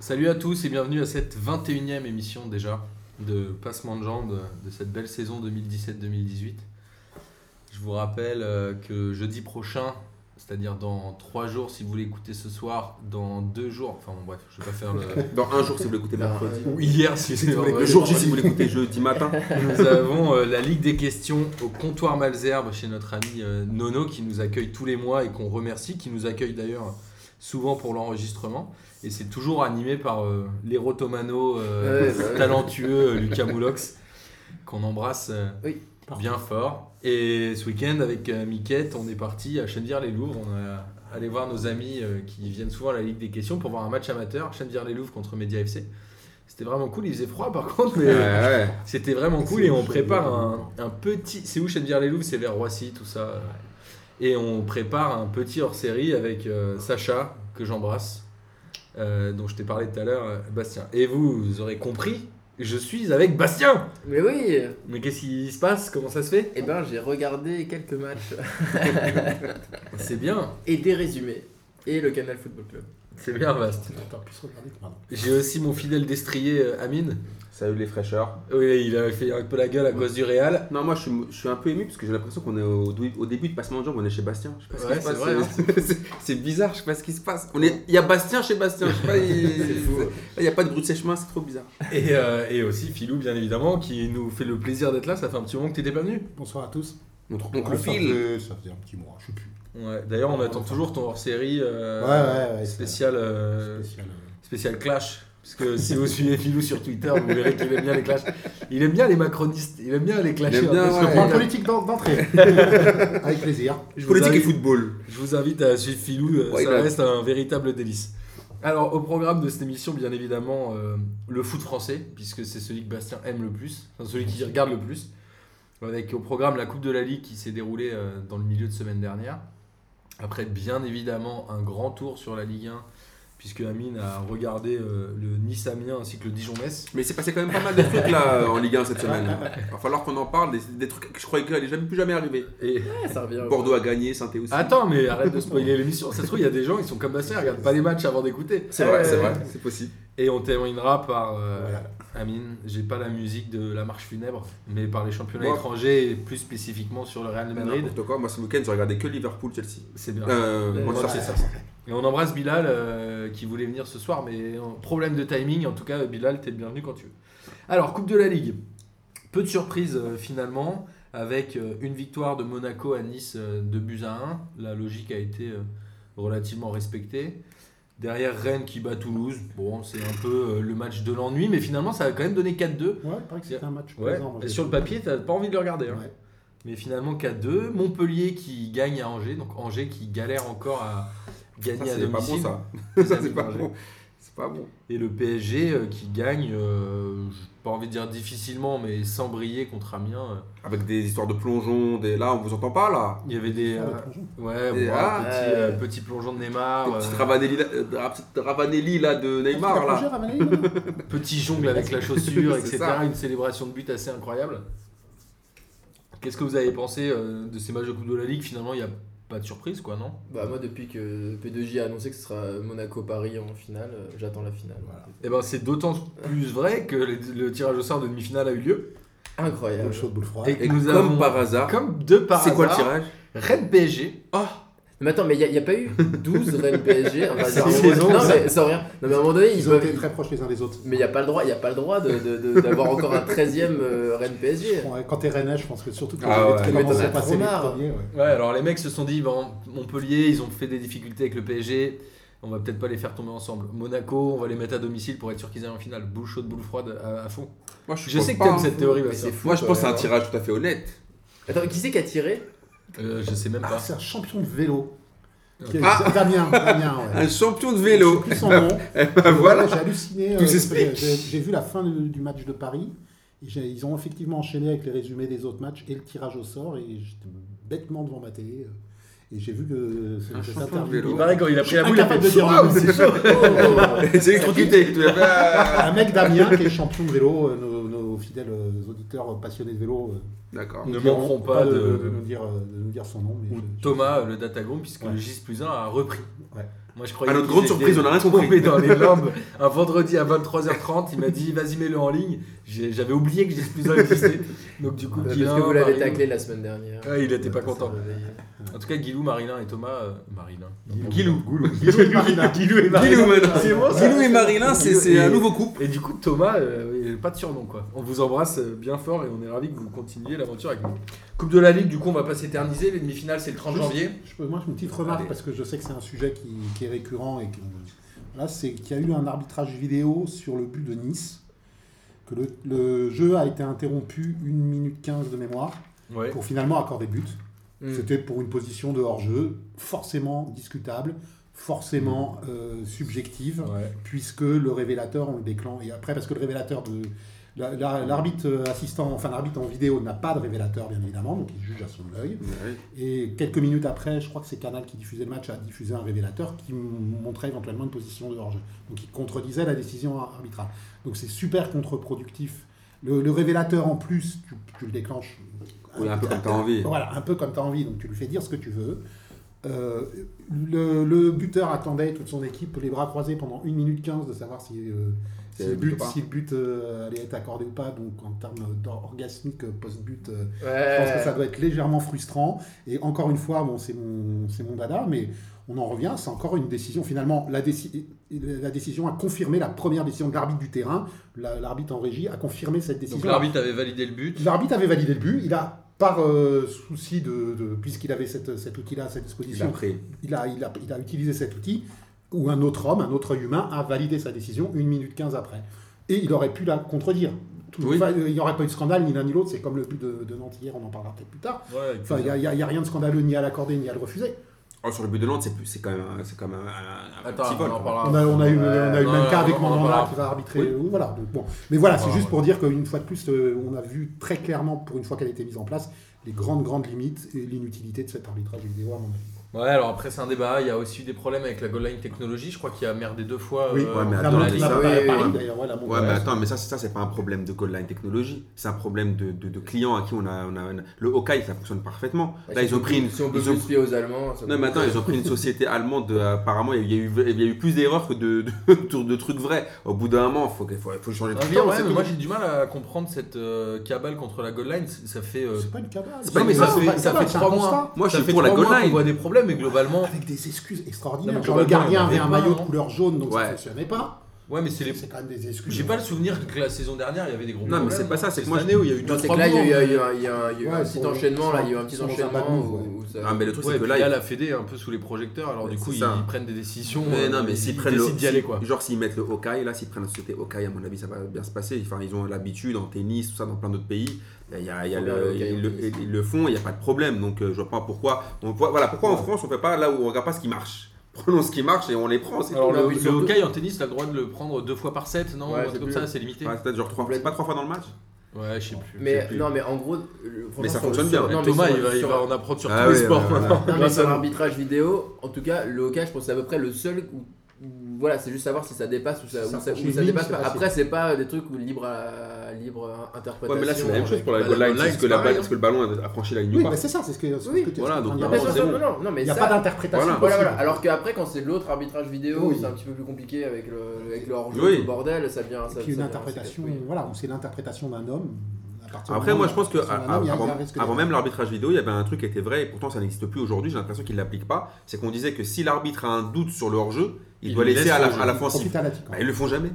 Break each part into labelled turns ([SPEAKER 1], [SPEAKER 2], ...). [SPEAKER 1] Salut à tous et bienvenue à cette 21e émission déjà de Passement de Jambes de cette belle saison 2017-2018. Je vous rappelle euh, que jeudi prochain, c'est-à-dire dans 3 jours si vous l'écoutez ce soir, dans 2 jours, enfin bon, bref, je vais pas faire le...
[SPEAKER 2] Dans un jour, si vous l'écoutez
[SPEAKER 3] Non,
[SPEAKER 2] mercredi.
[SPEAKER 1] Ou hier euh, si c'est
[SPEAKER 2] Le jour J, si vous l'écoutez jeudi matin.
[SPEAKER 1] Nous avons euh, la Ligue des questions au comptoir Malzerbe chez notre ami euh, Nono qui nous accueille tous les mois et qu'on remercie, qui nous accueille d'ailleurs souvent pour l'enregistrement. Et c'est toujours animé par euh, l'héros Tomano euh,
[SPEAKER 3] Ouais, bah ouais.
[SPEAKER 1] talentueux euh, Lucas Moulox qu'on embrasse euh,
[SPEAKER 3] Oui.
[SPEAKER 1] bien fort. Et ce week-end avec euh, Miquette, on est parti à Chenvière-les-Louvres. On a allé voir nos amis euh, qui viennent souvent à la Ligue des questions pour voir un match amateur, Chenvière-les-Louvres contre Média FC. C'était vraiment cool, il faisait froid par contre, mais
[SPEAKER 2] Ouais, ouais.
[SPEAKER 1] c'était vraiment cool
[SPEAKER 3] C'est
[SPEAKER 1] et on
[SPEAKER 3] où,
[SPEAKER 1] prépare un, un
[SPEAKER 3] Chennevières-les-Louvres
[SPEAKER 1] petit. C'est où Chennevières-les-Louvres C'est vers Roissy, tout ça. Et on prépare un petit hors série avec euh, Sacha, que j'embrasse, euh, dont je t'ai parlé tout à l'heure, euh, Bastien. Et vous, vous aurez compris, je suis avec Bastien
[SPEAKER 3] Mais oui
[SPEAKER 1] Mais qu'est-ce qui se passe Comment ça se fait
[SPEAKER 3] Eh ben, j'ai regardé quelques matchs
[SPEAKER 1] C'est bien,
[SPEAKER 3] et des résumés. Et le Canal Football Club.
[SPEAKER 1] c'est bien, Bast.
[SPEAKER 4] T'as plus regardé que maintenant.
[SPEAKER 1] J'ai aussi mon fidèle destrier euh, Amine.
[SPEAKER 2] Salut les fraîcheurs.
[SPEAKER 1] Oui, il a fait un peu la gueule à cause du Real.
[SPEAKER 2] Non, moi je suis, je suis un peu ému parce que j'ai l'impression qu'on est au, dou- au début de Passement de Jambes, on est chez Bastien. Je sais pas ce
[SPEAKER 1] Ouais,
[SPEAKER 2] qui se
[SPEAKER 1] c'est
[SPEAKER 2] passe. c'est- c'est- C'est bizarre, je sais pas ce qui se passe. On est- Il y a Bastien chez Bastien. Je sais pas, il il y a pas de bruit de sèche-main, c'est trop bizarre.
[SPEAKER 1] Et, euh, et aussi Philou, bien évidemment, qui nous fait le plaisir d'être là. Ça fait un petit moment que t'étais pas venu.
[SPEAKER 4] Bonsoir à tous.
[SPEAKER 2] Notre
[SPEAKER 4] Ouais,
[SPEAKER 2] oncle
[SPEAKER 4] ça
[SPEAKER 2] Phil.
[SPEAKER 4] faisait- Ça faisait un petit mois, je sais plus.
[SPEAKER 1] Ouais, D'ailleurs, on attend toujours ton hors-série euh,
[SPEAKER 4] Ouais, ouais, ouais,
[SPEAKER 1] spécial, euh,
[SPEAKER 4] Spécial, euh,
[SPEAKER 1] spécial Clash. Parce que si vous suivez Philou sur Twitter, vous verrez qu'il aime bien les clashs. Il aime bien les macronistes, il aime bien les clashers.
[SPEAKER 2] aime bien,
[SPEAKER 1] Parce que
[SPEAKER 2] ouais.
[SPEAKER 4] Pour la
[SPEAKER 1] moi,
[SPEAKER 4] politique d'en- d'entrée. Avec plaisir.
[SPEAKER 1] je, vous
[SPEAKER 2] Politique et
[SPEAKER 1] invite,
[SPEAKER 2] football.
[SPEAKER 1] je vous invite à suivre Philou, euh,
[SPEAKER 2] Ouais,
[SPEAKER 1] ça
[SPEAKER 2] il a-
[SPEAKER 1] reste un véritable délice. Alors, au programme de cette émission, bien évidemment, euh, le foot français, puisque c'est celui que Bastien aime le plus, enfin, celui qu'il regarde le plus. Avec au programme la Coupe de la Ligue qui s'est déroulée euh, dans le milieu de semaine dernière. Après, bien évidemment, un grand tour sur la Ligue 1, puisque Amine a regardé euh, le Nice-Amiens ainsi que le Dijon-Metz.
[SPEAKER 2] Mais c'est passé quand même pas mal de trucs là en Ligue 1 cette semaine. Il va falloir qu'on en parle, des, des trucs que je croyais qu'ils allaient jamais, plus jamais arriver.
[SPEAKER 1] Et...
[SPEAKER 3] Ouais, Ah, ça revient.
[SPEAKER 2] Bordeaux a gagné, saint aussi.
[SPEAKER 1] Attends, mais arrête de spoiler l'émission. Ça se trouve, il y a des gens, ils sont comme Bastien, ils regardent pas les matchs avant d'écouter.
[SPEAKER 2] C'est vrai,
[SPEAKER 3] Euh,
[SPEAKER 2] c'est vrai, c'est possible.
[SPEAKER 1] Et on terminera par euh,
[SPEAKER 4] Voilà.
[SPEAKER 1] Amine. J'ai pas la musique de la marche funèbre, mais par les championnats
[SPEAKER 2] Moi.
[SPEAKER 1] étrangers et plus spécifiquement sur le Real de Madrid. Ah.
[SPEAKER 2] N'importe quoi. Moi ce week-end, j'ai regardé que Liverpool, Chelsea.
[SPEAKER 1] C'est bien.
[SPEAKER 2] Euh,
[SPEAKER 3] Ouais.
[SPEAKER 2] Manchester
[SPEAKER 4] Ouais.
[SPEAKER 2] City.
[SPEAKER 1] Et on embrasse Bilal euh, qui voulait venir ce soir, mais euh, problème de timing. En tout cas, euh, Bilal, t'es le bienvenu quand tu veux. Alors, Coupe de la Ligue. Peu de surprises euh, finalement, avec euh, une victoire de Monaco à Nice euh, de buts à 1. La logique a été euh, relativement respectée. Derrière Rennes qui bat Toulouse. Bon, c'est un peu euh, le match de l'ennui, mais finalement, ça a quand même donné 4-2.
[SPEAKER 4] Ouais, il paraît que c'était un match
[SPEAKER 1] Ouais.
[SPEAKER 4] plaisant. moi,
[SPEAKER 1] Et
[SPEAKER 4] j'ai
[SPEAKER 1] sur le
[SPEAKER 4] trouvé.
[SPEAKER 1] papier, t'as pas envie de le regarder. hein.
[SPEAKER 4] Ouais.
[SPEAKER 1] Mais finalement, 4-2. Montpellier qui gagne à Angers. Donc Angers qui galère encore à
[SPEAKER 2] Ça,
[SPEAKER 1] gagner à
[SPEAKER 2] c'est pas bon
[SPEAKER 1] domicile.
[SPEAKER 2] ça.
[SPEAKER 1] Les
[SPEAKER 2] Ça,
[SPEAKER 1] amis
[SPEAKER 2] c'est pas
[SPEAKER 1] d'Angers.
[SPEAKER 2] bon. C'est pas bon.
[SPEAKER 1] Et le PSG euh, qui gagne, euh, j'ai pas envie de dire difficilement, mais sans briller contre Amiens. euh.
[SPEAKER 2] Avec des histoires de plongeon, des... là on vous entend pas là.
[SPEAKER 1] Il y avait des.
[SPEAKER 4] Ah,
[SPEAKER 1] euh,
[SPEAKER 4] le plongeon.
[SPEAKER 1] ouais,
[SPEAKER 2] Des-
[SPEAKER 1] bon,
[SPEAKER 2] ah,
[SPEAKER 1] un petit,
[SPEAKER 3] ouais.
[SPEAKER 1] euh, petit plongeon de Neymar,
[SPEAKER 2] Des petites
[SPEAKER 1] euh,
[SPEAKER 2] Ravanelli là, euh, la petite Ravanelli, là de Neymar
[SPEAKER 4] Ah,
[SPEAKER 2] là.
[SPEAKER 4] c'est la plongée, Ravanelli, non
[SPEAKER 1] petit jongle avec la chaussure,
[SPEAKER 2] C'est
[SPEAKER 1] etc.
[SPEAKER 2] ça.
[SPEAKER 1] Une célébration de but assez incroyable. Qu'est-ce que vous avez pensé euh, de ces matchs de Coupe de la Ligue Finalement, il n'y a pas de surprise, quoi, non
[SPEAKER 3] Bah, moi, depuis que P2J a annoncé que ce sera Monaco-Paris en finale, euh, j'attends la finale.
[SPEAKER 4] Voilà.
[SPEAKER 1] Eh ben, c'est d'autant plus vrai que le, le tirage au sort de demi-finale a eu lieu.
[SPEAKER 3] Incroyable.
[SPEAKER 4] Boule chaude, boule froide.
[SPEAKER 1] Et-
[SPEAKER 2] Et
[SPEAKER 1] Nous
[SPEAKER 2] comme
[SPEAKER 1] avons-
[SPEAKER 2] par hasard,
[SPEAKER 1] Comme de par
[SPEAKER 2] c'est quoi le
[SPEAKER 1] hasard,
[SPEAKER 2] tirage
[SPEAKER 1] Rennes PSG.
[SPEAKER 3] Mais attends, mais il n'y a, pas eu 12 Rennes PSG un hasard.
[SPEAKER 1] Cette saison,
[SPEAKER 3] Non,
[SPEAKER 1] ça.
[SPEAKER 3] mais sans rien. Non, mais à un moment donné, ils
[SPEAKER 4] Ils ont
[SPEAKER 3] doivent.
[SPEAKER 4] été très proches les uns des autres.
[SPEAKER 3] Mais il n'y a pas le droit, il a pas le droit de- de- de- d'avoir encore un 13ème Rennes PSG.
[SPEAKER 4] Bon, ouais, Quand t'es Rennais, je pense que surtout quand
[SPEAKER 2] Ah ouais.
[SPEAKER 4] tu
[SPEAKER 3] Mais
[SPEAKER 4] commences
[SPEAKER 3] t'en
[SPEAKER 4] à
[SPEAKER 3] as
[SPEAKER 4] passer
[SPEAKER 3] trop
[SPEAKER 4] les
[SPEAKER 3] marre.
[SPEAKER 4] premiers. ouais.
[SPEAKER 1] Ouais, alors les mecs se sont dit, bon, Montpellier, ils ont fait des difficultés avec le PSG. On va peut-être pas les faire tomber ensemble. Monaco, on va les mettre à domicile pour être sûr qu'ils aillent en finale. Boule chaude, boule froide à, à fond.
[SPEAKER 2] Moi
[SPEAKER 1] Je sais que
[SPEAKER 2] crois
[SPEAKER 1] t'aimes
[SPEAKER 2] pas. hein.
[SPEAKER 1] cette théorie,
[SPEAKER 3] Mais
[SPEAKER 1] Bastien.
[SPEAKER 3] c'est fou,
[SPEAKER 2] Moi je pense
[SPEAKER 3] quand
[SPEAKER 2] que c'est un
[SPEAKER 3] même.
[SPEAKER 2] tirage tout à fait honnête.
[SPEAKER 3] Attends, qui c'est qui a tiré
[SPEAKER 1] Euh, je sais même
[SPEAKER 4] Ah,
[SPEAKER 1] pas.
[SPEAKER 4] c'est un champion de vélo. Qui est-
[SPEAKER 2] Ah.
[SPEAKER 4] Damien, Damien,
[SPEAKER 1] Ah.
[SPEAKER 4] ouais.
[SPEAKER 2] Un champion de
[SPEAKER 4] Je
[SPEAKER 2] vélo.
[SPEAKER 4] sais plus son nom.
[SPEAKER 2] Bah, voilà.
[SPEAKER 4] J'ai halluciné.
[SPEAKER 2] Tout
[SPEAKER 4] euh,
[SPEAKER 2] s'explique.
[SPEAKER 4] j'ai- J'ai vu la fin de- du match de Paris. Et j'ai- Ils ont effectivement enchaîné avec les résumés des autres matchs et le tirage au sort. Et j'étais bêtement devant ma télé. euh, Et j'ai vu le, ce-
[SPEAKER 2] Un
[SPEAKER 4] cette
[SPEAKER 2] champion de
[SPEAKER 4] interview.
[SPEAKER 2] vélo.
[SPEAKER 1] Il paraît quand il a pris la boule, hein. il a fait
[SPEAKER 4] Incapable de dire
[SPEAKER 1] chaud.
[SPEAKER 4] un mot, c'est chaud.
[SPEAKER 3] Oh, oh, oh.
[SPEAKER 2] J'ai électrocuté. tout à fait. Ah.
[SPEAKER 4] Un mec Damien qui est champion de vélo, euh, nos, nos fidèles euh, auditeurs euh, passionnés de vélo euh,
[SPEAKER 2] D'accord.
[SPEAKER 1] Ne
[SPEAKER 4] nous diront-
[SPEAKER 1] manqueront pas
[SPEAKER 4] de,
[SPEAKER 1] de-
[SPEAKER 4] de nous dire, euh, de nous dire son nom. mais
[SPEAKER 1] Ou
[SPEAKER 4] je- je-
[SPEAKER 1] Thomas, euh, le Datagom, puisque
[SPEAKER 4] Ouais.
[SPEAKER 1] le Gis plus 1 a repris.
[SPEAKER 4] Ouais.
[SPEAKER 1] Moi, je croyais
[SPEAKER 2] À notre
[SPEAKER 1] qu'ils
[SPEAKER 2] grande
[SPEAKER 1] étaient
[SPEAKER 2] surprise, on a rien compris.
[SPEAKER 1] tombés dans les limbes. Un vendredi à 23h30, il m'a dit vas-y, mets-le en ligne. J'ai- J'avais oublié que Jespusa existait. Donc, du coup,
[SPEAKER 3] Parce
[SPEAKER 1] Guilin,
[SPEAKER 3] que vous l'avez
[SPEAKER 1] Marilyn-
[SPEAKER 3] taclé la semaine dernière.
[SPEAKER 1] Ouais, il était pas
[SPEAKER 3] Ça
[SPEAKER 1] content.
[SPEAKER 3] l'a réveillé.
[SPEAKER 1] En tout cas, Guilou, Marilyn et Thomas. euh, Marilyn.
[SPEAKER 4] Guilou.
[SPEAKER 1] Goulou.
[SPEAKER 4] Guilou et Marina.
[SPEAKER 1] Guilou et Marilyn.
[SPEAKER 2] Guilou, maintenant.
[SPEAKER 1] C'est bon, ça
[SPEAKER 2] Guilou et Marilyn, c'est
[SPEAKER 1] Guilou
[SPEAKER 2] c'est
[SPEAKER 1] et-
[SPEAKER 2] un nouveau couple.
[SPEAKER 1] Et du coup, Thomas, euh, pas de surnom quoi. On vous embrasse euh, bien fort et on est ravis que vous continuiez l'aventure avec nous. Coupe de la Ligue, du coup, on va pas s'éterniser. Les demi-finales, c'est le 30
[SPEAKER 4] Juste-
[SPEAKER 1] janvier.
[SPEAKER 4] Je peux, moi, j'ai une petite remarque
[SPEAKER 1] Allez.
[SPEAKER 4] parce que je sais que c'est un sujet qui, qui est récurrent et que là, c'est qu'il y a eu un arbitrage vidéo sur le but de Nice, que le, le jeu a été interrompu une minute 15 de mémoire
[SPEAKER 1] Ouais.
[SPEAKER 4] pour finalement accorder but.
[SPEAKER 3] Mm.
[SPEAKER 4] C'était pour une position de hors-jeu, forcément discutable, forcément euh, subjective,
[SPEAKER 1] Ouais.
[SPEAKER 4] puisque le révélateur, on le déclenche. Et après, parce que le révélateur de. la- la- L'arbitre assistant, enfin l'arbitre en vidéo n'a pas de révélateur, bien évidemment, donc il juge à son œil. Et quelques minutes après, je crois que c'est Canal qui diffusait le match, a diffusé un révélateur qui m- montrait éventuellement une position de hors-jeu. Donc il contredisait la décision ar- arbitrale. Donc c'est super contre-productif. Le, le révélateur en plus, tu, tu le déclenches.
[SPEAKER 2] Oui, un peu comme t'as envie.
[SPEAKER 4] Voilà, un peu comme tu as envie, donc tu lui fais dire ce que tu veux. Euh, le, le buteur attendait toute son équipe, les bras croisés pendant 1 minute 15 de savoir si, euh,
[SPEAKER 2] Si
[SPEAKER 4] si le
[SPEAKER 2] elle bute ou
[SPEAKER 4] but,
[SPEAKER 2] pas.
[SPEAKER 4] si le but euh, allait être accordé ou pas. Donc en termes d'orgasmique euh, post-but, euh, je pense que ça
[SPEAKER 3] Ouais.
[SPEAKER 4] doit être légèrement frustrant. Et encore une fois, bon, c'est mon, c'est mon dada, mais on en revient, c'est encore une décision. Finalement, la, déci- la décision a confirmé la première décision de l'arbitre du terrain. La- L'arbitre en régie a confirmé cette
[SPEAKER 1] Donc
[SPEAKER 4] décision.
[SPEAKER 1] l'arbitre avait validé le but.
[SPEAKER 4] L'arbitre avait validé le but. Il a, par euh, souci de, de- puisqu'il avait cette, cet outil-là à
[SPEAKER 2] Il
[SPEAKER 4] sa
[SPEAKER 2] a
[SPEAKER 4] disposition,
[SPEAKER 2] pris.
[SPEAKER 4] il a, il, a, il a utilisé cet outil, ou un autre homme, un autre humain, a validé sa décision une minute 15 après. Et il aurait pu la contredire. Tout-
[SPEAKER 2] Oui.
[SPEAKER 4] enfin, il n'y aurait pas eu de scandale, ni l'un ni l'autre. C'est comme le but de, de Nantes hier, on en parlera peut-être plus tard.
[SPEAKER 1] Ouais,
[SPEAKER 4] Enfin, il n'y a, il y a rien de scandaleux ni à l'accorder, ni à le refuser.
[SPEAKER 2] Oh, sur le but de Nantes, c'est plus- c'est quand même un, c'est quand même un, un- un
[SPEAKER 1] Attends,
[SPEAKER 2] petit
[SPEAKER 1] on
[SPEAKER 2] vol.
[SPEAKER 1] en
[SPEAKER 2] quoi.
[SPEAKER 1] parlera.
[SPEAKER 4] On a, on a eu,
[SPEAKER 3] Ouais,
[SPEAKER 4] on a eu le
[SPEAKER 1] non,
[SPEAKER 4] même
[SPEAKER 1] non,
[SPEAKER 4] cas
[SPEAKER 1] non,
[SPEAKER 4] avec
[SPEAKER 1] on en
[SPEAKER 4] Mandanda
[SPEAKER 1] parlera.
[SPEAKER 4] qui va arbitrer.
[SPEAKER 1] Oui.
[SPEAKER 4] euh, Voilà. donc bon. Mais voilà,
[SPEAKER 1] Ah,
[SPEAKER 4] c'est juste
[SPEAKER 1] ouais.
[SPEAKER 4] pour dire qu'une fois de plus, euh, on a vu très clairement, pour une fois qu'elle a été mise en place, les grandes, grandes limites et l'inutilité de cet arbitrage vidéo, à mon avis.
[SPEAKER 1] Ouais, alors après, c'est un débat. Il y a aussi eu des problèmes avec la goal line technologie. Je crois qu'il a merdé deux fois.
[SPEAKER 4] Oui,
[SPEAKER 2] ouais, mais
[SPEAKER 1] en
[SPEAKER 2] attends,
[SPEAKER 4] La
[SPEAKER 1] Coupe de
[SPEAKER 4] montre
[SPEAKER 1] la Ah,
[SPEAKER 2] elle
[SPEAKER 4] qui
[SPEAKER 1] Ligue.
[SPEAKER 4] n'a
[SPEAKER 2] ça,
[SPEAKER 4] pas
[SPEAKER 3] ouais,
[SPEAKER 4] à Paris,
[SPEAKER 3] ouais.
[SPEAKER 4] d'ailleurs, ouais, la montre.
[SPEAKER 2] Ouais, mais attends, mais ça, c'est ça, c'est pas un problème de goal line technologie. C'est un problème de, de, de clients à qui on a, on a- on a- le Hawkeye, ça fonctionne parfaitement. Là, ils ont pris une.
[SPEAKER 3] Bah, Si on peut
[SPEAKER 2] ils ont-
[SPEAKER 3] plus se fier aux Allemands. ça
[SPEAKER 2] Non, mais
[SPEAKER 3] peut-
[SPEAKER 2] attends, ils ont pris une société allemande. de- apparemment, il y a eu, il y a eu plus d'erreurs que de, de, de trucs vrais. Au bout d'un moment, faut, faut, faut changer de
[SPEAKER 1] Ah,
[SPEAKER 2] client.
[SPEAKER 1] ouais,
[SPEAKER 2] c'est
[SPEAKER 1] mais
[SPEAKER 2] tout.
[SPEAKER 1] moi j'ai du mal à comprendre cette euh, cabale contre la goal line. C- Ça fait. euh,
[SPEAKER 4] C'est pas une cabale.
[SPEAKER 2] pas
[SPEAKER 4] Non,
[SPEAKER 2] une
[SPEAKER 4] mais ça,
[SPEAKER 2] cabale,
[SPEAKER 4] c'est
[SPEAKER 1] ça
[SPEAKER 4] pas une
[SPEAKER 1] fait
[SPEAKER 4] cabale, c'est un
[SPEAKER 1] trois
[SPEAKER 4] constat.
[SPEAKER 1] mois.
[SPEAKER 2] Moi, je
[SPEAKER 1] ça
[SPEAKER 2] suis
[SPEAKER 1] fait
[SPEAKER 2] pour la
[SPEAKER 1] trois mois
[SPEAKER 2] goal
[SPEAKER 1] qu'on voit
[SPEAKER 2] line.
[SPEAKER 1] des problèmes, mais globalement.
[SPEAKER 4] Avec des excuses
[SPEAKER 1] Non,
[SPEAKER 4] extraordinaires.
[SPEAKER 1] mais
[SPEAKER 4] Genre, le
[SPEAKER 1] globalement, il y en
[SPEAKER 4] gardien avait
[SPEAKER 1] avait
[SPEAKER 4] un
[SPEAKER 1] plein,
[SPEAKER 4] maillot de
[SPEAKER 1] hein.
[SPEAKER 4] couleur jaune, donc
[SPEAKER 2] Ouais.
[SPEAKER 4] ça ne fonctionnait pas.
[SPEAKER 1] Ouais, mais c'est les.
[SPEAKER 4] C'est quand même des excuses.
[SPEAKER 1] J'ai pas le souvenir que la saison dernière il y avait des gros
[SPEAKER 2] Non, mais
[SPEAKER 1] problèmes.
[SPEAKER 2] c'est pas ça, c'est que
[SPEAKER 1] Cette
[SPEAKER 2] moi, je-
[SPEAKER 1] année où il y a eu deux
[SPEAKER 3] Non, c'est que
[SPEAKER 1] trois
[SPEAKER 3] là, il y a eu-
[SPEAKER 1] moments.
[SPEAKER 3] il y a eu- il y a eu- il y a eu
[SPEAKER 4] Ouais,
[SPEAKER 3] un
[SPEAKER 4] ils
[SPEAKER 3] petit
[SPEAKER 4] sont-
[SPEAKER 3] enchaînement.
[SPEAKER 4] ils
[SPEAKER 3] Là,
[SPEAKER 4] sont-
[SPEAKER 3] il y a eu un petit
[SPEAKER 4] ils sont dans un bad
[SPEAKER 3] enchaînement.
[SPEAKER 4] move, ouais.
[SPEAKER 3] où- où ça-
[SPEAKER 2] Ah, mais le truc,
[SPEAKER 1] Ouais,
[SPEAKER 2] c'est que
[SPEAKER 1] puis
[SPEAKER 2] là,
[SPEAKER 1] là,
[SPEAKER 2] il-
[SPEAKER 1] la Fédé est un peu sous les projecteurs, alors
[SPEAKER 2] Ouais,
[SPEAKER 1] du coup,
[SPEAKER 2] c'est
[SPEAKER 1] ils
[SPEAKER 2] ça.
[SPEAKER 1] prennent des décisions.
[SPEAKER 2] Mais
[SPEAKER 1] euh,
[SPEAKER 2] non, mais
[SPEAKER 1] ils
[SPEAKER 2] s'ils prennent le.
[SPEAKER 1] décident d'y aller, quoi.
[SPEAKER 2] Genre, s'ils mettent le Hawkeye, là, s'ils prennent la société Hawkeye, à mon avis, ça va bien se passer. Enfin, ils ont l'habitude en tennis, tout ça, dans plein d'autres pays. Il y a, il y a
[SPEAKER 3] Ils
[SPEAKER 2] le-
[SPEAKER 3] font bien le Hawkeye
[SPEAKER 2] ils,
[SPEAKER 3] en
[SPEAKER 2] le,
[SPEAKER 3] tennis.
[SPEAKER 2] ils le font, il n'y a pas de problème. Donc, euh, je vois pas pourquoi. On, voit- voilà, pourquoi en France, on fait pas là où on regarde pas ce qui marche. Prenons ce qui marche et on les prend. C'est
[SPEAKER 1] Alors,
[SPEAKER 2] tout.
[SPEAKER 1] le,
[SPEAKER 3] oui,
[SPEAKER 1] le
[SPEAKER 3] surtout-
[SPEAKER 1] Hawkeye en tennis, t'as le droit de le prendre deux fois par set, non Un
[SPEAKER 3] Ouais,
[SPEAKER 1] truc
[SPEAKER 3] c'est
[SPEAKER 1] comme
[SPEAKER 3] plus-
[SPEAKER 1] ça, c'est limité.
[SPEAKER 2] Ouais, c'est peut-être genre trois, c'est pas trois fois dans le match.
[SPEAKER 1] Ouais, je sais plus.
[SPEAKER 3] Mais
[SPEAKER 2] plus.
[SPEAKER 3] non, mais en gros, euh, franchement,
[SPEAKER 2] ça
[SPEAKER 3] sur-
[SPEAKER 2] fonctionne
[SPEAKER 3] sur-
[SPEAKER 2] bien.
[SPEAKER 3] non, mais
[SPEAKER 1] Thomas,
[SPEAKER 3] sur-
[SPEAKER 1] il va, il
[SPEAKER 3] sur-
[SPEAKER 1] va en apprendre sur
[SPEAKER 2] Ah
[SPEAKER 1] tous
[SPEAKER 2] ouais,
[SPEAKER 1] les sports
[SPEAKER 2] ouais, ouais,
[SPEAKER 1] maintenant.
[SPEAKER 3] Non, mais
[SPEAKER 1] Grâce à
[SPEAKER 3] sur
[SPEAKER 1] nous.
[SPEAKER 3] l'arbitrage vidéo, en tout cas, le Hoka, je pense que c'est à peu près le seul où. où- Voilà, c'est juste savoir si ça dépasse ou ça,
[SPEAKER 4] Ça
[SPEAKER 3] ou ça-
[SPEAKER 4] approche
[SPEAKER 3] ou
[SPEAKER 4] une
[SPEAKER 3] ça
[SPEAKER 4] ligne,
[SPEAKER 3] dépasse
[SPEAKER 4] c'est
[SPEAKER 3] pas.
[SPEAKER 4] facile.
[SPEAKER 3] Après, c'est pas des trucs où libre, à- libre interprétation.
[SPEAKER 2] Ouais, mais là, c'est la même chose pour la
[SPEAKER 1] Bah,
[SPEAKER 2] goal line.
[SPEAKER 1] goal
[SPEAKER 2] C'est
[SPEAKER 1] line,
[SPEAKER 2] ce
[SPEAKER 1] c'est
[SPEAKER 2] que la
[SPEAKER 1] pareil,
[SPEAKER 2] balle, parce que le ballon a- a franchi la ligne
[SPEAKER 4] Oui,
[SPEAKER 2] ou pas.
[SPEAKER 4] mais c'est ça, c'est ce que c'est ce
[SPEAKER 3] Oui,
[SPEAKER 4] que tu
[SPEAKER 2] voilà,
[SPEAKER 4] es en train
[SPEAKER 2] donc,
[SPEAKER 4] de dire.
[SPEAKER 3] Mais
[SPEAKER 2] Non,
[SPEAKER 3] ça,
[SPEAKER 2] c'est
[SPEAKER 3] ça-
[SPEAKER 2] bon.
[SPEAKER 3] non, non, mais
[SPEAKER 4] Il n'y a
[SPEAKER 3] ça-
[SPEAKER 4] pas d'interprétation.
[SPEAKER 2] Voilà,
[SPEAKER 3] Voilà,
[SPEAKER 4] possible.
[SPEAKER 3] voilà. Alors qu'après, quand c'est l'autre arbitrage vidéo,
[SPEAKER 4] Oui.
[SPEAKER 3] c'est un petit peu plus compliqué avec le, avec le hors-jeu,
[SPEAKER 2] Oui.
[SPEAKER 3] le bordel, ça devient. Ah, ça-
[SPEAKER 4] qui est une
[SPEAKER 3] ça devient-
[SPEAKER 4] interprétation,
[SPEAKER 3] oui.
[SPEAKER 4] voilà, où c'est l'interprétation d'un homme. À partir du
[SPEAKER 2] Après,
[SPEAKER 4] moment
[SPEAKER 2] moi,
[SPEAKER 4] où
[SPEAKER 2] je pense que
[SPEAKER 4] c'est un homme, il y a- il y a
[SPEAKER 2] avant,
[SPEAKER 4] un risque
[SPEAKER 2] avant
[SPEAKER 4] d'erreur.
[SPEAKER 2] même l'arbitrage vidéo, il y avait un truc qui était vrai et pourtant ça n'existe plus aujourd'hui. J'ai l'impression qu'il ne l'applique pas. C'est qu'on disait que si l'arbitre a un doute sur le hors-jeu, il,
[SPEAKER 1] Il
[SPEAKER 2] doit
[SPEAKER 1] le
[SPEAKER 2] laisser
[SPEAKER 1] laisse
[SPEAKER 2] à la-
[SPEAKER 1] au jeu.
[SPEAKER 2] à
[SPEAKER 4] Il profite
[SPEAKER 2] l'offensive.
[SPEAKER 4] à l'attaquant.
[SPEAKER 2] Bah, ils le font jamais.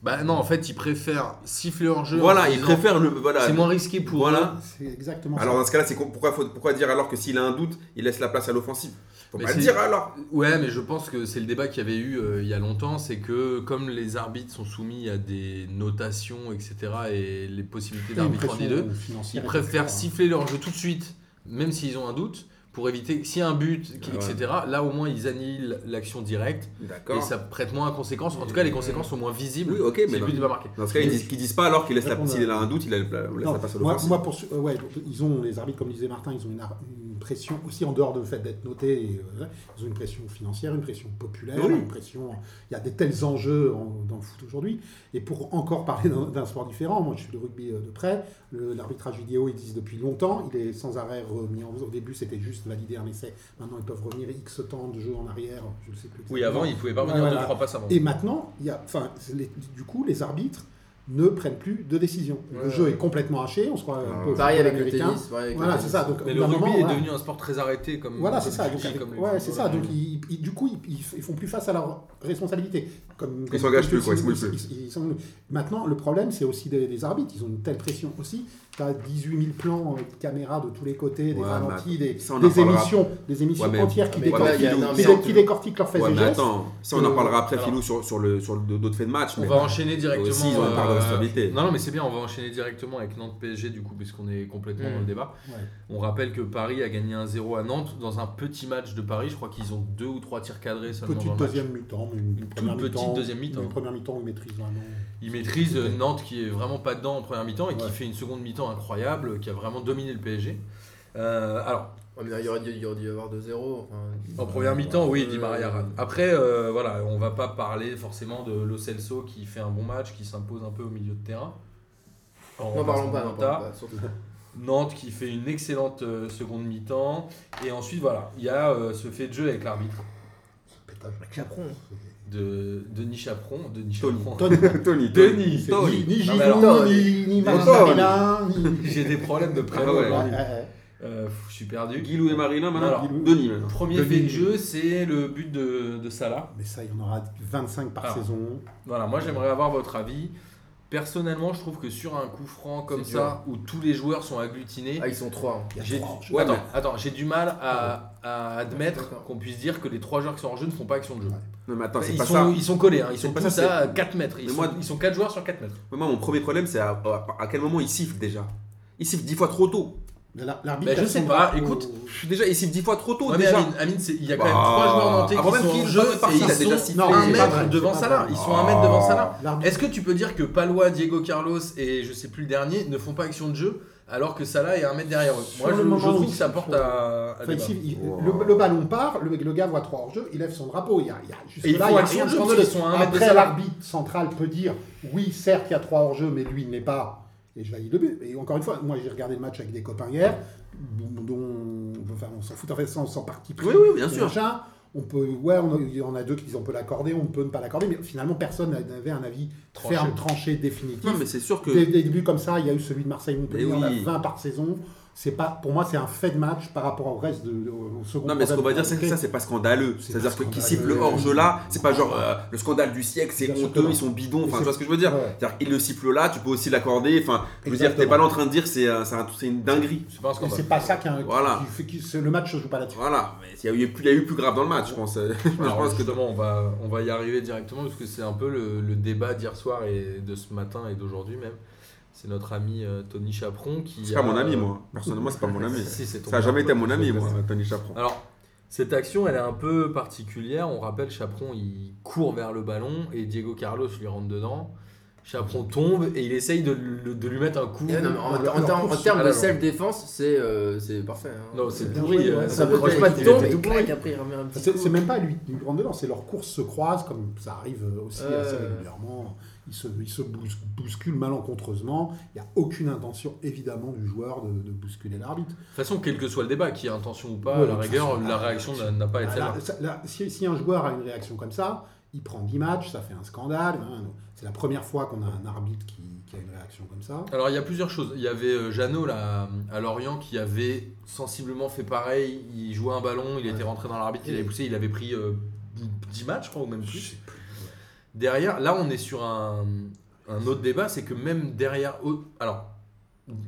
[SPEAKER 1] Bah non, en fait, il préfère siffler hors jeu. en
[SPEAKER 2] Voilà, il
[SPEAKER 1] disant,
[SPEAKER 2] préfère le. Voilà.
[SPEAKER 1] C'est moins risqué pour
[SPEAKER 2] Voilà.
[SPEAKER 1] eux.
[SPEAKER 4] C'est exactement
[SPEAKER 2] Alors
[SPEAKER 4] ça.
[SPEAKER 2] dans ce cas-là, c'est con- pourquoi, faut- pourquoi dire alors que s'il a un doute, il laisse la place à l'offensive Faut
[SPEAKER 1] Mais
[SPEAKER 2] pas le
[SPEAKER 1] c'est-
[SPEAKER 2] dire alors.
[SPEAKER 1] Ouais, mais je pense que c'est le débat qu'il y avait eu euh, il y a longtemps, c'est que comme les arbitres sont soumis à des notations, etc., et les possibilités
[SPEAKER 4] Il y a une
[SPEAKER 1] d'arbitre en
[SPEAKER 4] pression
[SPEAKER 1] D2,
[SPEAKER 4] financière,
[SPEAKER 1] ils préfèrent
[SPEAKER 4] etc.
[SPEAKER 1] siffler leur jeu tout de suite, même s'ils ont un doute, pour éviter, s'il y a un but, qui-
[SPEAKER 2] Ah ouais.
[SPEAKER 1] etc., là au moins ils annihilent l'action directe, et
[SPEAKER 2] D'accord.
[SPEAKER 1] ça prête moins à conséquences. En tout cas, les conséquences sont moins visibles.
[SPEAKER 2] Oui, ok,
[SPEAKER 1] si
[SPEAKER 2] mais
[SPEAKER 1] le
[SPEAKER 2] dans-
[SPEAKER 1] but n'est pas marqué.
[SPEAKER 2] Dans ce cas, ils disent, qu'ils disent pas alors qu'il laisse la.
[SPEAKER 4] Répondre à-
[SPEAKER 2] S'il a un doute, il a- on laisse
[SPEAKER 4] Non,
[SPEAKER 2] la place à
[SPEAKER 4] moi,
[SPEAKER 2] l'offensive.
[SPEAKER 4] moi, pour, euh, ouais, ils ont les arbitres, comme disait Martin, ils ont une, ar- une une pression aussi en dehors du de fait d'être noté. et, euh, ils ont une pression financière, une pression populaire,
[SPEAKER 2] Oui.
[SPEAKER 4] une pression. Il y a des tels enjeux en- dans le foot aujourd'hui. Et pour encore parler d'un d'un sport différent, moi je suis le rugby euh, de près. Le- L'arbitrage vidéo existe depuis longtemps. Il est sans arrêt remis en. Au début, c'était juste valider un essai. Maintenant, ils peuvent revenir X temps de jeu en arrière. Je ne sais plus.
[SPEAKER 1] Oui, avant, il pouvait pas
[SPEAKER 4] Ouais,
[SPEAKER 1] revenir deux,
[SPEAKER 4] voilà.
[SPEAKER 1] trois passes avant.
[SPEAKER 4] Et maintenant, il y a, enfin, les- du coup, les arbitres ne prennent plus de décision. Le
[SPEAKER 1] Ouais,
[SPEAKER 4] jeu
[SPEAKER 1] ouais.
[SPEAKER 4] est complètement haché, on se croit
[SPEAKER 2] Ah,
[SPEAKER 4] un peu au
[SPEAKER 3] Pareil
[SPEAKER 4] football
[SPEAKER 3] avec le
[SPEAKER 4] euh, américain.
[SPEAKER 3] tennis. pareil avec le
[SPEAKER 4] Voilà, c'est
[SPEAKER 3] tennis.
[SPEAKER 4] ça. Donc,
[SPEAKER 1] Mais le
[SPEAKER 4] au bout d'un
[SPEAKER 1] rugby
[SPEAKER 4] moment,
[SPEAKER 1] est
[SPEAKER 4] voilà.
[SPEAKER 1] devenu un sport très arrêté comme.
[SPEAKER 4] Voilà,
[SPEAKER 1] comme
[SPEAKER 4] c'est ça.
[SPEAKER 1] le
[SPEAKER 4] Donc,
[SPEAKER 1] ski,
[SPEAKER 4] avec-
[SPEAKER 1] comme le
[SPEAKER 4] ouais, c'est
[SPEAKER 1] football.
[SPEAKER 4] ça. Donc, ils, ils- du coup, ils, ils- ils font plus face à leurs responsabilités. Comme, comme-
[SPEAKER 2] s'engagent
[SPEAKER 4] comme
[SPEAKER 2] plus, quoi,
[SPEAKER 4] tu
[SPEAKER 2] ils
[SPEAKER 4] dis,
[SPEAKER 2] se mouillent plus.
[SPEAKER 4] ils- ils sont- Maintenant, le problème, c'est aussi des, des arbitres. Ils ont une telle pression aussi. Tu as 18 000 plans euh, de caméras de tous les côtés, des
[SPEAKER 2] Ouais,
[SPEAKER 4] ralentis, des,
[SPEAKER 2] ça, on en
[SPEAKER 4] des
[SPEAKER 2] parlera.
[SPEAKER 4] émissions, des émissions
[SPEAKER 2] Ouais, mais-
[SPEAKER 4] entières qui,
[SPEAKER 3] mais voilà,
[SPEAKER 4] décortiquent,
[SPEAKER 2] il y a- non,
[SPEAKER 4] qui
[SPEAKER 3] mais-
[SPEAKER 4] dé- qui décortiquent leurs faits
[SPEAKER 2] Ouais,
[SPEAKER 4] et
[SPEAKER 2] mais
[SPEAKER 4] gestes.
[SPEAKER 2] attends, ça on en
[SPEAKER 4] Euh,
[SPEAKER 2] parlera après,
[SPEAKER 1] alors.
[SPEAKER 2] Philou, sur, sur, le, sur le- d'autres faits de match.
[SPEAKER 1] On
[SPEAKER 2] mais-
[SPEAKER 1] va enchaîner directement. euh,
[SPEAKER 2] aussi, ils ont parlé de responsabilité.
[SPEAKER 1] Non, non, mais c'est bien, on va enchaîner directement avec Nantes PSG, du coup, puisqu'on est complètement
[SPEAKER 3] Mm.
[SPEAKER 1] dans le débat.
[SPEAKER 4] Ouais.
[SPEAKER 1] On rappelle que Paris a gagné 1-0 à Nantes dans un petit match de Paris. Je crois qu'ils ont deux ou trois tirs cadrés seulement dans
[SPEAKER 4] Petite
[SPEAKER 1] le match.
[SPEAKER 4] deuxième mi-temps, mais une,
[SPEAKER 1] Une
[SPEAKER 4] première
[SPEAKER 1] toute petite
[SPEAKER 4] mi-temps,
[SPEAKER 1] deuxième mi-temps.
[SPEAKER 4] Une première mi-temps, où ils maîtrisent vraiment.
[SPEAKER 1] Ils maîtrisent euh, Nantes qui est vraiment pas dedans en première mi-temps et qui
[SPEAKER 4] Ouais.
[SPEAKER 1] fait une seconde mi-temps incroyable, qui a vraiment dominé le PSG. Euh, alors,
[SPEAKER 3] Ouais, mais Il y aurait dû il y aurait dû y avoir 2-0. enfin.
[SPEAKER 1] en première mi-temps, oui,
[SPEAKER 3] Euh,
[SPEAKER 1] Di Maria rate. Après, euh, voilà, on va pas parler forcément de Lo Celso qui fait un bon match, qui s'impose un peu au milieu de terrain. En
[SPEAKER 3] N'en parlons pas,
[SPEAKER 1] remplacement
[SPEAKER 3] n'en
[SPEAKER 1] de Mata.
[SPEAKER 3] parlons pas, surtout.
[SPEAKER 1] Nantes qui fait une excellente euh, seconde mi-temps. Et ensuite, voilà, il y a euh, ce fait de jeu avec l'arbitre
[SPEAKER 4] Pétage.
[SPEAKER 3] Chaperon.
[SPEAKER 1] de Denis Chaperon. Denis
[SPEAKER 2] Tony.
[SPEAKER 1] Chaperon.
[SPEAKER 4] Tony.
[SPEAKER 2] Tony,
[SPEAKER 1] Denis.
[SPEAKER 4] C'est Ni ni
[SPEAKER 1] Non, mais alors,
[SPEAKER 4] Giroud, ni, ni Max
[SPEAKER 2] Tony.
[SPEAKER 4] Marmelin, ni-
[SPEAKER 1] J'ai des problèmes de prénom.
[SPEAKER 2] Ah ouais.
[SPEAKER 1] aujourd'hui.
[SPEAKER 4] Ouais,
[SPEAKER 1] Euh, pff, je suis perdu.
[SPEAKER 2] Guilou et Marilyn maintenant.
[SPEAKER 1] Alors,
[SPEAKER 4] Guilou.
[SPEAKER 2] Denis maintenant.
[SPEAKER 1] Premier
[SPEAKER 4] Denis.
[SPEAKER 1] fait de jeu, c'est le but de, de Salah.
[SPEAKER 4] Mais ça, il y en aura 25 par
[SPEAKER 1] Ah.
[SPEAKER 4] saison.
[SPEAKER 1] Voilà, moi j'aimerais avoir votre avis. Personnellement, je trouve que sur un coup franc comme
[SPEAKER 3] C'est dur.
[SPEAKER 1] ça, où tous les joueurs sont agglutinés,
[SPEAKER 3] Ah, ils sont 3.
[SPEAKER 4] Il y a
[SPEAKER 1] j'ai
[SPEAKER 4] trois
[SPEAKER 1] du-
[SPEAKER 4] jeux.
[SPEAKER 1] attends, attends, j'ai du mal à,
[SPEAKER 2] Ah,
[SPEAKER 1] à
[SPEAKER 3] Ouais, je suis
[SPEAKER 1] admettre
[SPEAKER 3] d'accord.
[SPEAKER 1] qu'on puisse dire que les trois joueurs qui sont en jeu ne font pas action de jeu.
[SPEAKER 4] Ouais.
[SPEAKER 2] Non, mais attends, c'est
[SPEAKER 1] Bah, ils,
[SPEAKER 2] pas
[SPEAKER 1] sont,
[SPEAKER 2] ça.
[SPEAKER 1] ils sont collés, hein. ils
[SPEAKER 2] C'est
[SPEAKER 1] sont
[SPEAKER 2] pas
[SPEAKER 1] tous
[SPEAKER 2] ça,
[SPEAKER 1] à 4 mètres. Ils
[SPEAKER 2] Mais
[SPEAKER 1] sont,
[SPEAKER 2] moi-
[SPEAKER 1] ils sont 4 joueurs sur 4 mètres.
[SPEAKER 2] Mais Moi, mon premier problème, c'est à, à- à quel moment il siffle déjà. Il siffle 10 fois trop tôt.
[SPEAKER 4] Mais la- l'arbitre
[SPEAKER 1] Mais Ben, je
[SPEAKER 4] a
[SPEAKER 1] sais
[SPEAKER 4] son
[SPEAKER 1] pas,
[SPEAKER 4] drapeau.
[SPEAKER 1] écoute,
[SPEAKER 2] Déjà, il siffle 10 fois trop tôt.
[SPEAKER 1] Ouais, mais
[SPEAKER 2] déjà.
[SPEAKER 1] Amine, Amine, c'est- il y a quand même
[SPEAKER 2] Bah,
[SPEAKER 1] 3 joueurs nantais qui
[SPEAKER 2] avant même
[SPEAKER 1] sont en
[SPEAKER 2] qu'il
[SPEAKER 1] jeu
[SPEAKER 2] soit
[SPEAKER 1] et
[SPEAKER 2] parti,
[SPEAKER 1] ils
[SPEAKER 2] il a
[SPEAKER 1] sont
[SPEAKER 2] déjà sifflé.
[SPEAKER 1] un
[SPEAKER 4] Non, c'est pas
[SPEAKER 1] mètre
[SPEAKER 4] vrai, c'est
[SPEAKER 1] devant
[SPEAKER 4] pas
[SPEAKER 1] Salah.
[SPEAKER 4] vrai.
[SPEAKER 1] Ils sont un mètre
[SPEAKER 2] Oh.
[SPEAKER 1] devant Salah.
[SPEAKER 4] L'arbitre-
[SPEAKER 1] Est-ce que tu peux dire que Palois, Diego Carlos et je sais plus le dernier ne font pas action de jeu alors que Salah est un mètre derrière eux
[SPEAKER 4] Sur
[SPEAKER 1] Moi, je,
[SPEAKER 4] le moment
[SPEAKER 1] je
[SPEAKER 4] où
[SPEAKER 1] trouve
[SPEAKER 4] ils
[SPEAKER 1] que ça
[SPEAKER 4] sont
[SPEAKER 1] porte
[SPEAKER 4] sur-
[SPEAKER 1] à. à
[SPEAKER 4] Enfin,
[SPEAKER 1] débat.
[SPEAKER 4] ici, il-
[SPEAKER 2] Wow.
[SPEAKER 4] le, le ballon part, le, le gars voit trois hors jeu, il lève son drapeau. Il y a, il y a-
[SPEAKER 1] Et ils
[SPEAKER 4] jusque-là,
[SPEAKER 1] font
[SPEAKER 4] il y a
[SPEAKER 1] action
[SPEAKER 4] rien
[SPEAKER 1] de
[SPEAKER 4] de
[SPEAKER 1] jeu,
[SPEAKER 4] scandaleux.
[SPEAKER 1] parce qu'ils sont à un mètre de
[SPEAKER 4] Après,
[SPEAKER 1] Salah.
[SPEAKER 4] l'arbitre central peut dire oui, certes, il y a trois hors jeu, mais lui, il n'est pas. Et je valide le but. Et encore une fois, moi, j'ai regardé le match avec des copains hier, dont. Enfin, on s'en fout, en fait, sans, sans parti pris.
[SPEAKER 2] Oui, oui, bien
[SPEAKER 4] Et
[SPEAKER 2] sûr.
[SPEAKER 4] machin. On peut, ouais, on a- il y en a deux qui disent on peut l'accorder, on peut ne pas l'accorder, mais finalement personne n'avait un avis
[SPEAKER 1] Tranché.
[SPEAKER 4] ferme, tranché, définitif.
[SPEAKER 2] Non, mais c'est sûr que.
[SPEAKER 4] Des, des débuts comme ça, il y a eu celui de Marseille-Montpellier,
[SPEAKER 2] Mais
[SPEAKER 4] on a
[SPEAKER 2] oui.
[SPEAKER 4] 20 par saison. C'est pas, pour moi, c'est un fait de match par rapport au reste de, au second.
[SPEAKER 2] Non, mais ce qu'on va
[SPEAKER 4] problème
[SPEAKER 2] dire,
[SPEAKER 4] de
[SPEAKER 2] c'est que
[SPEAKER 4] qualité.
[SPEAKER 2] ça, c'est pas scandaleux.
[SPEAKER 4] C'est
[SPEAKER 2] C'est-à-dire
[SPEAKER 4] pas
[SPEAKER 2] que qui
[SPEAKER 4] scandaleux.
[SPEAKER 2] siffle le hors-jeu là, c'est pas genre euh, le scandale du siècle,
[SPEAKER 4] Bien
[SPEAKER 2] c'est
[SPEAKER 4] sûr
[SPEAKER 2] honteux,
[SPEAKER 4] que non.
[SPEAKER 2] ils sont bidons. Enfin, tu
[SPEAKER 4] Et
[SPEAKER 2] vois
[SPEAKER 4] c'est-
[SPEAKER 2] ce que je veux dire
[SPEAKER 4] ouais.
[SPEAKER 2] C'est-à-dire, il le siffle là, tu peux aussi l'accorder. Enfin, je veux dire, t'es
[SPEAKER 4] Exactement.
[SPEAKER 2] pas là en train de dire c'est un- c'est un- c'est une dinguerie.
[SPEAKER 1] Je pense qu'on
[SPEAKER 4] Et
[SPEAKER 1] va-
[SPEAKER 4] c'est pas ça qui,
[SPEAKER 2] Voilà.
[SPEAKER 4] qui fait que c'est- le match se joue pas là-dessus.
[SPEAKER 2] Voilà, mais il y, a eu plus- il y a eu plus grave dans le match, je pense. je
[SPEAKER 1] Alors,
[SPEAKER 2] pense que
[SPEAKER 1] justement, on va, on va y arriver directement parce que c'est un peu le, le débat d'hier soir et de ce matin et d'aujourd'hui même. C'est notre ami euh, Tony Chaperon qui.
[SPEAKER 2] c'est
[SPEAKER 1] a-
[SPEAKER 2] pas mon ami, moi. Personnellement, c'est pas mon ami.
[SPEAKER 1] Si, c'est ton
[SPEAKER 2] Ça a jamais été
[SPEAKER 1] pote,
[SPEAKER 2] mon
[SPEAKER 1] c'est
[SPEAKER 2] ami,
[SPEAKER 1] ton
[SPEAKER 2] moi,
[SPEAKER 1] pote.
[SPEAKER 2] Tony Chaperon.
[SPEAKER 1] Alors, cette action, elle est un peu particulière. On rappelle, Chaperon, il court vers le ballon et Diego Carlos lui rentre dedans. Chaperon tombe et il essaye de, le- de lui mettre un coup.
[SPEAKER 3] Eh non, mais en, en-
[SPEAKER 4] Leur-
[SPEAKER 3] en-
[SPEAKER 4] leur
[SPEAKER 3] en
[SPEAKER 4] course
[SPEAKER 3] termes
[SPEAKER 1] à
[SPEAKER 3] de
[SPEAKER 1] la
[SPEAKER 3] self-défense, c'est euh, c'est parfait. hein.
[SPEAKER 1] Non, c'est
[SPEAKER 4] bien
[SPEAKER 1] pourri.
[SPEAKER 4] joué,
[SPEAKER 1] euh,
[SPEAKER 4] ouais.
[SPEAKER 1] ça
[SPEAKER 3] Ça
[SPEAKER 1] me
[SPEAKER 3] peut
[SPEAKER 4] proche
[SPEAKER 1] fait
[SPEAKER 3] être
[SPEAKER 4] pas
[SPEAKER 3] pas
[SPEAKER 1] qu'il
[SPEAKER 4] tombe
[SPEAKER 1] était
[SPEAKER 4] et
[SPEAKER 1] tout
[SPEAKER 3] tout
[SPEAKER 1] pourri.
[SPEAKER 3] claque, après il remet un petit
[SPEAKER 4] C'est
[SPEAKER 3] coup.
[SPEAKER 4] c'est même pas lui qui lui rentre dedans, c'est leurs courses se croisent, comme ça arrive aussi
[SPEAKER 3] Ouais.
[SPEAKER 4] assez
[SPEAKER 2] Euh.
[SPEAKER 4] régulièrement. Ils se, ils se bous- bousculent malencontreusement. Il n'y a aucune intention, évidemment, du joueur de, de bousculer l'arbitre.
[SPEAKER 1] De toute façon, quel que soit le débat, qu'il y ait intention ou pas,
[SPEAKER 4] Ouais,
[SPEAKER 1] à la
[SPEAKER 4] de toute
[SPEAKER 1] rigueur,
[SPEAKER 4] façon,
[SPEAKER 1] la
[SPEAKER 4] la
[SPEAKER 1] réaction n'a- n'a pas été
[SPEAKER 4] Ah,
[SPEAKER 1] celle-là.
[SPEAKER 4] là, ça- là, si, si un joueur a une réaction comme ça, il prend 10 matchs, ça fait un scandale. hein. C'est la première fois qu'on a un arbitre qui, qui a une réaction comme ça.
[SPEAKER 1] Alors il y a plusieurs choses. Il y avait euh, Jeannot là, à Lorient qui avait sensiblement fait pareil. Il jouait un ballon, il était
[SPEAKER 4] Ouais.
[SPEAKER 1] rentré dans l'arbitre, il avait poussé, il avait pris euh, 10 matchs je crois ou même
[SPEAKER 4] Je
[SPEAKER 1] plus.
[SPEAKER 4] sais plus.
[SPEAKER 1] Derrière, là on est sur un, un autre débat, c'est que même derrière... au- Alors,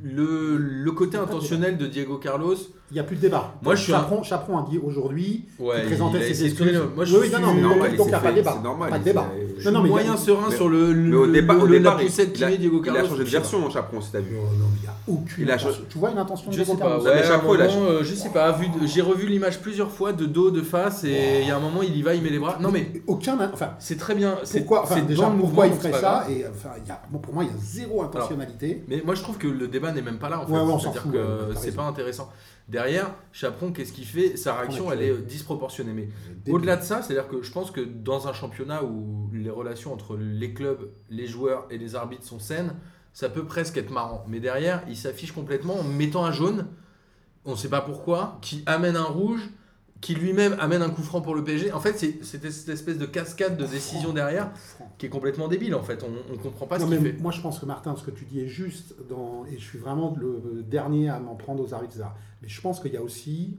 [SPEAKER 1] le, le côté
[SPEAKER 4] pas de
[SPEAKER 1] intentionnel de Diego Carlos...
[SPEAKER 4] Il n'y a plus de débat.
[SPEAKER 1] Moi, je suis
[SPEAKER 4] Chaperon, Chaperon a dit aujourd'hui
[SPEAKER 1] Ouais,
[SPEAKER 4] qu'il présentait
[SPEAKER 1] il a
[SPEAKER 4] ses
[SPEAKER 1] essayé de
[SPEAKER 4] excuses.
[SPEAKER 1] tourner. Moi je
[SPEAKER 4] Oui,
[SPEAKER 1] suis
[SPEAKER 4] oui, non, non, mais
[SPEAKER 2] normal,
[SPEAKER 4] donc,
[SPEAKER 2] il
[SPEAKER 4] donc,
[SPEAKER 2] s'est
[SPEAKER 4] il n'y
[SPEAKER 2] fait-
[SPEAKER 4] a pas de débat.
[SPEAKER 2] c'est normal,
[SPEAKER 4] Pas de
[SPEAKER 2] il s'est-
[SPEAKER 4] débat.
[SPEAKER 1] je suis
[SPEAKER 4] Non, non, mais il y a- Oh,
[SPEAKER 1] moyen serein
[SPEAKER 2] mais-
[SPEAKER 1] sur le,
[SPEAKER 2] Mais au
[SPEAKER 1] le-
[SPEAKER 2] dépa-
[SPEAKER 1] le-
[SPEAKER 2] au
[SPEAKER 1] la
[SPEAKER 2] départ,
[SPEAKER 1] poussette qu'il
[SPEAKER 2] il a-
[SPEAKER 1] met Diego
[SPEAKER 2] Il
[SPEAKER 1] Carlos.
[SPEAKER 2] a changé de
[SPEAKER 1] je sais pas.
[SPEAKER 2] version, Chaperon, si t'as vu.
[SPEAKER 4] Non, non, il n'y a aucune
[SPEAKER 2] Il a
[SPEAKER 4] intention. Tu vois une intention
[SPEAKER 1] Je
[SPEAKER 4] de
[SPEAKER 1] sais pas,
[SPEAKER 4] Carlos
[SPEAKER 1] ouais, à
[SPEAKER 2] Mais
[SPEAKER 1] un
[SPEAKER 2] chapeau, là,
[SPEAKER 1] moment, euh, je sais pas, à vue de- j'ai revu l'image plusieurs fois de dos, de face, et il y a un moment, il y va, il met les bras. Non mais,
[SPEAKER 4] Aucun. Enfin,
[SPEAKER 1] c'est très bien, c'est
[SPEAKER 4] pourquoi, enfin,
[SPEAKER 1] c'est
[SPEAKER 4] déjà,
[SPEAKER 1] dans le
[SPEAKER 4] pourquoi
[SPEAKER 1] mouvement,
[SPEAKER 4] il
[SPEAKER 1] donc c'est
[SPEAKER 4] ferait
[SPEAKER 1] pas
[SPEAKER 4] ça
[SPEAKER 1] grave.
[SPEAKER 4] et, enfin, il y a- bon, Pour moi, il y a zéro intentionnalité.
[SPEAKER 1] Mais moi, je trouve que le débat n'est même pas là, en fait.
[SPEAKER 4] Ouais, ouais, on s'en
[SPEAKER 1] C'est-à-dire
[SPEAKER 4] fout,
[SPEAKER 1] que
[SPEAKER 4] ouais, t'as
[SPEAKER 1] c'est
[SPEAKER 4] raison.
[SPEAKER 1] pas intéressant. Derrière, Chaperon, qu'est-ce qu'il fait Sa réaction, elle est euh, disproportionnée. Mais au-delà de ça, c'est-à-dire que je pense que dans un championnat où les relations entre les clubs, les joueurs et les arbitres sont saines, ça peut presque être marrant. Mais derrière, il s'affiche complètement en mettant un jaune, on ne sait pas pourquoi, qui amène un rouge, qui lui-même amène un coup franc pour le PSG. En fait, c'est c'était cette espèce de cascade de décision derrière qui est complètement débile. En fait, on ne comprend pas
[SPEAKER 4] Non,
[SPEAKER 1] ce qu'il
[SPEAKER 4] mais
[SPEAKER 1] fait.
[SPEAKER 4] moi, je pense que Martin, ce que tu dis est juste, dans, et je suis vraiment le dernier à m'en prendre aux arbitres. ça. Mais je pense qu'il y a aussi,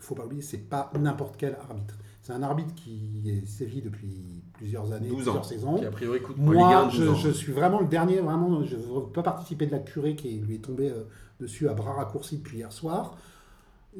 [SPEAKER 4] il faut pas oublier, c'est pas n'importe quel arbitre. C'est un arbitre qui est sévi depuis plusieurs années,
[SPEAKER 2] 12 ans.
[SPEAKER 4] plusieurs saisons.
[SPEAKER 1] Qui a priori coûte
[SPEAKER 4] Moi,
[SPEAKER 2] Polygarde,
[SPEAKER 4] je,
[SPEAKER 2] 12 ans.
[SPEAKER 4] je suis vraiment le dernier, vraiment, je ne veux pas participer de la curée qui lui est tombée euh, dessus à bras raccourcis depuis hier soir.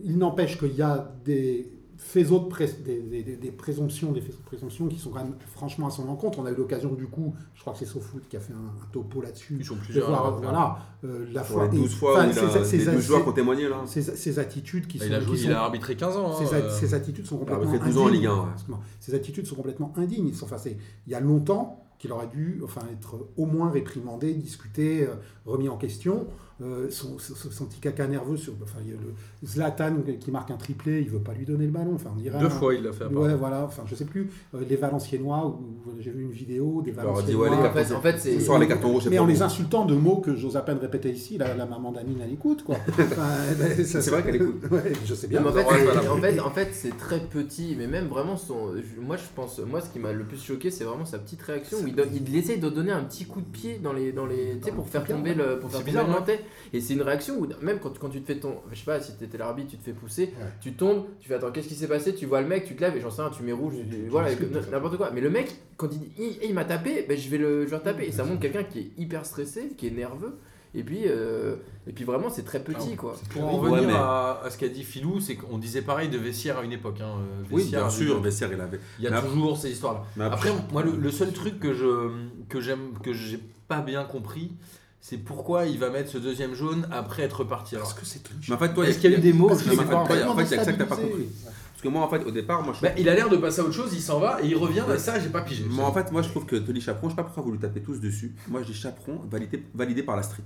[SPEAKER 4] Il n'empêche qu'il y a des faits autres pré- des, des- des- des présomptions, des faits- présomptions qui sont quand même franchement à son encontre. On a eu l'occasion du coup, je crois que c'est SoFoot qui a fait un, un topo là-dessus,
[SPEAKER 1] Ils sont
[SPEAKER 4] de
[SPEAKER 1] plusieurs. hein, Bah,
[SPEAKER 4] voir
[SPEAKER 1] à-
[SPEAKER 4] voilà, euh, la
[SPEAKER 2] Sur
[SPEAKER 4] fois
[SPEAKER 2] les 12
[SPEAKER 4] et-
[SPEAKER 2] fois
[SPEAKER 4] enfin,
[SPEAKER 2] où il a-
[SPEAKER 4] ces- ces-
[SPEAKER 2] les 12
[SPEAKER 4] ces-
[SPEAKER 2] joueurs qui ont témoigné là.
[SPEAKER 4] ces, ces attitudes qui
[SPEAKER 1] Bah,
[SPEAKER 4] sont,
[SPEAKER 1] il, a
[SPEAKER 4] qui
[SPEAKER 1] joué-
[SPEAKER 4] sont
[SPEAKER 1] il a arbitré 15 ans. hein,
[SPEAKER 4] ces,
[SPEAKER 1] euh,
[SPEAKER 4] ces attitudes sont
[SPEAKER 2] bah,
[SPEAKER 4] complètement
[SPEAKER 2] fait 12 ans en
[SPEAKER 4] indignes.
[SPEAKER 2] Ligue 1, ouais.
[SPEAKER 4] Excuse-moi. Ces attitudes sont complètement indignes. Ils sont, enfin, c'est- il y a longtemps qu'il aurait dû enfin, être au moins réprimandé, discuté, euh, remis en question. Euh, son, son- son- son petit caca nerveux, sur, enfin, il y a le Zlatan qui marque un triplé, il veut pas lui donner le ballon. Enfin, on dirait
[SPEAKER 1] deux
[SPEAKER 4] un-
[SPEAKER 1] fois, il l'a fait. apparemment.
[SPEAKER 4] Ouais, voilà. Enfin, je sais plus. Euh, les Valenciennois, ou j'ai vu une vidéo des
[SPEAKER 2] On leur a dit,
[SPEAKER 4] Valenciennois.
[SPEAKER 2] ouais, les
[SPEAKER 3] En fait, en fait,
[SPEAKER 2] Ce
[SPEAKER 3] c'est.
[SPEAKER 2] soir, les cartons rouges, c'est
[SPEAKER 4] mais
[SPEAKER 2] pour
[SPEAKER 4] en
[SPEAKER 2] nous.
[SPEAKER 4] les insultant de mots que j'ose à peine répéter ici, la, la maman d'Amine, elle écoute, quoi. Enfin, elle- ça-
[SPEAKER 2] C'est vrai qu'elle écoute.
[SPEAKER 4] Ouais, je sais bien.
[SPEAKER 3] Non, mais en,
[SPEAKER 1] Vous aurez
[SPEAKER 3] fait,
[SPEAKER 1] pas la
[SPEAKER 3] c'est- en fait, en fait, c'est très petit, mais même vraiment, son, je- moi je pense, moi ce qui m'a le plus choqué, c'est vraiment sa petite réaction où il, donne- il essaye de donner un petit coup de pied dans les, dans les, tu sais, pour faire tomber le, pour
[SPEAKER 1] C'est
[SPEAKER 3] faire tomber
[SPEAKER 1] bizarre,
[SPEAKER 3] le
[SPEAKER 1] ouais.
[SPEAKER 3] Nantais. Et c'est une réaction où même quand, quand tu te fais ton, je sais pas, si t'étais l'arbitre, tu te fais pousser,
[SPEAKER 4] Ouais.
[SPEAKER 3] tu tombes, tu fais attends, qu'est-ce qui s'est passé, tu vois le mec, tu te lèves et j'en sais rien, tu mets rouge, tu- voilà,
[SPEAKER 4] discutes,
[SPEAKER 3] n-
[SPEAKER 4] en fait.
[SPEAKER 3] n'importe quoi. Mais le mec, quand il dit, il, il m'a tapé, ben je vais le, je vais le taper. Et ça montre quelqu'un qui est hyper stressé, qui est nerveux. Et puis, euh, et puis vraiment, c'est très petit,
[SPEAKER 1] Ah,
[SPEAKER 3] quoi.
[SPEAKER 1] Pour en
[SPEAKER 2] Ouais,
[SPEAKER 1] revenir
[SPEAKER 2] mais-
[SPEAKER 1] à, à ce qu'a dit Philou, c'est qu'on disait pareil de Vessière à une époque. hein, euh,
[SPEAKER 2] Oui,
[SPEAKER 1] Vestiaire,
[SPEAKER 2] bien sûr,
[SPEAKER 1] il-
[SPEAKER 2] Vestiaire, il avait.
[SPEAKER 1] Il y a
[SPEAKER 2] Mais ap-
[SPEAKER 1] toujours ces histoires-là.
[SPEAKER 2] Mais
[SPEAKER 1] Après, moi, le, le seul truc que je que j'aime que j'ai pas bien compris, c'est pourquoi il va mettre ce deuxième jaune après être reparti. Alors,
[SPEAKER 4] Parce que c'est
[SPEAKER 2] Mais en fait, toi,
[SPEAKER 1] est-ce qu'il y a eu des mots
[SPEAKER 4] Parce
[SPEAKER 1] Je
[SPEAKER 4] que
[SPEAKER 1] sais
[SPEAKER 4] c'est
[SPEAKER 2] mais
[SPEAKER 1] pas.
[SPEAKER 2] en fait, il y a- en fait, il y a que ça que t'as pas
[SPEAKER 4] déstabilisé.
[SPEAKER 2] compris. Parce que moi, en fait, au départ, moi, je
[SPEAKER 1] Bah, il a l'air de passer à autre chose. Il s'en va et il revient. et ça, j'ai pas pigé.
[SPEAKER 2] Mais en fait, moi je trouve que Tony Chaperon, je sais pas pourquoi vous lui tapez tous dessus. Moi je dis Chaperon, validé, validé par la street.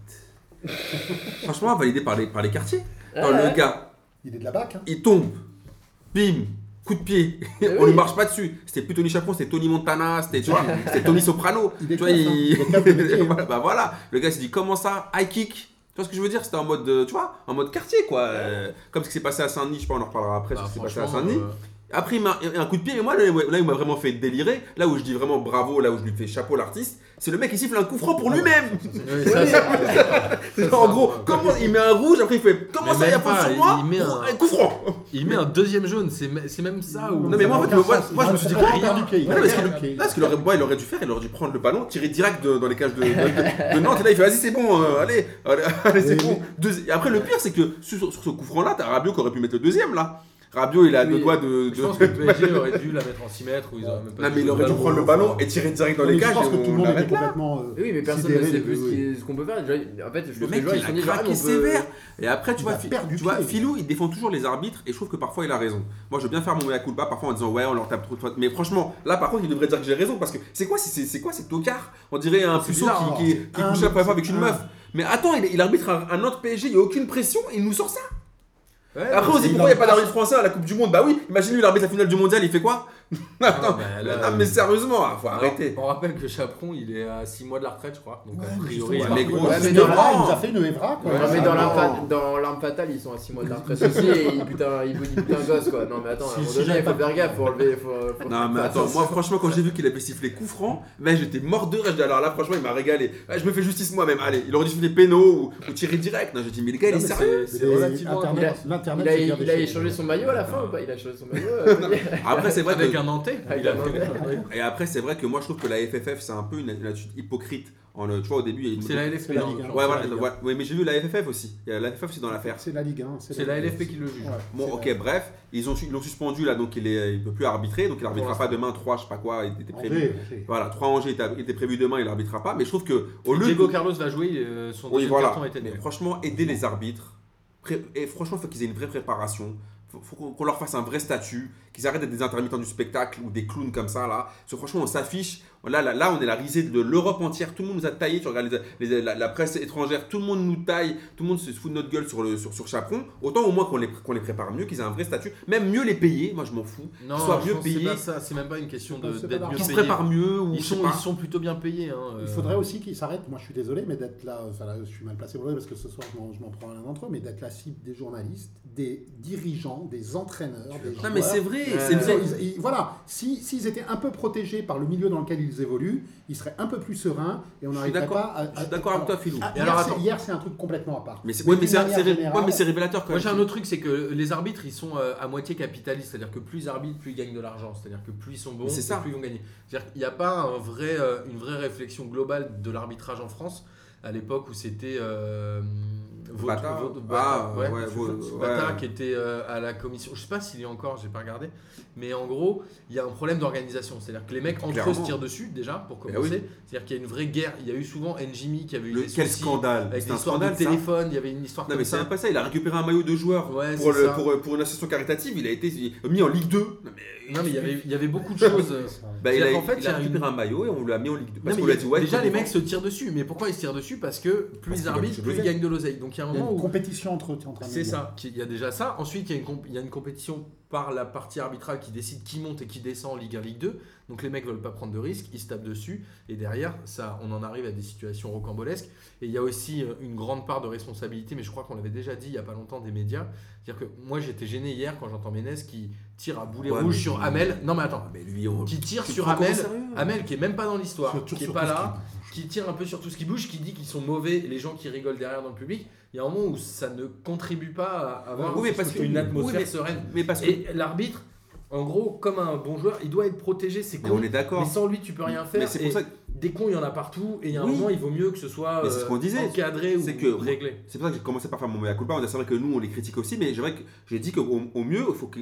[SPEAKER 2] Franchement, validé par les, par les quartiers. Quand le gars,
[SPEAKER 4] Il est de la BAC. Hein.
[SPEAKER 2] il tombe, bim, coup de pied, on ne marche pas dessus. C'était plus Tony Chaperon, c'était Tony Montana, c'était Eh tu vois, c'était Tony Soprano.
[SPEAKER 4] Il
[SPEAKER 2] Tu
[SPEAKER 4] est
[SPEAKER 2] vois,
[SPEAKER 4] classe, hein.
[SPEAKER 2] il-
[SPEAKER 4] Il est classe de métier, hein.
[SPEAKER 2] voilà, bah voilà, le gars s'est dit comment ça, high kick. Tu vois ce que je veux dire C'était en mode, euh, tu vois, en mode quartier quoi. Euh, Comme ce qui s'est passé à Saint-Denis, je sais pas, on en reparlera après,
[SPEAKER 1] Bah,
[SPEAKER 2] ce qui s'est passé à
[SPEAKER 1] franchement,
[SPEAKER 2] Saint-Denis.
[SPEAKER 1] euh,
[SPEAKER 2] Après, il m'a il a un coup de pied, et moi, là, là, il m'a vraiment fait délirer. Là où je dis vraiment bravo, là où je lui fais chapeau l'artiste, c'est le mec qui siffle un coup franc pour lui-même.
[SPEAKER 1] oui, ça, euh, c'est-
[SPEAKER 2] C'est
[SPEAKER 1] Ah, ça,
[SPEAKER 2] genre, en gros,
[SPEAKER 1] ouais.
[SPEAKER 2] comment il met un rouge, après il fait comment
[SPEAKER 1] Mais
[SPEAKER 2] ça, il y a
[SPEAKER 1] même
[SPEAKER 2] pas
[SPEAKER 1] pas,
[SPEAKER 2] sur
[SPEAKER 1] il-
[SPEAKER 2] moi
[SPEAKER 1] il met un-
[SPEAKER 2] pour un coup franc.
[SPEAKER 1] il met un deuxième jaune. C'est me- c'est même ça. Ou... Ah,
[SPEAKER 2] Non, mais moi, en fait, le-
[SPEAKER 4] Ah,
[SPEAKER 2] moi, moi, je me suis dit,
[SPEAKER 4] Il a
[SPEAKER 2] rien.
[SPEAKER 4] perdu pied.
[SPEAKER 2] Non, mais ce qu'il- Là, ce qu'il aurait, moi, il aurait dû faire, il aurait dû prendre le ballon, tirer direct de- dans les cages de, de- de- de Nantes. Et là, il fait vas-y, c'est bon, euh, allez, allez, allez, c'est
[SPEAKER 4] Oui,
[SPEAKER 2] bon. Deux- et après, le pire, c'est que sur, sur ce coup franc là, t'as Rabiot qui aurait pu mettre le deuxième là. Rabiot, il a
[SPEAKER 3] Oui.
[SPEAKER 2] deux doigts de.
[SPEAKER 1] Je
[SPEAKER 2] de-
[SPEAKER 1] pense que le PSG aurait dû la mettre en 6 mètres. Ou ils auraient même pas
[SPEAKER 2] Non,
[SPEAKER 1] dû
[SPEAKER 2] mais il aurait dû prendre le ballon et tirer direct dans les
[SPEAKER 4] Mais
[SPEAKER 2] cages.
[SPEAKER 4] Je pense
[SPEAKER 2] et
[SPEAKER 4] que tout
[SPEAKER 2] on
[SPEAKER 4] le monde est
[SPEAKER 2] l'arrête là.
[SPEAKER 4] complètement. euh,
[SPEAKER 3] Oui, mais personne ne
[SPEAKER 4] sidéré
[SPEAKER 3] sait
[SPEAKER 4] de-
[SPEAKER 3] plus ce
[SPEAKER 4] oui.
[SPEAKER 3] qui- ce qu'on peut faire. Déjà, en fait, je
[SPEAKER 2] Le
[SPEAKER 3] trouve que les
[SPEAKER 2] mec,
[SPEAKER 3] joueurs,
[SPEAKER 2] il
[SPEAKER 3] ils sont
[SPEAKER 2] a
[SPEAKER 3] dit, genre, ah, mais
[SPEAKER 2] craqué
[SPEAKER 3] on peut-
[SPEAKER 2] sévère. Et après, tu
[SPEAKER 4] Il
[SPEAKER 2] vois,
[SPEAKER 4] a
[SPEAKER 2] Fi-
[SPEAKER 4] perdu
[SPEAKER 2] tu vois
[SPEAKER 4] pied.
[SPEAKER 2] Philou, il défend toujours les arbitres. Et je trouve que parfois, il a raison. Moi, je veux bien faire mon mea culpa parfois en disant, ouais, on leur tape trop de fois. Mais franchement, là, par contre, il devrait dire que j'ai raison. Parce que c'est quoi, c'est, c'est, c'est quoi ces tocards On dirait un puceau
[SPEAKER 4] bizarre,
[SPEAKER 2] qui, qui,
[SPEAKER 4] c'est
[SPEAKER 2] qui
[SPEAKER 4] un-
[SPEAKER 2] couche la première fois avec une
[SPEAKER 4] un-
[SPEAKER 2] meuf. Mais attends, il, il arbitre un, un autre PSG, il n'y a aucune pression, il nous sort ça.
[SPEAKER 1] Ouais,
[SPEAKER 2] Après, on se dit
[SPEAKER 4] il
[SPEAKER 2] pourquoi il n'y a pas
[SPEAKER 4] en-
[SPEAKER 2] d'arbitre français à la Coupe du Monde Bah oui, imagine lui, il arbitre la finale du mondial, il fait quoi Non, non,
[SPEAKER 1] bah, là,
[SPEAKER 2] non, mais sérieusement, faut
[SPEAKER 1] Alors,
[SPEAKER 2] arrêter.
[SPEAKER 1] On rappelle que Chaperon, il est à 6 mois de la retraite, je crois. Donc,
[SPEAKER 4] Ouais,
[SPEAKER 1] a
[SPEAKER 4] mais
[SPEAKER 1] priori, il
[SPEAKER 4] justement,
[SPEAKER 2] mais
[SPEAKER 1] est-
[SPEAKER 2] gros,
[SPEAKER 4] voilà,
[SPEAKER 2] juste
[SPEAKER 4] Evra,
[SPEAKER 2] devant.
[SPEAKER 4] il nous a fait une Evra. quoi.
[SPEAKER 3] Ouais, non, mais dans l'arme,
[SPEAKER 4] Ah,
[SPEAKER 3] fa- dans l'arme fatale, ils sont à 6 mois de la retraite aussi et ils butent un, ils butent- ils butent un gosse quoi. Non, mais attends, à un
[SPEAKER 1] Si-
[SPEAKER 3] moment
[SPEAKER 1] si
[SPEAKER 3] donné,
[SPEAKER 1] j'avais
[SPEAKER 3] il faut faire gaffe, faut enlever. Faut, faut-
[SPEAKER 2] Non mais attends, moi franchement quand j'ai vu qu'il avait sifflé coup franc, mais j'étais mort de rage. Alors là franchement il m'a régalé. Ah, je me fais justice moi-même. Allez, il aurait dû siffler pénaux ou, ou tirer direct. Non j'ai dit mais les gars il est
[SPEAKER 1] Non, mais
[SPEAKER 2] sérieux.
[SPEAKER 1] c'est- C'est relativement
[SPEAKER 4] Internet-
[SPEAKER 3] il a-
[SPEAKER 4] L'internet,
[SPEAKER 3] Il a,
[SPEAKER 4] c'est bien des
[SPEAKER 3] il a
[SPEAKER 4] choses.
[SPEAKER 3] échangé son maillot à la fin ou pas Il a échangé son maillot euh,
[SPEAKER 2] Après c'est vrai
[SPEAKER 1] avec
[SPEAKER 2] que
[SPEAKER 1] un Nantais.
[SPEAKER 3] Avec
[SPEAKER 1] il a
[SPEAKER 3] un
[SPEAKER 1] fait-
[SPEAKER 2] et après c'est vrai que moi je trouve que la FFF c'est un peu une, une attitude hypocrite. En, le- tu vois au début il y a une-
[SPEAKER 1] C'est la LFP.
[SPEAKER 4] C'est la
[SPEAKER 1] hein,
[SPEAKER 4] Ligue un.
[SPEAKER 1] genre.
[SPEAKER 2] Ouais
[SPEAKER 4] c'est
[SPEAKER 2] voilà.
[SPEAKER 4] la Ligue un.
[SPEAKER 2] ouais. Ouais, mais j'ai vu la FFF aussi. Il y a La FFF c'est dans l'affaire.
[SPEAKER 4] C'est la Ligue 1.
[SPEAKER 1] C'est la LFP qui le juge.
[SPEAKER 2] Bon ok bref, ils ont su- ils l'ont suspendu là donc il est il peut plus arbitrer donc il arbitrera pas demain 3 je sais pas quoi il était prévu. Voilà 3 Angers était, était prévu demain il arbitrera pas mais je trouve que au lieu
[SPEAKER 1] Diego
[SPEAKER 2] de
[SPEAKER 1] Carlos va jouer, euh, son
[SPEAKER 2] Oui,
[SPEAKER 1] deuxième
[SPEAKER 2] voilà.
[SPEAKER 1] carton était
[SPEAKER 2] Mais
[SPEAKER 1] né.
[SPEAKER 2] franchement, aider les arbitres. Pré- Et franchement, il faut qu'ils aient une vraie préparation. Faut, faut qu'on qu'on leur fasse un vrai statut. Qu'ils arrêtent d'être des intermittents du spectacle ou des clowns comme ça là. Parce que franchement, on s'affiche, Là, là, là, on est la risée de l'Europe entière. Tout le monde nous a taillé. Tu regardes les- les- la, la presse étrangère, tout le monde nous taille. Tout le monde se fout de notre gueule sur, le, sur, sur Chaperon. Autant au moins qu'on les, qu'on les prépare mieux, qu'ils aient un vrai statut. Même mieux les payer. Moi, je m'en fous.
[SPEAKER 1] Non,
[SPEAKER 2] Qu'ils soient
[SPEAKER 1] je
[SPEAKER 2] mieux
[SPEAKER 1] pense que C'est
[SPEAKER 2] payés.
[SPEAKER 1] pas ça, c'est même pas une question de-
[SPEAKER 4] C'est pas
[SPEAKER 1] d'être
[SPEAKER 4] d'argent.
[SPEAKER 1] mieux
[SPEAKER 2] Qu'ils se
[SPEAKER 1] payés.
[SPEAKER 2] préparent mieux. Ou
[SPEAKER 1] Ils
[SPEAKER 2] je sais
[SPEAKER 1] sont,
[SPEAKER 2] pas.
[SPEAKER 1] ils sont plutôt bien payés. hein,
[SPEAKER 4] Il
[SPEAKER 1] euh,
[SPEAKER 4] faudrait aussi qu'ils s'arrêtent. Moi, je suis désolé, mais d'être là, enfin, là, je suis mal placé pour le dire, parce que ce soir, je m'en- je m'en prends un d'entre eux, mais d'être la cible des journalistes, des dirigeants, des entraîneurs, des
[SPEAKER 2] Non, mais
[SPEAKER 4] joueurs.
[SPEAKER 2] c'est vrai.
[SPEAKER 3] Euh,
[SPEAKER 2] c'est
[SPEAKER 4] Ils
[SPEAKER 2] vrai.
[SPEAKER 4] ont- ils- ils- voilà, si- s'ils étaient un peu protégés par le milieu dans lequel ils évoluent, ils seraient un peu plus sereins et on
[SPEAKER 2] suis
[SPEAKER 4] n'arriverait
[SPEAKER 2] d'accord.
[SPEAKER 4] pas à.
[SPEAKER 2] Je suis d'accord avec toi, Philou.
[SPEAKER 4] Ah,
[SPEAKER 1] Et
[SPEAKER 4] hier,
[SPEAKER 1] alors,
[SPEAKER 4] c'est-
[SPEAKER 1] attends.
[SPEAKER 4] hier, c'est un truc complètement à part.
[SPEAKER 2] Mais c'est
[SPEAKER 4] Mais
[SPEAKER 2] ouais, mais
[SPEAKER 4] d'une
[SPEAKER 2] c'est-
[SPEAKER 4] manière
[SPEAKER 2] c'est ré-
[SPEAKER 4] générale-
[SPEAKER 2] ouais, mais c'est révélateur quand
[SPEAKER 1] Moi
[SPEAKER 2] même.
[SPEAKER 1] j'ai un autre truc, c'est que les arbitres ils sont euh, à moitié capitalistes, c'est-à-dire que plus ils arbitrent, plus ils gagnent de l'argent, c'est-à-dire que plus ils sont bons,
[SPEAKER 2] Mais c'est
[SPEAKER 1] et
[SPEAKER 2] ça.
[SPEAKER 1] plus ils vont gagner. C'est-à-dire qu'il n'y a pas un vrai, euh, une vraie réflexion globale de l'arbitrage en France à l'époque où c'était euh, Vaut-
[SPEAKER 2] Bata.
[SPEAKER 1] Vaut-
[SPEAKER 2] Ah,
[SPEAKER 1] Bata, ouais,
[SPEAKER 2] ouais,
[SPEAKER 1] je-
[SPEAKER 2] Vaut-
[SPEAKER 1] Bata
[SPEAKER 2] ouais.
[SPEAKER 1] qui était euh, à la commission, je sais pas s'il est encore, j'ai pas regardé, mais en gros il y a un problème d'organisation, c'est-à-dire que les mecs entre eux
[SPEAKER 2] Clairement.
[SPEAKER 1] se tirent dessus déjà pour
[SPEAKER 2] Ben
[SPEAKER 1] commencer, c'est-à-dire qu'il y a une vraie guerre. Il y a eu souvent Njimi qui avait eu
[SPEAKER 2] Le-
[SPEAKER 1] des
[SPEAKER 2] quel
[SPEAKER 1] soucis
[SPEAKER 2] scandale.
[SPEAKER 1] avec
[SPEAKER 2] C'est un
[SPEAKER 1] l'histoire de
[SPEAKER 2] scandale. ça.
[SPEAKER 1] téléphone, il y avait une histoire
[SPEAKER 2] Non
[SPEAKER 1] comme
[SPEAKER 2] mais
[SPEAKER 1] ça.
[SPEAKER 2] c'est pas ça, il a récupéré un maillot de joueur
[SPEAKER 1] Ouais,
[SPEAKER 2] pour,
[SPEAKER 1] c'est
[SPEAKER 2] le,
[SPEAKER 1] ça.
[SPEAKER 2] pour, pour une association caritative, il a été mis en Ligue 2. Non mais,
[SPEAKER 1] Non, mais il y avait, il y avait beaucoup de choses.
[SPEAKER 2] Bah, il, a,
[SPEAKER 1] C'est-à-dire qu'en fait,
[SPEAKER 2] il
[SPEAKER 1] il y
[SPEAKER 2] a
[SPEAKER 1] a
[SPEAKER 2] récupéré un maillot et on l'a mis en Ligue 2. Parce
[SPEAKER 1] Non,
[SPEAKER 2] qu'on
[SPEAKER 1] mais
[SPEAKER 2] lui a dit ouais,
[SPEAKER 1] déjà,
[SPEAKER 2] tu
[SPEAKER 1] les
[SPEAKER 2] comprends.
[SPEAKER 1] mecs se tirent dessus. Mais pourquoi ils se tirent dessus Parce que plus
[SPEAKER 2] Parce
[SPEAKER 1] ils
[SPEAKER 2] qu'ils veulent
[SPEAKER 1] arbitrent,
[SPEAKER 2] se
[SPEAKER 1] plus ils
[SPEAKER 2] lever.
[SPEAKER 1] gagnent de l'oseille. Donc il y a un
[SPEAKER 4] Il y a
[SPEAKER 1] moment
[SPEAKER 4] une
[SPEAKER 1] où.
[SPEAKER 4] compétition entre eux, tu es en train de
[SPEAKER 1] C'est
[SPEAKER 4] dire.
[SPEAKER 1] ça. qu'il- Il y a déjà ça. Ensuite, il y, a une comp- il y a une compétition par la partie arbitrale qui décide qui monte et qui descend en Ligue 1, Ligue 2. Donc les mecs veulent pas prendre de risques, ils se tapent dessus. Et derrière, ça, on en arrive à des situations rocambolesques. Et il y a aussi euh, une grande part de responsabilité, mais je crois qu'on l'avait déjà dit il y a pas longtemps des médias. C'est-à-dire que moi, j'étais gêné hier quand j'entends Ménès qui tire à boulet
[SPEAKER 2] Ouais,
[SPEAKER 1] rouge
[SPEAKER 2] mais-
[SPEAKER 1] sur Hamel. Non, mais attends.
[SPEAKER 2] Mais lui, on...
[SPEAKER 1] Qui tire
[SPEAKER 2] Tu
[SPEAKER 1] sur
[SPEAKER 2] prends
[SPEAKER 1] Hamel.
[SPEAKER 2] comment sérieux
[SPEAKER 1] Amel qui est même pas dans l'histoire,
[SPEAKER 4] Surtout
[SPEAKER 1] qui est
[SPEAKER 4] sur
[SPEAKER 1] pas
[SPEAKER 4] tout ce
[SPEAKER 1] là, qui tire un peu sur tout ce qui bouge, qui dit qu'ils sont mauvais, et les gens qui rigolent derrière dans le public, il y a un moment où ça ne contribue pas à avoir
[SPEAKER 2] Oui, mais parce que-
[SPEAKER 1] une atmosphère
[SPEAKER 2] oui, mais-
[SPEAKER 1] sereine.
[SPEAKER 2] Mais parce que.
[SPEAKER 1] Et l'arbitre, en gros, comme un bon joueur, il doit être protégé, c'est
[SPEAKER 2] Mais
[SPEAKER 1] con.
[SPEAKER 2] on est d'accord.
[SPEAKER 1] Mais sans lui, tu peux rien faire.
[SPEAKER 2] Mais c'est pour
[SPEAKER 1] et
[SPEAKER 2] ça que-
[SPEAKER 1] Des cons, il y en a partout, et il y a un
[SPEAKER 2] Oui.
[SPEAKER 1] moment, il vaut mieux que ce soit
[SPEAKER 2] Mais c'est ce
[SPEAKER 1] euh,
[SPEAKER 2] qu'on disait.
[SPEAKER 1] encadré ou
[SPEAKER 2] C'est que-
[SPEAKER 1] réglé.
[SPEAKER 2] C'est pour ça que j'ai commencé par faire mon mea culpa. On a- C'est vrai que nous, on les critique aussi, mais j'ai vrai que j'ai dit qu'au au mieux, il faut que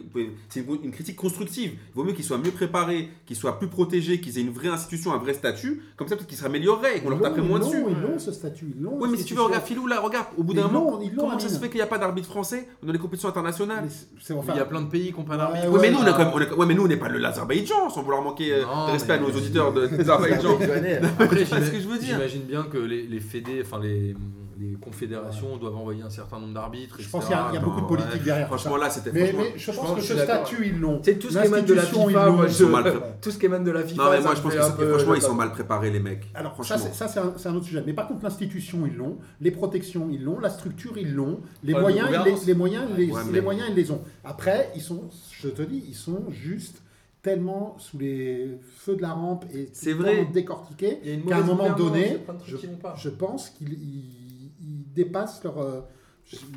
[SPEAKER 2] c'est une une critique constructive. Il vaut mieux qu'ils soient mieux préparés, qu'ils soient plus protégés, qu'ils aient une vraie institution, un vrai statut. Comme ça, peut-être qu'ils s'amélioreraient et qu'on leur taperait moins dessus.
[SPEAKER 4] Ils l'ont ce statut. Ils l'ont.
[SPEAKER 2] Oui, mais si tu veux, regarde, Filou, là, regarde, au bout d'un
[SPEAKER 4] Ils l'ont,
[SPEAKER 2] moment,
[SPEAKER 4] ils l'ont,
[SPEAKER 2] comment ça se
[SPEAKER 4] Amine.
[SPEAKER 2] fait qu'il n'y a pas d'arbitre français dans les compétitions internationales
[SPEAKER 4] Mais c'est- c'est- enfin,
[SPEAKER 1] il y a plein de pays qui n'ont pas d'arbitre.
[SPEAKER 4] Ouais,
[SPEAKER 2] Oui, mais nous, on a
[SPEAKER 1] euh,
[SPEAKER 2] quand même- on a- ouais, mais nous, on n'est pas le l'Azerbaïdjan, sans vouloir manquer euh,
[SPEAKER 1] Non,
[SPEAKER 2] de respect à
[SPEAKER 1] mais-
[SPEAKER 2] nos auditeurs de l'Azerbaïdjan.
[SPEAKER 1] Après,
[SPEAKER 2] C'est pas ce que
[SPEAKER 1] j'ima-
[SPEAKER 2] je veux dire.
[SPEAKER 1] J'imagine bien que les, les fédés, enfin les, les confédérations doivent envoyer un certain nombre d'arbitres.
[SPEAKER 4] Je
[SPEAKER 1] etc.
[SPEAKER 4] pense qu'il y a il y a
[SPEAKER 1] Ah, Non,
[SPEAKER 4] beaucoup de
[SPEAKER 1] ouais.
[SPEAKER 4] politique derrière. tout ça.
[SPEAKER 2] Franchement, là, c'était.
[SPEAKER 4] Mais,
[SPEAKER 2] franchement-
[SPEAKER 4] mais je
[SPEAKER 1] pense
[SPEAKER 4] pense que
[SPEAKER 1] que je
[SPEAKER 4] ce
[SPEAKER 1] suis d'accord.
[SPEAKER 4] statut, ils l'ont.
[SPEAKER 1] C'est tout ce qui émane de la
[SPEAKER 4] L'institution,
[SPEAKER 1] FIFA,
[SPEAKER 4] ils l'ont.
[SPEAKER 1] moi, je-
[SPEAKER 2] Ils sont mal-
[SPEAKER 1] Tout ce qui émane de la FIFA.
[SPEAKER 2] Non, mais
[SPEAKER 1] ça
[SPEAKER 2] moi,
[SPEAKER 1] me
[SPEAKER 2] je pense
[SPEAKER 1] fait
[SPEAKER 2] que
[SPEAKER 1] un
[SPEAKER 2] c'est-
[SPEAKER 1] peu- euh,
[SPEAKER 2] franchement, ils sont mal préparés, les mecs.
[SPEAKER 4] Alors ça,
[SPEAKER 2] Franchement.
[SPEAKER 4] c'est- ça c'est un, c'est un autre sujet. Mais par contre, l'institution, ils l'ont. Les protections, ils l'ont. La structure, ils l'ont. Les,
[SPEAKER 1] Ouais,
[SPEAKER 4] moyens,
[SPEAKER 1] mais
[SPEAKER 4] ils
[SPEAKER 1] gouvernance.
[SPEAKER 4] les, les moyens, ils les,
[SPEAKER 2] Ouais,
[SPEAKER 4] les
[SPEAKER 2] mais-
[SPEAKER 4] moyens, ils les ont. Après, ils sont, je te dis, ils sont juste tellement sous les feux de la rampe et
[SPEAKER 2] C'est vrai.
[SPEAKER 4] tellement décortiqués
[SPEAKER 1] Il y a une
[SPEAKER 4] qu'à un
[SPEAKER 1] mauvaise
[SPEAKER 4] moment
[SPEAKER 1] gouvernance, il y
[SPEAKER 4] donné,
[SPEAKER 1] a plein de trucs
[SPEAKER 4] je,
[SPEAKER 1] qui vont pas.
[SPEAKER 4] je pense qu'ils ils- ils dépassent leur euh,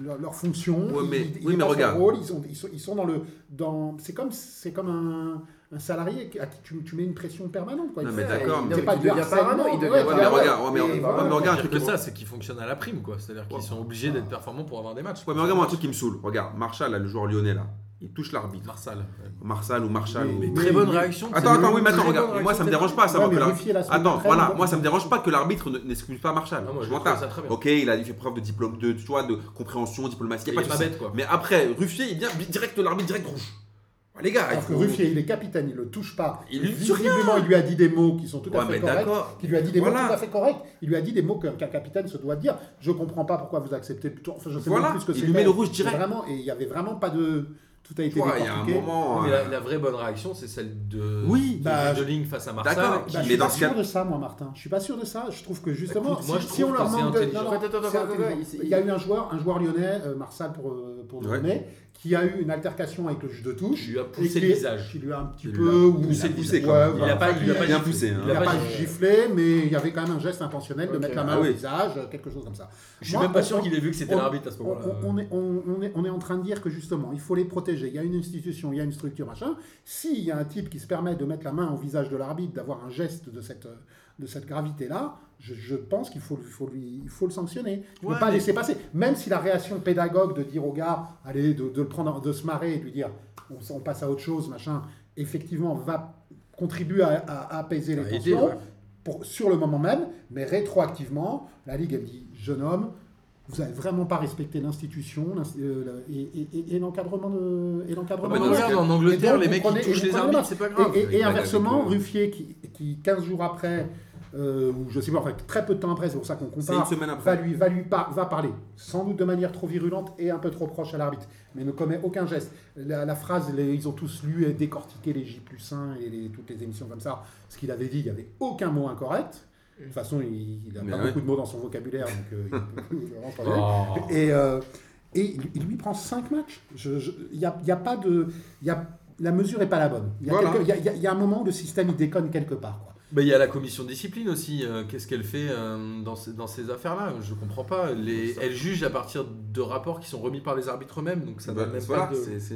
[SPEAKER 4] leur, leur fonction,
[SPEAKER 2] Ouais, mais-
[SPEAKER 4] ils, ils
[SPEAKER 2] oui, mais
[SPEAKER 4] dépassent leur
[SPEAKER 2] regarde.
[SPEAKER 4] rôle, ils, ont- ils sont, ils sont dans le dans c'est comme c'est comme un, un salarié à qui tu, tu mets une pression permanente quoi.
[SPEAKER 2] Non,
[SPEAKER 4] Il
[SPEAKER 2] mais
[SPEAKER 4] fait-
[SPEAKER 2] d'accord,
[SPEAKER 4] il
[SPEAKER 2] mais
[SPEAKER 4] fait
[SPEAKER 3] il
[SPEAKER 4] pas du
[SPEAKER 3] devient
[SPEAKER 4] harcèlement,
[SPEAKER 3] parano, il
[SPEAKER 4] ouais,
[SPEAKER 3] devient-
[SPEAKER 2] Ouais,
[SPEAKER 4] voilà,
[SPEAKER 2] mais
[SPEAKER 4] ouais.
[SPEAKER 2] regarde, ouais, mais-
[SPEAKER 4] Et
[SPEAKER 2] ouais,
[SPEAKER 4] voilà.
[SPEAKER 2] mais regarde un
[SPEAKER 1] Pire
[SPEAKER 2] truc
[SPEAKER 1] que ça, c'est qu'ils fonctionnent à la prime, quoi. C'est-à-dire qu'ils sont obligés d'être performants pour avoir des matchs.
[SPEAKER 2] Ouais, mais regarde, moi, un truc qui me saoule. Regarde, Marshall, là, le joueur lyonnais, là, il touche l'arbitre.
[SPEAKER 1] Marsal.
[SPEAKER 2] Marshall ou Marshall.
[SPEAKER 4] Mais-
[SPEAKER 2] ou-
[SPEAKER 4] mais-
[SPEAKER 1] Très bonne réaction. c'est
[SPEAKER 2] Attends,
[SPEAKER 1] une
[SPEAKER 2] attends, oui, mais
[SPEAKER 1] très
[SPEAKER 2] attends,
[SPEAKER 1] bonne
[SPEAKER 2] regarde. Moi,
[SPEAKER 1] réaction,
[SPEAKER 2] ça me
[SPEAKER 1] c'est-
[SPEAKER 2] dérange pas, ça.
[SPEAKER 4] Ouais,
[SPEAKER 2] moi, que
[SPEAKER 4] mais
[SPEAKER 2] la-
[SPEAKER 4] Ruffier, la semaine
[SPEAKER 2] Attends,
[SPEAKER 4] prochaine,
[SPEAKER 2] voilà,
[SPEAKER 4] donc,
[SPEAKER 2] moi, ça me dérange pas que l'arbitre ne- n'excuse pas Marshall.
[SPEAKER 1] Ah, moi,
[SPEAKER 2] je
[SPEAKER 1] je
[SPEAKER 2] m'en
[SPEAKER 1] trouve
[SPEAKER 2] tape.
[SPEAKER 1] ça très bien.
[SPEAKER 2] Ok, il a il fait preuve de diplôme, de, tu vois, de compréhension, diplomatie.
[SPEAKER 1] Il
[SPEAKER 2] y a
[SPEAKER 1] est
[SPEAKER 2] de
[SPEAKER 1] pas
[SPEAKER 2] souci.
[SPEAKER 1] bête, quoi.
[SPEAKER 2] Mais après, Ruffier, il vient bi- direct l'arbitre, direct rouge. Ouais, Les gars, il
[SPEAKER 4] Alors que
[SPEAKER 2] faut-
[SPEAKER 4] Ruffier, il est capitaine, il le touche pas.
[SPEAKER 2] Il lui touche
[SPEAKER 4] Visiblement, il lui a dit des mots qui sont tout
[SPEAKER 2] Ouais,
[SPEAKER 4] à fait
[SPEAKER 2] mais
[SPEAKER 4] corrects.
[SPEAKER 2] d'accord.
[SPEAKER 4] Il lui a dit des
[SPEAKER 2] Voilà.
[SPEAKER 4] mots tout à fait corrects. Il lui a dit des mots que- qu'un capitaine se doit dire. Je comprends pas pourquoi vous acceptez le tour. Enfin, je sais
[SPEAKER 2] Voilà.
[SPEAKER 4] même plus ce que
[SPEAKER 2] Il
[SPEAKER 4] c'est.
[SPEAKER 2] lui met le
[SPEAKER 4] même.
[SPEAKER 2] rouge direct.
[SPEAKER 4] Et Vraiment, et il y avait vraiment pas de. Tout a
[SPEAKER 2] Tu
[SPEAKER 4] été
[SPEAKER 2] vois, il y a un
[SPEAKER 4] décortiqué.
[SPEAKER 2] moment.
[SPEAKER 1] Mais
[SPEAKER 2] euh,
[SPEAKER 1] la, la vraie bonne réaction, c'est celle de.
[SPEAKER 2] Oui,
[SPEAKER 1] de,
[SPEAKER 4] bah,
[SPEAKER 1] de ligne face à Marsal.
[SPEAKER 2] d'accord.
[SPEAKER 1] qui-
[SPEAKER 4] Bah, je
[SPEAKER 2] Mais
[SPEAKER 4] suis
[SPEAKER 2] dans
[SPEAKER 4] pas
[SPEAKER 2] ce
[SPEAKER 4] sûr
[SPEAKER 2] cas-
[SPEAKER 4] de ça, moi, Martin. Je suis pas sûr de ça. Je trouve que justement,
[SPEAKER 1] Écoute, moi,
[SPEAKER 4] si,
[SPEAKER 1] je
[SPEAKER 4] si
[SPEAKER 1] trouve
[SPEAKER 4] on
[SPEAKER 1] que
[SPEAKER 4] leur
[SPEAKER 1] c'est
[SPEAKER 4] manque de,
[SPEAKER 1] intelligent.
[SPEAKER 4] non, non,
[SPEAKER 3] Attends, attends,
[SPEAKER 4] c'est
[SPEAKER 3] attends, attends,
[SPEAKER 4] intelligent.
[SPEAKER 3] il-
[SPEAKER 4] il y a eu un joueur, un joueur lyonnais, euh, Marsal pour euh, pour le
[SPEAKER 2] Ouais.
[SPEAKER 4] nommer, qui a eu une altercation avec le juge de touche.
[SPEAKER 1] Qui lui a
[SPEAKER 4] et
[SPEAKER 1] poussé
[SPEAKER 4] qui-
[SPEAKER 1] le visage.
[SPEAKER 4] Qui lui a un petit
[SPEAKER 1] Il
[SPEAKER 4] peu
[SPEAKER 1] lui a
[SPEAKER 4] ou-
[SPEAKER 2] poussé le
[SPEAKER 4] Ouais,
[SPEAKER 2] visage.
[SPEAKER 4] voilà.
[SPEAKER 1] Il a pas- il a pas
[SPEAKER 2] bien
[SPEAKER 1] giflé.
[SPEAKER 2] poussé. hein.
[SPEAKER 4] Il n'a
[SPEAKER 1] a
[SPEAKER 4] pas
[SPEAKER 1] pas
[SPEAKER 4] giflé, mais il y avait quand même un geste intentionnel de
[SPEAKER 3] Ok.
[SPEAKER 4] mettre la main
[SPEAKER 2] Ah
[SPEAKER 4] au
[SPEAKER 2] oui.
[SPEAKER 4] visage, quelque chose comme ça.
[SPEAKER 1] Je suis
[SPEAKER 4] Moi,
[SPEAKER 1] même pas
[SPEAKER 4] on-
[SPEAKER 1] sûr qu'il ait vu que c'était
[SPEAKER 4] on-
[SPEAKER 1] l'arbitre à ce
[SPEAKER 4] on,
[SPEAKER 1] moment-là.
[SPEAKER 4] on- on est, on- on est- on est en train de dire que justement, il faut les protéger. Il y a une institution, il y a une structure, machin. S'il y a un type qui se permet de mettre la main au visage de l'arbitre, d'avoir un geste de cette, de cette gravité-là, je, je pense qu'il faut, il faut, lui, il faut le sanctionner. Il ne
[SPEAKER 1] Ouais,
[SPEAKER 4] faut pas
[SPEAKER 1] mais-
[SPEAKER 4] laisser passer. Même si la réaction pédagogue de dire au gars, allez, de, de le prendre, de se marrer et de lui dire, on, on passe à autre chose, machin, effectivement, va contribuer à, à- à apaiser les
[SPEAKER 1] À aider,
[SPEAKER 4] tensions
[SPEAKER 1] ouais.
[SPEAKER 4] pour, sur le moment même, mais rétroactivement, la Ligue, elle dit, jeune homme, vous n'avez vraiment pas respecté l'institution l'inst- euh, la- et, et- et- et l'encadrement de. Et l'encadrement
[SPEAKER 2] Ah, mais
[SPEAKER 4] de
[SPEAKER 2] dans
[SPEAKER 4] la-
[SPEAKER 2] ce
[SPEAKER 1] bah, Regarde, en
[SPEAKER 4] Et
[SPEAKER 1] Angleterre,
[SPEAKER 4] donc,
[SPEAKER 1] les
[SPEAKER 4] vous
[SPEAKER 1] mecs
[SPEAKER 4] prenez-
[SPEAKER 1] qui touchent
[SPEAKER 4] vous
[SPEAKER 1] les
[SPEAKER 4] prenez-
[SPEAKER 1] arbitres, c'est pas grave.
[SPEAKER 4] Et, et- et
[SPEAKER 2] Avec
[SPEAKER 4] inversement,
[SPEAKER 2] Madrid,
[SPEAKER 4] Ruffier, qui, qui 15 jours après, euh, ou je sais pas, en fait, très peu de temps après, c'est pour ça qu'on
[SPEAKER 2] C'est une
[SPEAKER 4] compare,
[SPEAKER 2] semaine
[SPEAKER 4] va
[SPEAKER 2] après.
[SPEAKER 4] lui, va lui par- va parler, sans doute de manière trop virulente et un peu trop proche à l'arbitre, mais ne commet aucun geste. La, la phrase, les- ils ont tous lu et décortiqué les J 1 et les- toutes les émissions comme ça, ce qu'il avait dit, il n'y avait aucun mot incorrect. De toute façon, il n'a
[SPEAKER 2] Mais
[SPEAKER 4] pas
[SPEAKER 2] ouais. Oh.
[SPEAKER 4] beaucoup de mots dans son vocabulaire, donc euh, il peut- vraiment, je pense-
[SPEAKER 1] Oh.
[SPEAKER 4] et, euh, et il- il lui prend 5 matchs. Je- je- Il n'y a, il y a pas de. il y a- la mesure n'est pas la bonne. Il y, a
[SPEAKER 2] Voilà.
[SPEAKER 4] quelque- il y a- il y a- il y a un moment où le système il déconne quelque part. quoi.
[SPEAKER 1] Bah, Il y a la commission discipline aussi. euh, Qu'est-ce qu'elle fait euh, dans, ces- dans ces affaires-là Je comprends pas. Les, elle juge à partir de rapports qui sont remis par les arbitres eux-mêmes. Donc ça
[SPEAKER 2] Bah,
[SPEAKER 1] donne même
[SPEAKER 2] voilà,
[SPEAKER 1] pas de-
[SPEAKER 2] c'est- c'est-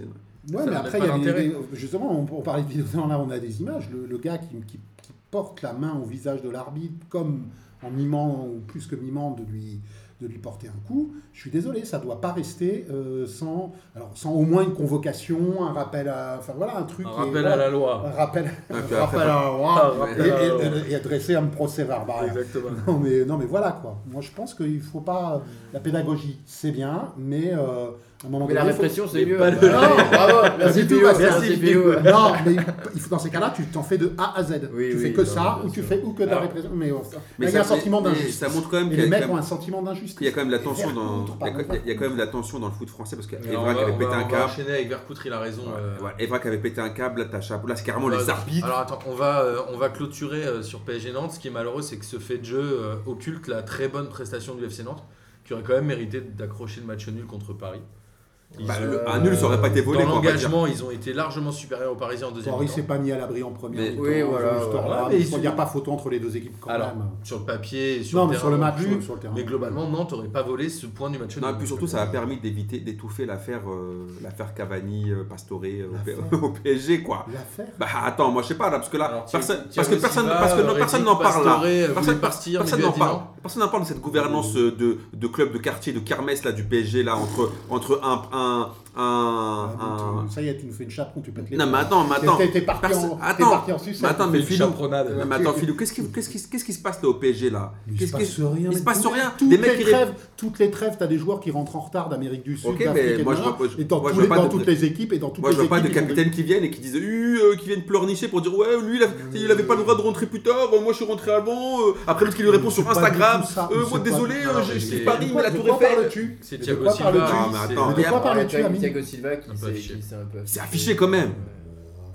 [SPEAKER 4] Ouais,
[SPEAKER 1] Ça
[SPEAKER 4] mais
[SPEAKER 1] n'a
[SPEAKER 4] après, il
[SPEAKER 1] même
[SPEAKER 4] y a
[SPEAKER 1] pas
[SPEAKER 4] des-
[SPEAKER 1] d'intérêt.
[SPEAKER 4] des- justement, on, on parlait de vidéo, là on a des images. Le, le gars qui, qui- qui porte la main au visage de l'arbitre, comme en mimant, ou plus que mimant, de lui, de lui porter un coup, je suis désolé, ça doit pas rester euh, sans, alors, sans au moins une convocation, un rappel à. Enfin voilà, un truc.
[SPEAKER 1] Un
[SPEAKER 4] et
[SPEAKER 1] rappel
[SPEAKER 4] voilà,
[SPEAKER 1] à la loi.
[SPEAKER 4] Un rappel,
[SPEAKER 2] Ah, puis
[SPEAKER 4] un
[SPEAKER 2] après,
[SPEAKER 4] rappel à la loi.
[SPEAKER 1] Un rappel
[SPEAKER 4] et,
[SPEAKER 1] à la loi.
[SPEAKER 4] et- et- et adresser un procès verbal.
[SPEAKER 1] Exactement.
[SPEAKER 4] Non mais, non mais voilà quoi. Moi je pense qu'il faut pas. La pédagogie c'est bien, mais euh, à un moment
[SPEAKER 3] Mais
[SPEAKER 4] donné.
[SPEAKER 3] la
[SPEAKER 4] faut-
[SPEAKER 3] répression, c'est mieux.
[SPEAKER 1] pas le-
[SPEAKER 3] Bravo, bravo, merci
[SPEAKER 4] Du tout,
[SPEAKER 3] PO,
[SPEAKER 4] Ah, merci,
[SPEAKER 3] merci
[SPEAKER 1] Philippe.
[SPEAKER 3] PO.
[SPEAKER 4] Non, mais il- il faut- dans ces cas-là, tu t'en fais de A à Z.
[SPEAKER 3] Oui, oui,
[SPEAKER 4] tu fais que
[SPEAKER 3] non,
[SPEAKER 4] ça,
[SPEAKER 3] bien
[SPEAKER 4] ou tu
[SPEAKER 3] sûr.
[SPEAKER 4] fais ou que de la
[SPEAKER 1] Alors,
[SPEAKER 4] répression. Mais, on-
[SPEAKER 2] Mais
[SPEAKER 4] là, il y
[SPEAKER 2] ça-
[SPEAKER 4] a un sentiment
[SPEAKER 2] mais- mais
[SPEAKER 4] d'injustice.
[SPEAKER 2] Ça montre quand même
[SPEAKER 4] Et
[SPEAKER 2] qu'il y a
[SPEAKER 4] les
[SPEAKER 2] quand
[SPEAKER 4] mecs
[SPEAKER 2] même-
[SPEAKER 4] ont un sentiment d'injustice.
[SPEAKER 2] Il y a quand même de la
[SPEAKER 4] Et
[SPEAKER 2] tension dans.
[SPEAKER 4] Vercoutren,
[SPEAKER 2] Il y a,
[SPEAKER 4] pardon,
[SPEAKER 2] il y a- il y a quand même de la tension dans le foot français parce que
[SPEAKER 1] Et on
[SPEAKER 2] Evra qui
[SPEAKER 1] va-
[SPEAKER 2] avait
[SPEAKER 1] on
[SPEAKER 2] pété
[SPEAKER 1] va-
[SPEAKER 2] un
[SPEAKER 1] On va
[SPEAKER 2] câble.
[SPEAKER 1] enchaîner avec Vercoutry, il a raison. euh,
[SPEAKER 2] Ouais, Evra qui avait pété un câble, là t'as chapeau. Là c'est carrément
[SPEAKER 1] Voilà,
[SPEAKER 2] les arbitres.
[SPEAKER 1] Alors attends, on va, euh, on va clôturer euh, sur PSG Nantes. Ce qui est malheureux, c'est que ce fait de jeu euh, occulte la très bonne prestation du FC Nantes, qui aurait quand même mérité d'accrocher le match nul contre Paris. Ils
[SPEAKER 2] Bah,
[SPEAKER 1] ont-
[SPEAKER 2] le- un nul, ça aurait pas été volé,
[SPEAKER 1] Dans
[SPEAKER 2] quoi, on va
[SPEAKER 1] l'engagement, ils ont été largement supérieurs aux Parisiens en deuxième
[SPEAKER 4] Paris
[SPEAKER 1] mi-temps.
[SPEAKER 4] s'est pas mis à l'abri en première.
[SPEAKER 2] Mais-
[SPEAKER 4] mi-temps,
[SPEAKER 3] oui, voilà,
[SPEAKER 4] ce soir-là,
[SPEAKER 1] voilà.
[SPEAKER 4] mais
[SPEAKER 1] Mais
[SPEAKER 4] il
[SPEAKER 1] ils-
[SPEAKER 4] n'y a pas photo entre les deux équipes quand
[SPEAKER 1] Alors,
[SPEAKER 4] même.
[SPEAKER 1] Sur le papier, et sur
[SPEAKER 4] Non,
[SPEAKER 1] le
[SPEAKER 4] mais
[SPEAKER 1] terrain,
[SPEAKER 4] sur le match,
[SPEAKER 1] plus.
[SPEAKER 4] sur le terrain.
[SPEAKER 1] Mais globalement, Nantes aurait pas volé ce point du match nul.
[SPEAKER 2] Non, et puis surtout,
[SPEAKER 1] euh,
[SPEAKER 2] ça a permis d'éviter, d'étouffer l'affaire, euh, l'affaire Cavani, euh, Pastore euh, au, P-
[SPEAKER 4] L'affaire.
[SPEAKER 2] au PSG, quoi.
[SPEAKER 4] L'affaire.
[SPEAKER 2] Bah attends, moi je sais pas là, parce que là,
[SPEAKER 1] Alors, Thiago-
[SPEAKER 2] personne, parce
[SPEAKER 1] Thiago
[SPEAKER 2] que personne,
[SPEAKER 1] Silva,
[SPEAKER 2] parce que non,
[SPEAKER 1] Reddick,
[SPEAKER 2] personne n'en parle là.
[SPEAKER 1] Pastore, euh, voulait
[SPEAKER 2] Personne-
[SPEAKER 1] partir, mais
[SPEAKER 2] Personne
[SPEAKER 1] lui a
[SPEAKER 2] n'en
[SPEAKER 1] dit
[SPEAKER 2] parle.
[SPEAKER 1] non.
[SPEAKER 2] Personne n'en parle de cette gouvernance euh, de, de club, de quartier, de kermesse là du PSG là entre entre un un un.
[SPEAKER 4] Ah,
[SPEAKER 1] Bah,
[SPEAKER 2] un-
[SPEAKER 4] donc, Ça y est, tu nous fais une chaperon, tu pètes les.
[SPEAKER 2] Bah, Non mais attends, mais attends.
[SPEAKER 4] T'es- T'es parti
[SPEAKER 2] Perso-
[SPEAKER 4] en- t'es
[SPEAKER 2] attends.
[SPEAKER 4] parti en sucette.
[SPEAKER 2] Mais attends, mais
[SPEAKER 1] Une
[SPEAKER 2] Philou,
[SPEAKER 1] chaperonnade.
[SPEAKER 2] non, mais attends, Philou, qu'est-ce qui, qu'est-ce qui, qu'est-ce qui se passe là au PSG là
[SPEAKER 4] Mais Il
[SPEAKER 2] Qu'est-ce
[SPEAKER 4] se
[SPEAKER 2] qui-
[SPEAKER 4] passe rien.
[SPEAKER 2] il se
[SPEAKER 4] mais
[SPEAKER 2] passe
[SPEAKER 4] tout-
[SPEAKER 2] rien.
[SPEAKER 4] Toutes
[SPEAKER 2] Des
[SPEAKER 4] les,
[SPEAKER 2] mecs qui-
[SPEAKER 4] trêves, toutes les trêves, t'as des joueurs qui rentrent en retard d'Amérique du Sud,
[SPEAKER 2] Ok, mais
[SPEAKER 4] d'Afrique et
[SPEAKER 2] moi,
[SPEAKER 4] de
[SPEAKER 2] je
[SPEAKER 4] là.
[SPEAKER 2] vois pas-
[SPEAKER 4] Et dans,
[SPEAKER 2] moi, je
[SPEAKER 4] tous
[SPEAKER 2] vois
[SPEAKER 4] les-
[SPEAKER 2] pas
[SPEAKER 4] dans
[SPEAKER 2] de-
[SPEAKER 4] toutes les équipes et dans toutes
[SPEAKER 2] Moi, je
[SPEAKER 4] les
[SPEAKER 2] vois pas de
[SPEAKER 4] équipes, ils ont des-
[SPEAKER 2] capitaines qui viennent et qui disent Hu, euh, qui viennent pleurnicher pour dire ouais lui il, a- il avait pas le droit de rentrer plus tard, euh, moi je suis rentré avant. euh, après l'autre qui lui répond
[SPEAKER 4] C'est
[SPEAKER 2] sur
[SPEAKER 4] pas du
[SPEAKER 2] Instagram,
[SPEAKER 4] tout ça,
[SPEAKER 2] Euh,
[SPEAKER 4] c'est
[SPEAKER 2] moi
[SPEAKER 4] pas-
[SPEAKER 2] désolé,
[SPEAKER 1] non,
[SPEAKER 2] euh,
[SPEAKER 1] mais
[SPEAKER 2] j'ai-
[SPEAKER 1] c'est-
[SPEAKER 2] j'ai Paris mais la
[SPEAKER 4] De
[SPEAKER 2] Tour
[SPEAKER 4] quoi
[SPEAKER 2] Eiffel.
[SPEAKER 4] parles-tu
[SPEAKER 1] C'est
[SPEAKER 4] Mais de
[SPEAKER 1] Thiago
[SPEAKER 4] quoi
[SPEAKER 1] Silva.
[SPEAKER 4] parles-tu
[SPEAKER 2] Non,
[SPEAKER 1] c'est-
[SPEAKER 2] mais attends.
[SPEAKER 4] Mais de quoi
[SPEAKER 3] Après,
[SPEAKER 4] parles-tu,
[SPEAKER 3] Thiago-
[SPEAKER 4] Amine
[SPEAKER 3] Thiago Silva qui
[SPEAKER 1] Un peu
[SPEAKER 3] s'est-
[SPEAKER 1] affiché.
[SPEAKER 3] qui s'est un peu
[SPEAKER 2] C'est affiché quand même.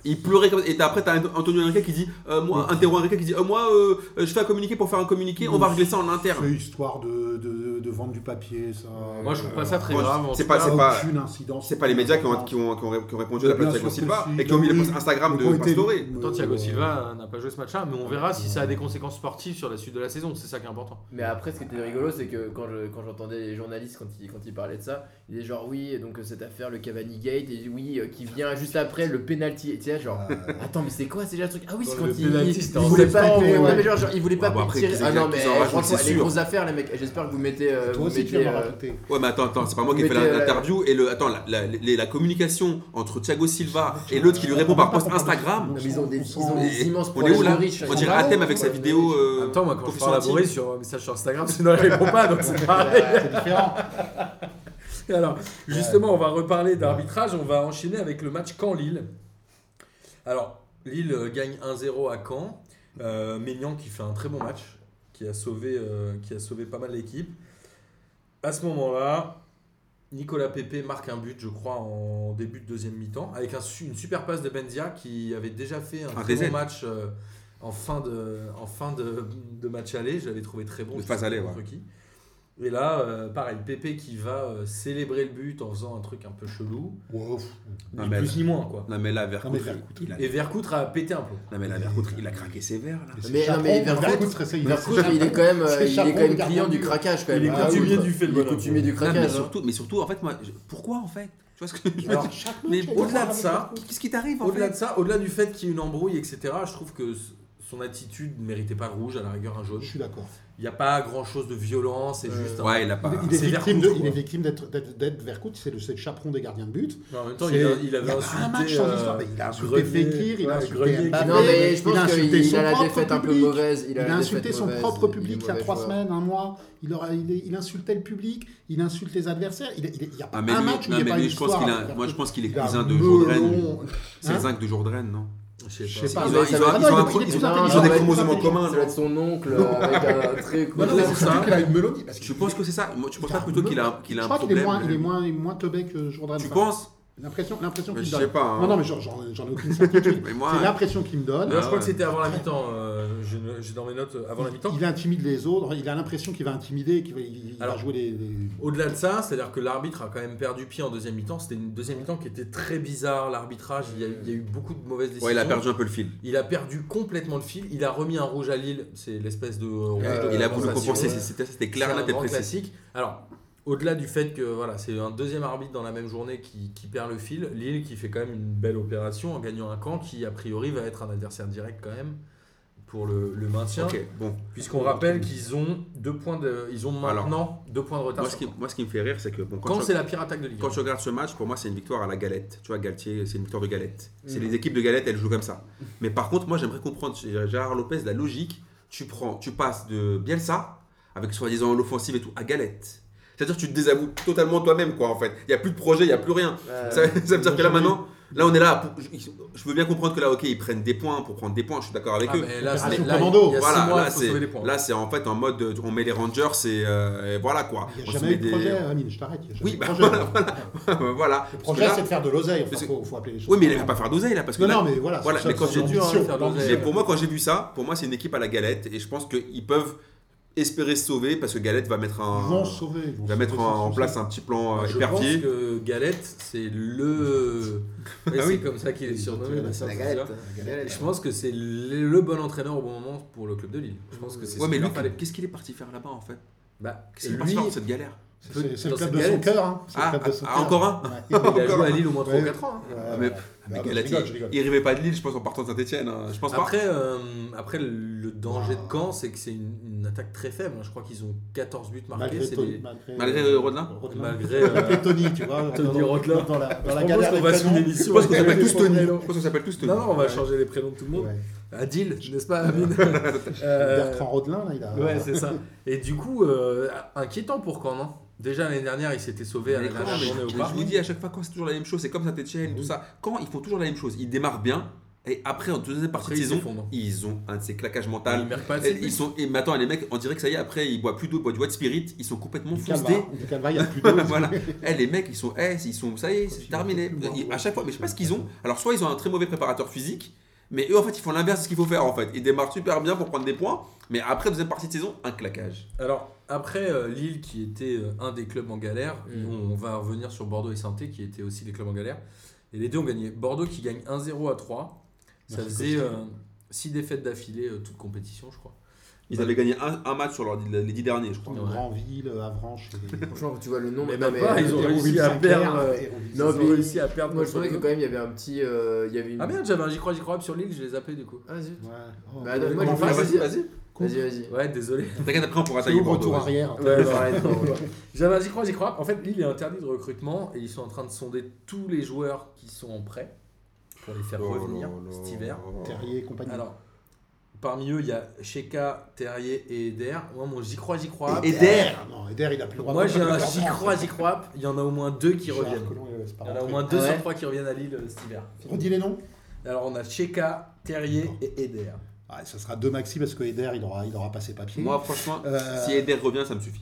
[SPEAKER 2] Il pleurait comme et après t'as Antonio Henrique qui dit euh, moi Antero Henrique qui dit euh, moi euh, euh, je fais un communiqué pour faire un communiqué, on va régler ça en interne.
[SPEAKER 4] C'est histoire de, de, de vendre du papier, ça.
[SPEAKER 1] Moi, je trouve pas ça très
[SPEAKER 2] Moi,
[SPEAKER 1] grave. en
[SPEAKER 2] c'est
[SPEAKER 1] tout
[SPEAKER 2] pas-
[SPEAKER 1] cas.
[SPEAKER 2] c'est
[SPEAKER 4] Ça a
[SPEAKER 2] pas-
[SPEAKER 4] aucune incidence.
[SPEAKER 2] C'est pas les médias qui ont, qui ont, qui ont, qui ont répondu à la
[SPEAKER 4] Bien
[SPEAKER 2] place de Thiago
[SPEAKER 4] sûr que
[SPEAKER 2] Silva
[SPEAKER 4] si.
[SPEAKER 2] et qui ont mis
[SPEAKER 4] Oui.
[SPEAKER 2] le post Instagram
[SPEAKER 4] Qui ont
[SPEAKER 2] de
[SPEAKER 4] été-
[SPEAKER 2] Pastore.
[SPEAKER 1] Tant
[SPEAKER 4] Euh,
[SPEAKER 1] Thiago Silva n'a pas joué ce match-là, mais on verra si ça a des conséquences sportives sur la suite de la saison. C'est ça qui est important.
[SPEAKER 3] Mais après, ce qui était rigolo, c'est que quand je- quand j'entendais les journalistes quand ils, quand ils parlaient de ça, ils disaient genre oui, donc euh, cette affaire, le Cavani Gate, et oui, euh, qui vient juste après le penalty. Et Tu sais, genre, attends, mais c'est quoi c'est déjà le truc Ah oui, c'est
[SPEAKER 1] Dans
[SPEAKER 3] quand
[SPEAKER 1] le
[SPEAKER 3] il,
[SPEAKER 1] penalty,
[SPEAKER 3] il
[SPEAKER 1] c'était en
[SPEAKER 3] voulait pas.
[SPEAKER 4] septembre,
[SPEAKER 3] ouais,
[SPEAKER 4] ouais.
[SPEAKER 3] non, mais genre, genre, il voulait pas
[SPEAKER 2] Ouais, bon, après,
[SPEAKER 3] tirer.
[SPEAKER 2] qu'ils
[SPEAKER 3] Ah non, mais
[SPEAKER 2] exagèrent, qu'ils en
[SPEAKER 3] eh,
[SPEAKER 2] rajoutent,
[SPEAKER 3] franchement,
[SPEAKER 2] c'est
[SPEAKER 3] les
[SPEAKER 2] sûr.
[SPEAKER 3] grosses affaires, les mecs. Eh, J'espère que vous mettez. euh,
[SPEAKER 4] Toi
[SPEAKER 3] vous
[SPEAKER 4] aussi, tu
[SPEAKER 3] mettez,
[SPEAKER 4] vas me
[SPEAKER 3] euh,
[SPEAKER 4] raconter.
[SPEAKER 2] Ouais, mais attends, attends, c'est pas moi qui ai fait
[SPEAKER 3] Mettez, euh,
[SPEAKER 2] l'interview et le attends la, la- les- la communication entre Thiago Silva et l'autre qui lui répond par post Instagram.
[SPEAKER 3] mais ils ont des, ils ont
[SPEAKER 4] On
[SPEAKER 3] des immenses
[SPEAKER 2] On est où
[SPEAKER 3] problèmes
[SPEAKER 2] là
[SPEAKER 3] riches.
[SPEAKER 2] On dirait Atem avec sa
[SPEAKER 3] Ouais,
[SPEAKER 2] vidéo.
[SPEAKER 1] En
[SPEAKER 2] euh,
[SPEAKER 1] même temps, moi, quand je parle à
[SPEAKER 2] confession
[SPEAKER 1] Boris sur un message sur Instagram, sinon elle répond pas, donc c'est pareil.
[SPEAKER 4] C'est différent.
[SPEAKER 1] Alors, justement, on va reparler d'arbitrage. On va enchaîner avec le match Caen-Lille. Alors, Lille euh, gagne 1-0 à Caen. Euh, Maignan qui fait un très bon match, qui a sauvé, euh, qui a sauvé pas mal l'équipe. À ce moment-là, Nicolas Pepe marque un but, je crois, en début de deuxième mi-temps, avec un su- une super passe de Benzia qui avait déjà fait un,
[SPEAKER 2] Un
[SPEAKER 1] très
[SPEAKER 2] reset.
[SPEAKER 1] bon match euh, en fin de, en fin de, de match aller. Je l'avais trouvé très bon.
[SPEAKER 2] De
[SPEAKER 1] je
[SPEAKER 2] phase
[SPEAKER 1] sais
[SPEAKER 2] aller,
[SPEAKER 1] pas contre qui. Et là, euh, pareil, Pepe qui va euh, célébrer le but en faisant un truc un peu chelou.
[SPEAKER 4] Wow.
[SPEAKER 2] Ah,
[SPEAKER 1] Ni
[SPEAKER 2] mais
[SPEAKER 1] plus ni moins, quoi.
[SPEAKER 2] Non mais là,
[SPEAKER 4] Non, mais
[SPEAKER 2] Vercoutre,
[SPEAKER 4] Vercoutre,
[SPEAKER 2] il a,
[SPEAKER 1] Et Vercoutre a pété un plomb.
[SPEAKER 2] non, mais là, Vercoutre, il a craqué ses verres là.
[SPEAKER 3] Mais non, mais
[SPEAKER 4] Chaperon,
[SPEAKER 3] Vercoutre-
[SPEAKER 4] Vercoutre, c'est- il-
[SPEAKER 3] Vercoutre, il est quand même, euh,
[SPEAKER 4] C'est
[SPEAKER 3] il est
[SPEAKER 4] Chaperon,
[SPEAKER 3] quand même
[SPEAKER 4] le
[SPEAKER 3] client du
[SPEAKER 4] gardien.
[SPEAKER 3] craquage quand même.
[SPEAKER 1] Il est
[SPEAKER 3] Ah,
[SPEAKER 1] coutumier
[SPEAKER 3] oui,
[SPEAKER 1] du fait, le
[SPEAKER 3] Il est
[SPEAKER 1] bonhomme.
[SPEAKER 3] coutumier du
[SPEAKER 2] Non, mais
[SPEAKER 3] craquage. hein.
[SPEAKER 2] surtout, mais surtout, en fait, moi, je- pourquoi en fait Tu vois ce que je veux
[SPEAKER 4] Alors,
[SPEAKER 2] dire
[SPEAKER 4] chaque
[SPEAKER 2] Mais
[SPEAKER 4] match, il y a
[SPEAKER 2] au-delà
[SPEAKER 4] un
[SPEAKER 2] de ça,
[SPEAKER 4] truc.
[SPEAKER 2] qu'est-ce qui t'arrive en
[SPEAKER 1] Au-delà de
[SPEAKER 2] fait
[SPEAKER 1] ça, au-delà du fait qu'il y ait une embrouille, etc., je trouve que ce- son attitude ne méritait pas rouge, à la rigueur un jaune.
[SPEAKER 4] Je suis d'accord.
[SPEAKER 1] Il n'y a pas grand chose de violent, c'est
[SPEAKER 3] Euh,
[SPEAKER 1] juste. un-
[SPEAKER 2] Ouais, il a
[SPEAKER 4] Il,
[SPEAKER 2] pas.
[SPEAKER 4] il est
[SPEAKER 1] c'est Vercoute,
[SPEAKER 4] victime de- il
[SPEAKER 1] quoi.
[SPEAKER 4] est victime d'être- d'être d'être Vercoute, c'est le, c'est le chaperon des gardiens de but.
[SPEAKER 1] Mais En même temps,
[SPEAKER 4] C'est-
[SPEAKER 1] il, a- il avait
[SPEAKER 4] y a pas
[SPEAKER 1] insulté.
[SPEAKER 4] un match sans
[SPEAKER 1] euh,
[SPEAKER 4] histoire. mais Il a insulté
[SPEAKER 1] Grenier,
[SPEAKER 4] Fekir, il a
[SPEAKER 1] ouais,
[SPEAKER 4] insulté
[SPEAKER 1] Grenier.
[SPEAKER 4] Mbappé,
[SPEAKER 3] Non, Bah, mais je
[SPEAKER 4] il a
[SPEAKER 3] pense
[SPEAKER 4] insulté
[SPEAKER 3] qu'il
[SPEAKER 4] son
[SPEAKER 3] a la
[SPEAKER 4] propre
[SPEAKER 3] défaite un peu
[SPEAKER 4] public.
[SPEAKER 3] mauvaise.
[SPEAKER 4] Il a, insulté son propre public il y a trois semaines, un mois. Il, aura, il, il insultait le public, il insulte les adversaires. Il il- il n'y a pas
[SPEAKER 2] Ah, mais
[SPEAKER 4] un
[SPEAKER 2] lui-
[SPEAKER 4] match où
[SPEAKER 2] non,
[SPEAKER 4] il n'y
[SPEAKER 2] mais
[SPEAKER 4] a pas
[SPEAKER 2] lui,
[SPEAKER 4] une
[SPEAKER 2] je pense qu'il a-
[SPEAKER 4] histoire.
[SPEAKER 2] moi, je pense qu'il est
[SPEAKER 4] Il a
[SPEAKER 2] cousin de
[SPEAKER 4] melon.
[SPEAKER 2] Jourdain. C'est
[SPEAKER 4] Hein
[SPEAKER 2] le zinc de Jourdain, non
[SPEAKER 1] Je
[SPEAKER 4] Je
[SPEAKER 1] sais
[SPEAKER 4] sais
[SPEAKER 1] pas.
[SPEAKER 4] pas.
[SPEAKER 2] Ils ont- ils ont- ils ont un pro-
[SPEAKER 4] il est plus
[SPEAKER 2] ils ont-
[SPEAKER 4] intelligent.
[SPEAKER 2] ils ont des
[SPEAKER 4] Il est plus
[SPEAKER 2] chromosomes en
[SPEAKER 4] intelligent.
[SPEAKER 2] commun,
[SPEAKER 3] Ça va
[SPEAKER 2] non
[SPEAKER 3] être son oncle euh, avec un truc.
[SPEAKER 4] Bah non,
[SPEAKER 2] Ouais,
[SPEAKER 4] mais
[SPEAKER 2] c'est
[SPEAKER 4] c'est
[SPEAKER 2] ça.
[SPEAKER 4] surtout qu'il a une mélodie. parce
[SPEAKER 2] Je
[SPEAKER 4] qu'il-
[SPEAKER 2] pense que c'est ça. Moi, Tu penses
[SPEAKER 4] il a
[SPEAKER 2] pas plutôt
[SPEAKER 4] un
[SPEAKER 2] qu'il a, qu'il a
[SPEAKER 4] Je
[SPEAKER 2] un
[SPEAKER 4] crois qu'il est
[SPEAKER 2] problème
[SPEAKER 4] moins, il est moins, moins teubé que Jourdain.
[SPEAKER 2] Tu
[SPEAKER 4] Enfin,
[SPEAKER 2] penses
[SPEAKER 4] L'impression, l'impression
[SPEAKER 2] Mais
[SPEAKER 4] qu'il
[SPEAKER 2] Je
[SPEAKER 4] me
[SPEAKER 2] sais
[SPEAKER 4] donne.
[SPEAKER 2] pas. hein.
[SPEAKER 4] Non, non, mais genre, j'en j'en ai aucune certitude.
[SPEAKER 2] Mais
[SPEAKER 4] C'est
[SPEAKER 2] moi,
[SPEAKER 4] l'impression qu'il me donne.
[SPEAKER 1] Non, je crois que
[SPEAKER 2] ouais.
[SPEAKER 1] c'était avant la mi-temps. euh, je ne- J'ai dans mes notes euh, avant la mi-temps.
[SPEAKER 4] Il intimide les autres. Il a l'impression qu'il va intimider, qu'il va, il- il va
[SPEAKER 1] Alors,
[SPEAKER 4] jouer les. les-
[SPEAKER 1] Au-delà de ça, c'est-à-dire que l'arbitre a quand même perdu pied en deuxième mi-temps. C'était une deuxième mi-temps qui était très bizarre. L'arbitrage, il, y a eu- il y a eu beaucoup de mauvaises décisions.
[SPEAKER 2] ouais, il a perdu un peu le fil.
[SPEAKER 1] Il a perdu complètement le fil. Il a remis un rouge à Lille. C'est l'espèce de. euh, rouge de
[SPEAKER 2] Il a voulu
[SPEAKER 1] compensation.
[SPEAKER 2] compenser.
[SPEAKER 1] Ouais.
[SPEAKER 2] c'est- C'était c'était
[SPEAKER 1] C'est
[SPEAKER 2] clair,
[SPEAKER 1] un
[SPEAKER 2] net et
[SPEAKER 1] grand
[SPEAKER 2] précis.
[SPEAKER 1] classique. Alors, au-delà du fait que voilà, c'est un deuxième arbitre dans la même journée qui, qui perd le fil, Lille qui fait quand même une belle opération en gagnant un camp qui, a priori, va être un adversaire direct quand même pour le, le maintien.
[SPEAKER 2] Ok, bon.
[SPEAKER 1] Puisqu'on rappelle qu'ils ont deux points de, ils ont
[SPEAKER 2] Alors,
[SPEAKER 1] maintenant deux points de retard.
[SPEAKER 2] Moi, ce qui, moi, ce qui me fait rire, c'est que bon,
[SPEAKER 1] quand
[SPEAKER 2] quand,
[SPEAKER 1] c'est
[SPEAKER 2] je,
[SPEAKER 1] la pire attaque de Ligue.
[SPEAKER 2] quand
[SPEAKER 1] 1.
[SPEAKER 2] je regarde ce match, pour moi, c'est une victoire à la galette. Tu vois, Galtier, c'est une victoire de galette. C'est
[SPEAKER 3] Mm.
[SPEAKER 2] les équipes de galette, elles jouent comme ça. Mais par contre, moi, j'aimerais comprendre chez Gérard Lopez la logique. Tu prends, tu passes de Bielsa avec soi-disant l'offensive et tout à galette. C'est-à-dire, tu te désavoues totalement toi-même, quoi. En fait, il y a plus de projet, il y a plus rien.
[SPEAKER 3] Euh,
[SPEAKER 2] Ça, ça veut dire que là maintenant, là on est là. pour- je, je veux bien comprendre que là, ok, ils prennent des points pour prendre des points. Je suis d'accord avec
[SPEAKER 1] Ah,
[SPEAKER 2] eux.
[SPEAKER 1] mais là,
[SPEAKER 4] Opération
[SPEAKER 1] c'est- là,
[SPEAKER 4] commando.
[SPEAKER 1] il y a six
[SPEAKER 2] Voilà,
[SPEAKER 1] mois,
[SPEAKER 2] là
[SPEAKER 1] il faut sauver les
[SPEAKER 2] c'est
[SPEAKER 1] points.
[SPEAKER 2] là c'est en fait en mode euh, on met les Rangers et, euh, et voilà quoi.
[SPEAKER 4] Il n'y
[SPEAKER 2] On
[SPEAKER 4] a
[SPEAKER 2] se
[SPEAKER 4] jamais
[SPEAKER 2] met
[SPEAKER 4] eu de
[SPEAKER 2] des-
[SPEAKER 4] projet, Amine, je t'arrête. il y a jamais
[SPEAKER 2] Oui,
[SPEAKER 4] eu de
[SPEAKER 2] bah,
[SPEAKER 4] projet.
[SPEAKER 2] voilà, voilà.
[SPEAKER 4] Le
[SPEAKER 2] Parce que
[SPEAKER 4] projet,
[SPEAKER 2] là-
[SPEAKER 4] c'est de faire de l'oseille.
[SPEAKER 2] Parce
[SPEAKER 4] Il
[SPEAKER 2] que-
[SPEAKER 4] faut, faut appeler les choses.
[SPEAKER 2] oui, mais il va pas faire d'oseille là parce que
[SPEAKER 4] Non,
[SPEAKER 2] là-
[SPEAKER 4] non, mais voilà.
[SPEAKER 2] voilà,
[SPEAKER 4] c'est-
[SPEAKER 2] mais
[SPEAKER 4] c'est
[SPEAKER 2] quand j'ai
[SPEAKER 4] une
[SPEAKER 2] dit,
[SPEAKER 1] on va
[SPEAKER 4] ambition.
[SPEAKER 1] faire de l'oseille.
[SPEAKER 2] j'ai- pour moi quand j'ai vu ça, pour moi c'est une équipe à la galette et je pense qu'ils peuvent espérer se sauver parce que Galette va mettre
[SPEAKER 4] Ils
[SPEAKER 2] un
[SPEAKER 4] vont se sauver. ils vont
[SPEAKER 2] va
[SPEAKER 4] se
[SPEAKER 2] mettre
[SPEAKER 4] sauver,
[SPEAKER 2] en, en
[SPEAKER 4] ils vont se
[SPEAKER 2] place un petit plan euh,
[SPEAKER 1] Je pense
[SPEAKER 2] épervier.
[SPEAKER 1] que Galette, c'est le. Ouais,
[SPEAKER 2] Ah
[SPEAKER 1] c'est
[SPEAKER 2] oui.
[SPEAKER 1] comme ça qu'il est surnommé. mais ça,
[SPEAKER 3] La
[SPEAKER 1] c'est
[SPEAKER 3] galette.
[SPEAKER 1] ça.
[SPEAKER 3] La
[SPEAKER 1] Et
[SPEAKER 3] galette.
[SPEAKER 1] Je pense que c'est le le bon entraîneur au bon moment pour le club de Lille. Je pense que c'est
[SPEAKER 2] Ouais,
[SPEAKER 1] ce qu'il
[SPEAKER 2] mais lui,
[SPEAKER 1] leur fallait.
[SPEAKER 2] qu'est-ce qu'il est parti faire là-bas en fait
[SPEAKER 1] Bah,
[SPEAKER 2] Qu'est-ce qu'il
[SPEAKER 1] lui,
[SPEAKER 2] est parti faire dans cette galère
[SPEAKER 4] sauver. C'est- C'est le
[SPEAKER 1] Dans
[SPEAKER 4] club
[SPEAKER 1] cette
[SPEAKER 4] de son
[SPEAKER 1] galette.
[SPEAKER 4] cœur. hein. C'est le
[SPEAKER 2] Ah,
[SPEAKER 4] club de son
[SPEAKER 2] ah,
[SPEAKER 4] cœur.
[SPEAKER 2] encore un
[SPEAKER 4] Ouais.
[SPEAKER 1] il a joué à Lille au moins 3
[SPEAKER 4] Ouais.
[SPEAKER 1] ou 4 ans. hein.
[SPEAKER 4] Ouais,
[SPEAKER 2] mais-
[SPEAKER 4] ouais.
[SPEAKER 2] Mais
[SPEAKER 4] Ah, bah,
[SPEAKER 2] Galette,
[SPEAKER 4] je rigole, je rigole.
[SPEAKER 2] il, il rêvait pas de Lille, je pense, en partant de Saint-Etienne. hein. Je pense pas.
[SPEAKER 1] Après, euh, après, le danger
[SPEAKER 4] Ah.
[SPEAKER 1] de Caen, c'est que c'est une, une attaque très faible. hein. Je crois qu'ils ont 14 buts marqués.
[SPEAKER 4] Malgré
[SPEAKER 1] C'est
[SPEAKER 4] Tony-
[SPEAKER 1] des-
[SPEAKER 2] Malgré, euh, Rodelin
[SPEAKER 1] Malgré.
[SPEAKER 4] Malgré
[SPEAKER 1] euh,
[SPEAKER 4] Tony, tu vois.
[SPEAKER 1] Tony
[SPEAKER 4] dans-
[SPEAKER 1] Rodelin.
[SPEAKER 4] Dans la, dans
[SPEAKER 1] Je
[SPEAKER 4] la
[SPEAKER 1] propose
[SPEAKER 4] galère.
[SPEAKER 1] qu'on
[SPEAKER 4] des
[SPEAKER 1] va suivre
[SPEAKER 4] prénoms.
[SPEAKER 1] l'émission.
[SPEAKER 2] Je pense qu'on
[SPEAKER 1] Ouais.
[SPEAKER 2] s'appelle
[SPEAKER 4] Ouais.
[SPEAKER 2] tous Tony.
[SPEAKER 4] Ouais.
[SPEAKER 2] Je pense qu'on s'appelle tous Tony.
[SPEAKER 1] Non, non, on va
[SPEAKER 4] Ouais.
[SPEAKER 1] changer les prénoms de tout le monde.
[SPEAKER 4] Ouais.
[SPEAKER 1] Adil, n'est-ce pas, Amine Euh,
[SPEAKER 4] Bertrand Rodelin, là, il a.
[SPEAKER 1] Ouais, c'est ça. Et du coup, euh, inquiétant pour Caen, non Déjà l'année dernière, il s'était sauvé à la
[SPEAKER 2] Mais comment,
[SPEAKER 1] dernière
[SPEAKER 2] mais
[SPEAKER 1] journée au
[SPEAKER 2] je-
[SPEAKER 1] parc.
[SPEAKER 2] Je vous dis à chaque fois quand c'est toujours la même chose, c'est comme Saint-Etienne,
[SPEAKER 1] Mm-hmm.
[SPEAKER 2] tout ça. Quand ils font toujours la même chose, ils démarrent bien et après en deuxième partie
[SPEAKER 1] Après,
[SPEAKER 2] de
[SPEAKER 1] ils
[SPEAKER 2] saison,
[SPEAKER 1] s'effondrent.
[SPEAKER 2] ils ont un de ces claquages
[SPEAKER 1] Ils
[SPEAKER 2] mentaux.
[SPEAKER 1] marquent pas
[SPEAKER 2] Et
[SPEAKER 1] assez de buts.
[SPEAKER 2] Ils sont et maintenant les mecs, on dirait que ça y est après ils boivent plus d'eau, ils boivent du white spirit, ils sont complètement
[SPEAKER 4] Du
[SPEAKER 2] foncés.
[SPEAKER 4] Calva, du Calva, il y a plus d'eau.
[SPEAKER 2] voilà. Eh, les mecs, ils sont, eh, ils sont, ça y est, c'est
[SPEAKER 4] Ils
[SPEAKER 2] terminé.
[SPEAKER 4] ont plus de
[SPEAKER 2] Ils-
[SPEAKER 4] morale.
[SPEAKER 2] à chaque fois, mais je sais pas ce qu'ils ont. Alors, soit ils ont un très mauvais préparateur physique, mais eux, en fait, ils font l'inverse de ce qu'il faut faire. En fait, ils démarrent super bien pour prendre des points, mais après deuxième partie de saison, un claquage.
[SPEAKER 1] Alors, après euh, Lille, qui était euh, un des clubs en galère,
[SPEAKER 3] Mm.
[SPEAKER 1] on, on va revenir sur Bordeaux et saint qui étaient aussi des clubs en galère. Et les deux ont gagné. Bordeaux qui gagne 1-0 à 3. Ça
[SPEAKER 4] Merci,
[SPEAKER 1] faisait
[SPEAKER 4] Costi.
[SPEAKER 1] 6 défaites d'affilée, euh, toute compétition, je crois.
[SPEAKER 2] Ils avaient gagné un, un match sur leurs- les dix derniers, je crois.
[SPEAKER 1] Ouais.
[SPEAKER 4] Grandville, euh, Avranches. et-
[SPEAKER 3] Franchement, tu vois le nom.
[SPEAKER 1] Mais
[SPEAKER 3] non,
[SPEAKER 1] même pas, Ah, ils ont réussi à perdre. euh,
[SPEAKER 3] Non,
[SPEAKER 1] ils ont
[SPEAKER 3] mais-
[SPEAKER 1] réussi à perdre.
[SPEAKER 3] Moi, je
[SPEAKER 1] contre
[SPEAKER 3] trouvais que
[SPEAKER 1] Lille.
[SPEAKER 3] quand même, il y avait un petit. euh, Il y avait une.
[SPEAKER 1] Ah merde, j'avais un J'y crois, J'y crois sur Lille, je les appelais du coup.
[SPEAKER 3] Ah zut.
[SPEAKER 4] oh.
[SPEAKER 3] Bah, non, moi,
[SPEAKER 4] Moi,
[SPEAKER 3] je
[SPEAKER 2] Ah,
[SPEAKER 3] pense-
[SPEAKER 2] vas-y, vas-y.
[SPEAKER 3] Vas-y, vas-y.
[SPEAKER 1] Ouais, désolé.
[SPEAKER 2] T'inquiète, après, on pourra
[SPEAKER 4] C'est
[SPEAKER 2] tailler
[SPEAKER 4] le
[SPEAKER 2] Bordeaux.
[SPEAKER 4] retour
[SPEAKER 2] vas-y.
[SPEAKER 4] arrière.
[SPEAKER 1] Ouais,
[SPEAKER 3] Ça
[SPEAKER 1] non.
[SPEAKER 3] va être, euh,
[SPEAKER 1] J'avais un J'y crois, J'y crois. En fait, Lille est interdit de recrutement et ils sont en train de sonder tous les joueurs qui sont en prêt pour les faire
[SPEAKER 2] Oh là
[SPEAKER 1] revenir
[SPEAKER 2] là.
[SPEAKER 1] cet hiver.
[SPEAKER 4] Terrier et compagnie.
[SPEAKER 1] Alors, parmi eux, il y a Sheka, Terrier et Eder. Moi, mon j'y crois, j'y crois.
[SPEAKER 2] Et- Eder.
[SPEAKER 4] Ah, Non, Eder, il a plus le droit
[SPEAKER 1] Moi,
[SPEAKER 4] de-
[SPEAKER 1] j'ai un j'y crois, j'y crois. Il y en a au moins deux qui
[SPEAKER 4] Gérard
[SPEAKER 1] reviennent.
[SPEAKER 4] Collomb, ouais, euh, c'est pas
[SPEAKER 1] Il y en a au
[SPEAKER 4] rentré.
[SPEAKER 1] moins deux sur
[SPEAKER 3] ouais
[SPEAKER 1] trois qui reviennent à Lille euh, cet hiver.
[SPEAKER 4] Redis les noms.
[SPEAKER 1] Alors, on a Sheka, Terrier et Eder.
[SPEAKER 4] Ah, ça sera deux maxi parce que Eder, il aura, il aura passé papier.
[SPEAKER 2] Moi, franchement,
[SPEAKER 4] Euh,
[SPEAKER 2] si Eder revient, ça me suffit.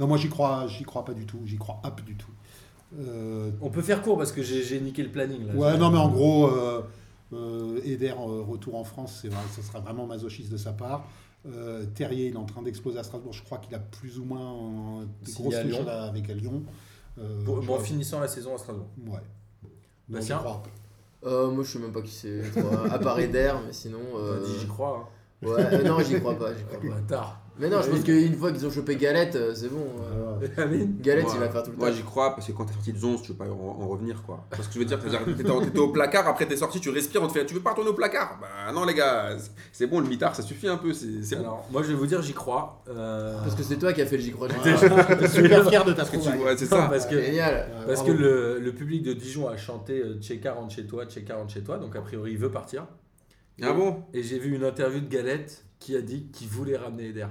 [SPEAKER 4] Non, moi, j'y crois, j'y crois pas du tout. J'y crois pas du tout. Euh,
[SPEAKER 1] On peut faire court parce que j'ai j'ai niqué le planning. Là.
[SPEAKER 4] Ouais, non, mais en gros, euh, euh, Eder, euh, retour en France, c'est vrai, ça sera vraiment masochiste de sa part. Euh, Terrier, il est en train d'exploser à Strasbourg. Je crois qu'il a plus ou moins euh, des
[SPEAKER 1] S'il
[SPEAKER 4] grosses
[SPEAKER 1] est à
[SPEAKER 4] touches
[SPEAKER 1] Lyon.
[SPEAKER 4] à la- avec à Lyon. Euh,
[SPEAKER 1] Pour-
[SPEAKER 4] je
[SPEAKER 1] bon, en
[SPEAKER 4] vois-
[SPEAKER 1] finissant la saison à Strasbourg.
[SPEAKER 4] Ouais. Non,
[SPEAKER 1] Bah,
[SPEAKER 4] j'y
[SPEAKER 1] tiens.
[SPEAKER 4] crois.
[SPEAKER 3] Euh, moi je sais même pas qui c'est, toi. à part Eder, mais sinon.
[SPEAKER 1] On a
[SPEAKER 3] Euh...
[SPEAKER 1] dit j'y crois.
[SPEAKER 3] Ouais, euh, non, j'y crois pas, j'y crois
[SPEAKER 1] Hein.
[SPEAKER 3] pas.
[SPEAKER 1] Bâtard.
[SPEAKER 3] Mais non, je
[SPEAKER 1] Oui.
[SPEAKER 3] pense qu'une fois qu'ils ont chopé Galette, euh, c'est bon. euh, Galette,
[SPEAKER 2] Moi-
[SPEAKER 3] il va faire tout le
[SPEAKER 2] Moi
[SPEAKER 3] temps.
[SPEAKER 2] j'y crois parce que quand t'es sorti de 11, tu veux pas en, en revenir quoi. Parce que je veux dire, c'est-à-dire que t'étais, en- t'étais au placard, après t'es sorti, tu respires, on te fait tu veux pas retourner au placard Bah non les gars, c'est- c'est bon le mitard ça suffit un peu, c'est, c'est bon.
[SPEAKER 1] Alors, moi, je vais vous dire, j'y crois. euh,
[SPEAKER 3] Parce que c'est toi qui as fait le j'y crois.
[SPEAKER 1] Putain, je- je suis
[SPEAKER 4] Super fier de ta
[SPEAKER 2] Parce que tu
[SPEAKER 4] trouvaille. Euh,
[SPEAKER 2] vois, c'est ça.
[SPEAKER 1] Parce que,
[SPEAKER 3] Génial.
[SPEAKER 4] Ouais,
[SPEAKER 1] parce
[SPEAKER 4] bravo.
[SPEAKER 1] que le, le public de Dijon a chanté euh, Cheka rentre chez toi, Cheka rentre chez toi, donc a priori il veut partir.
[SPEAKER 2] Ah bon
[SPEAKER 1] Et j'ai vu une interview de Galette qui a dit qu'il voulait ramener Eder.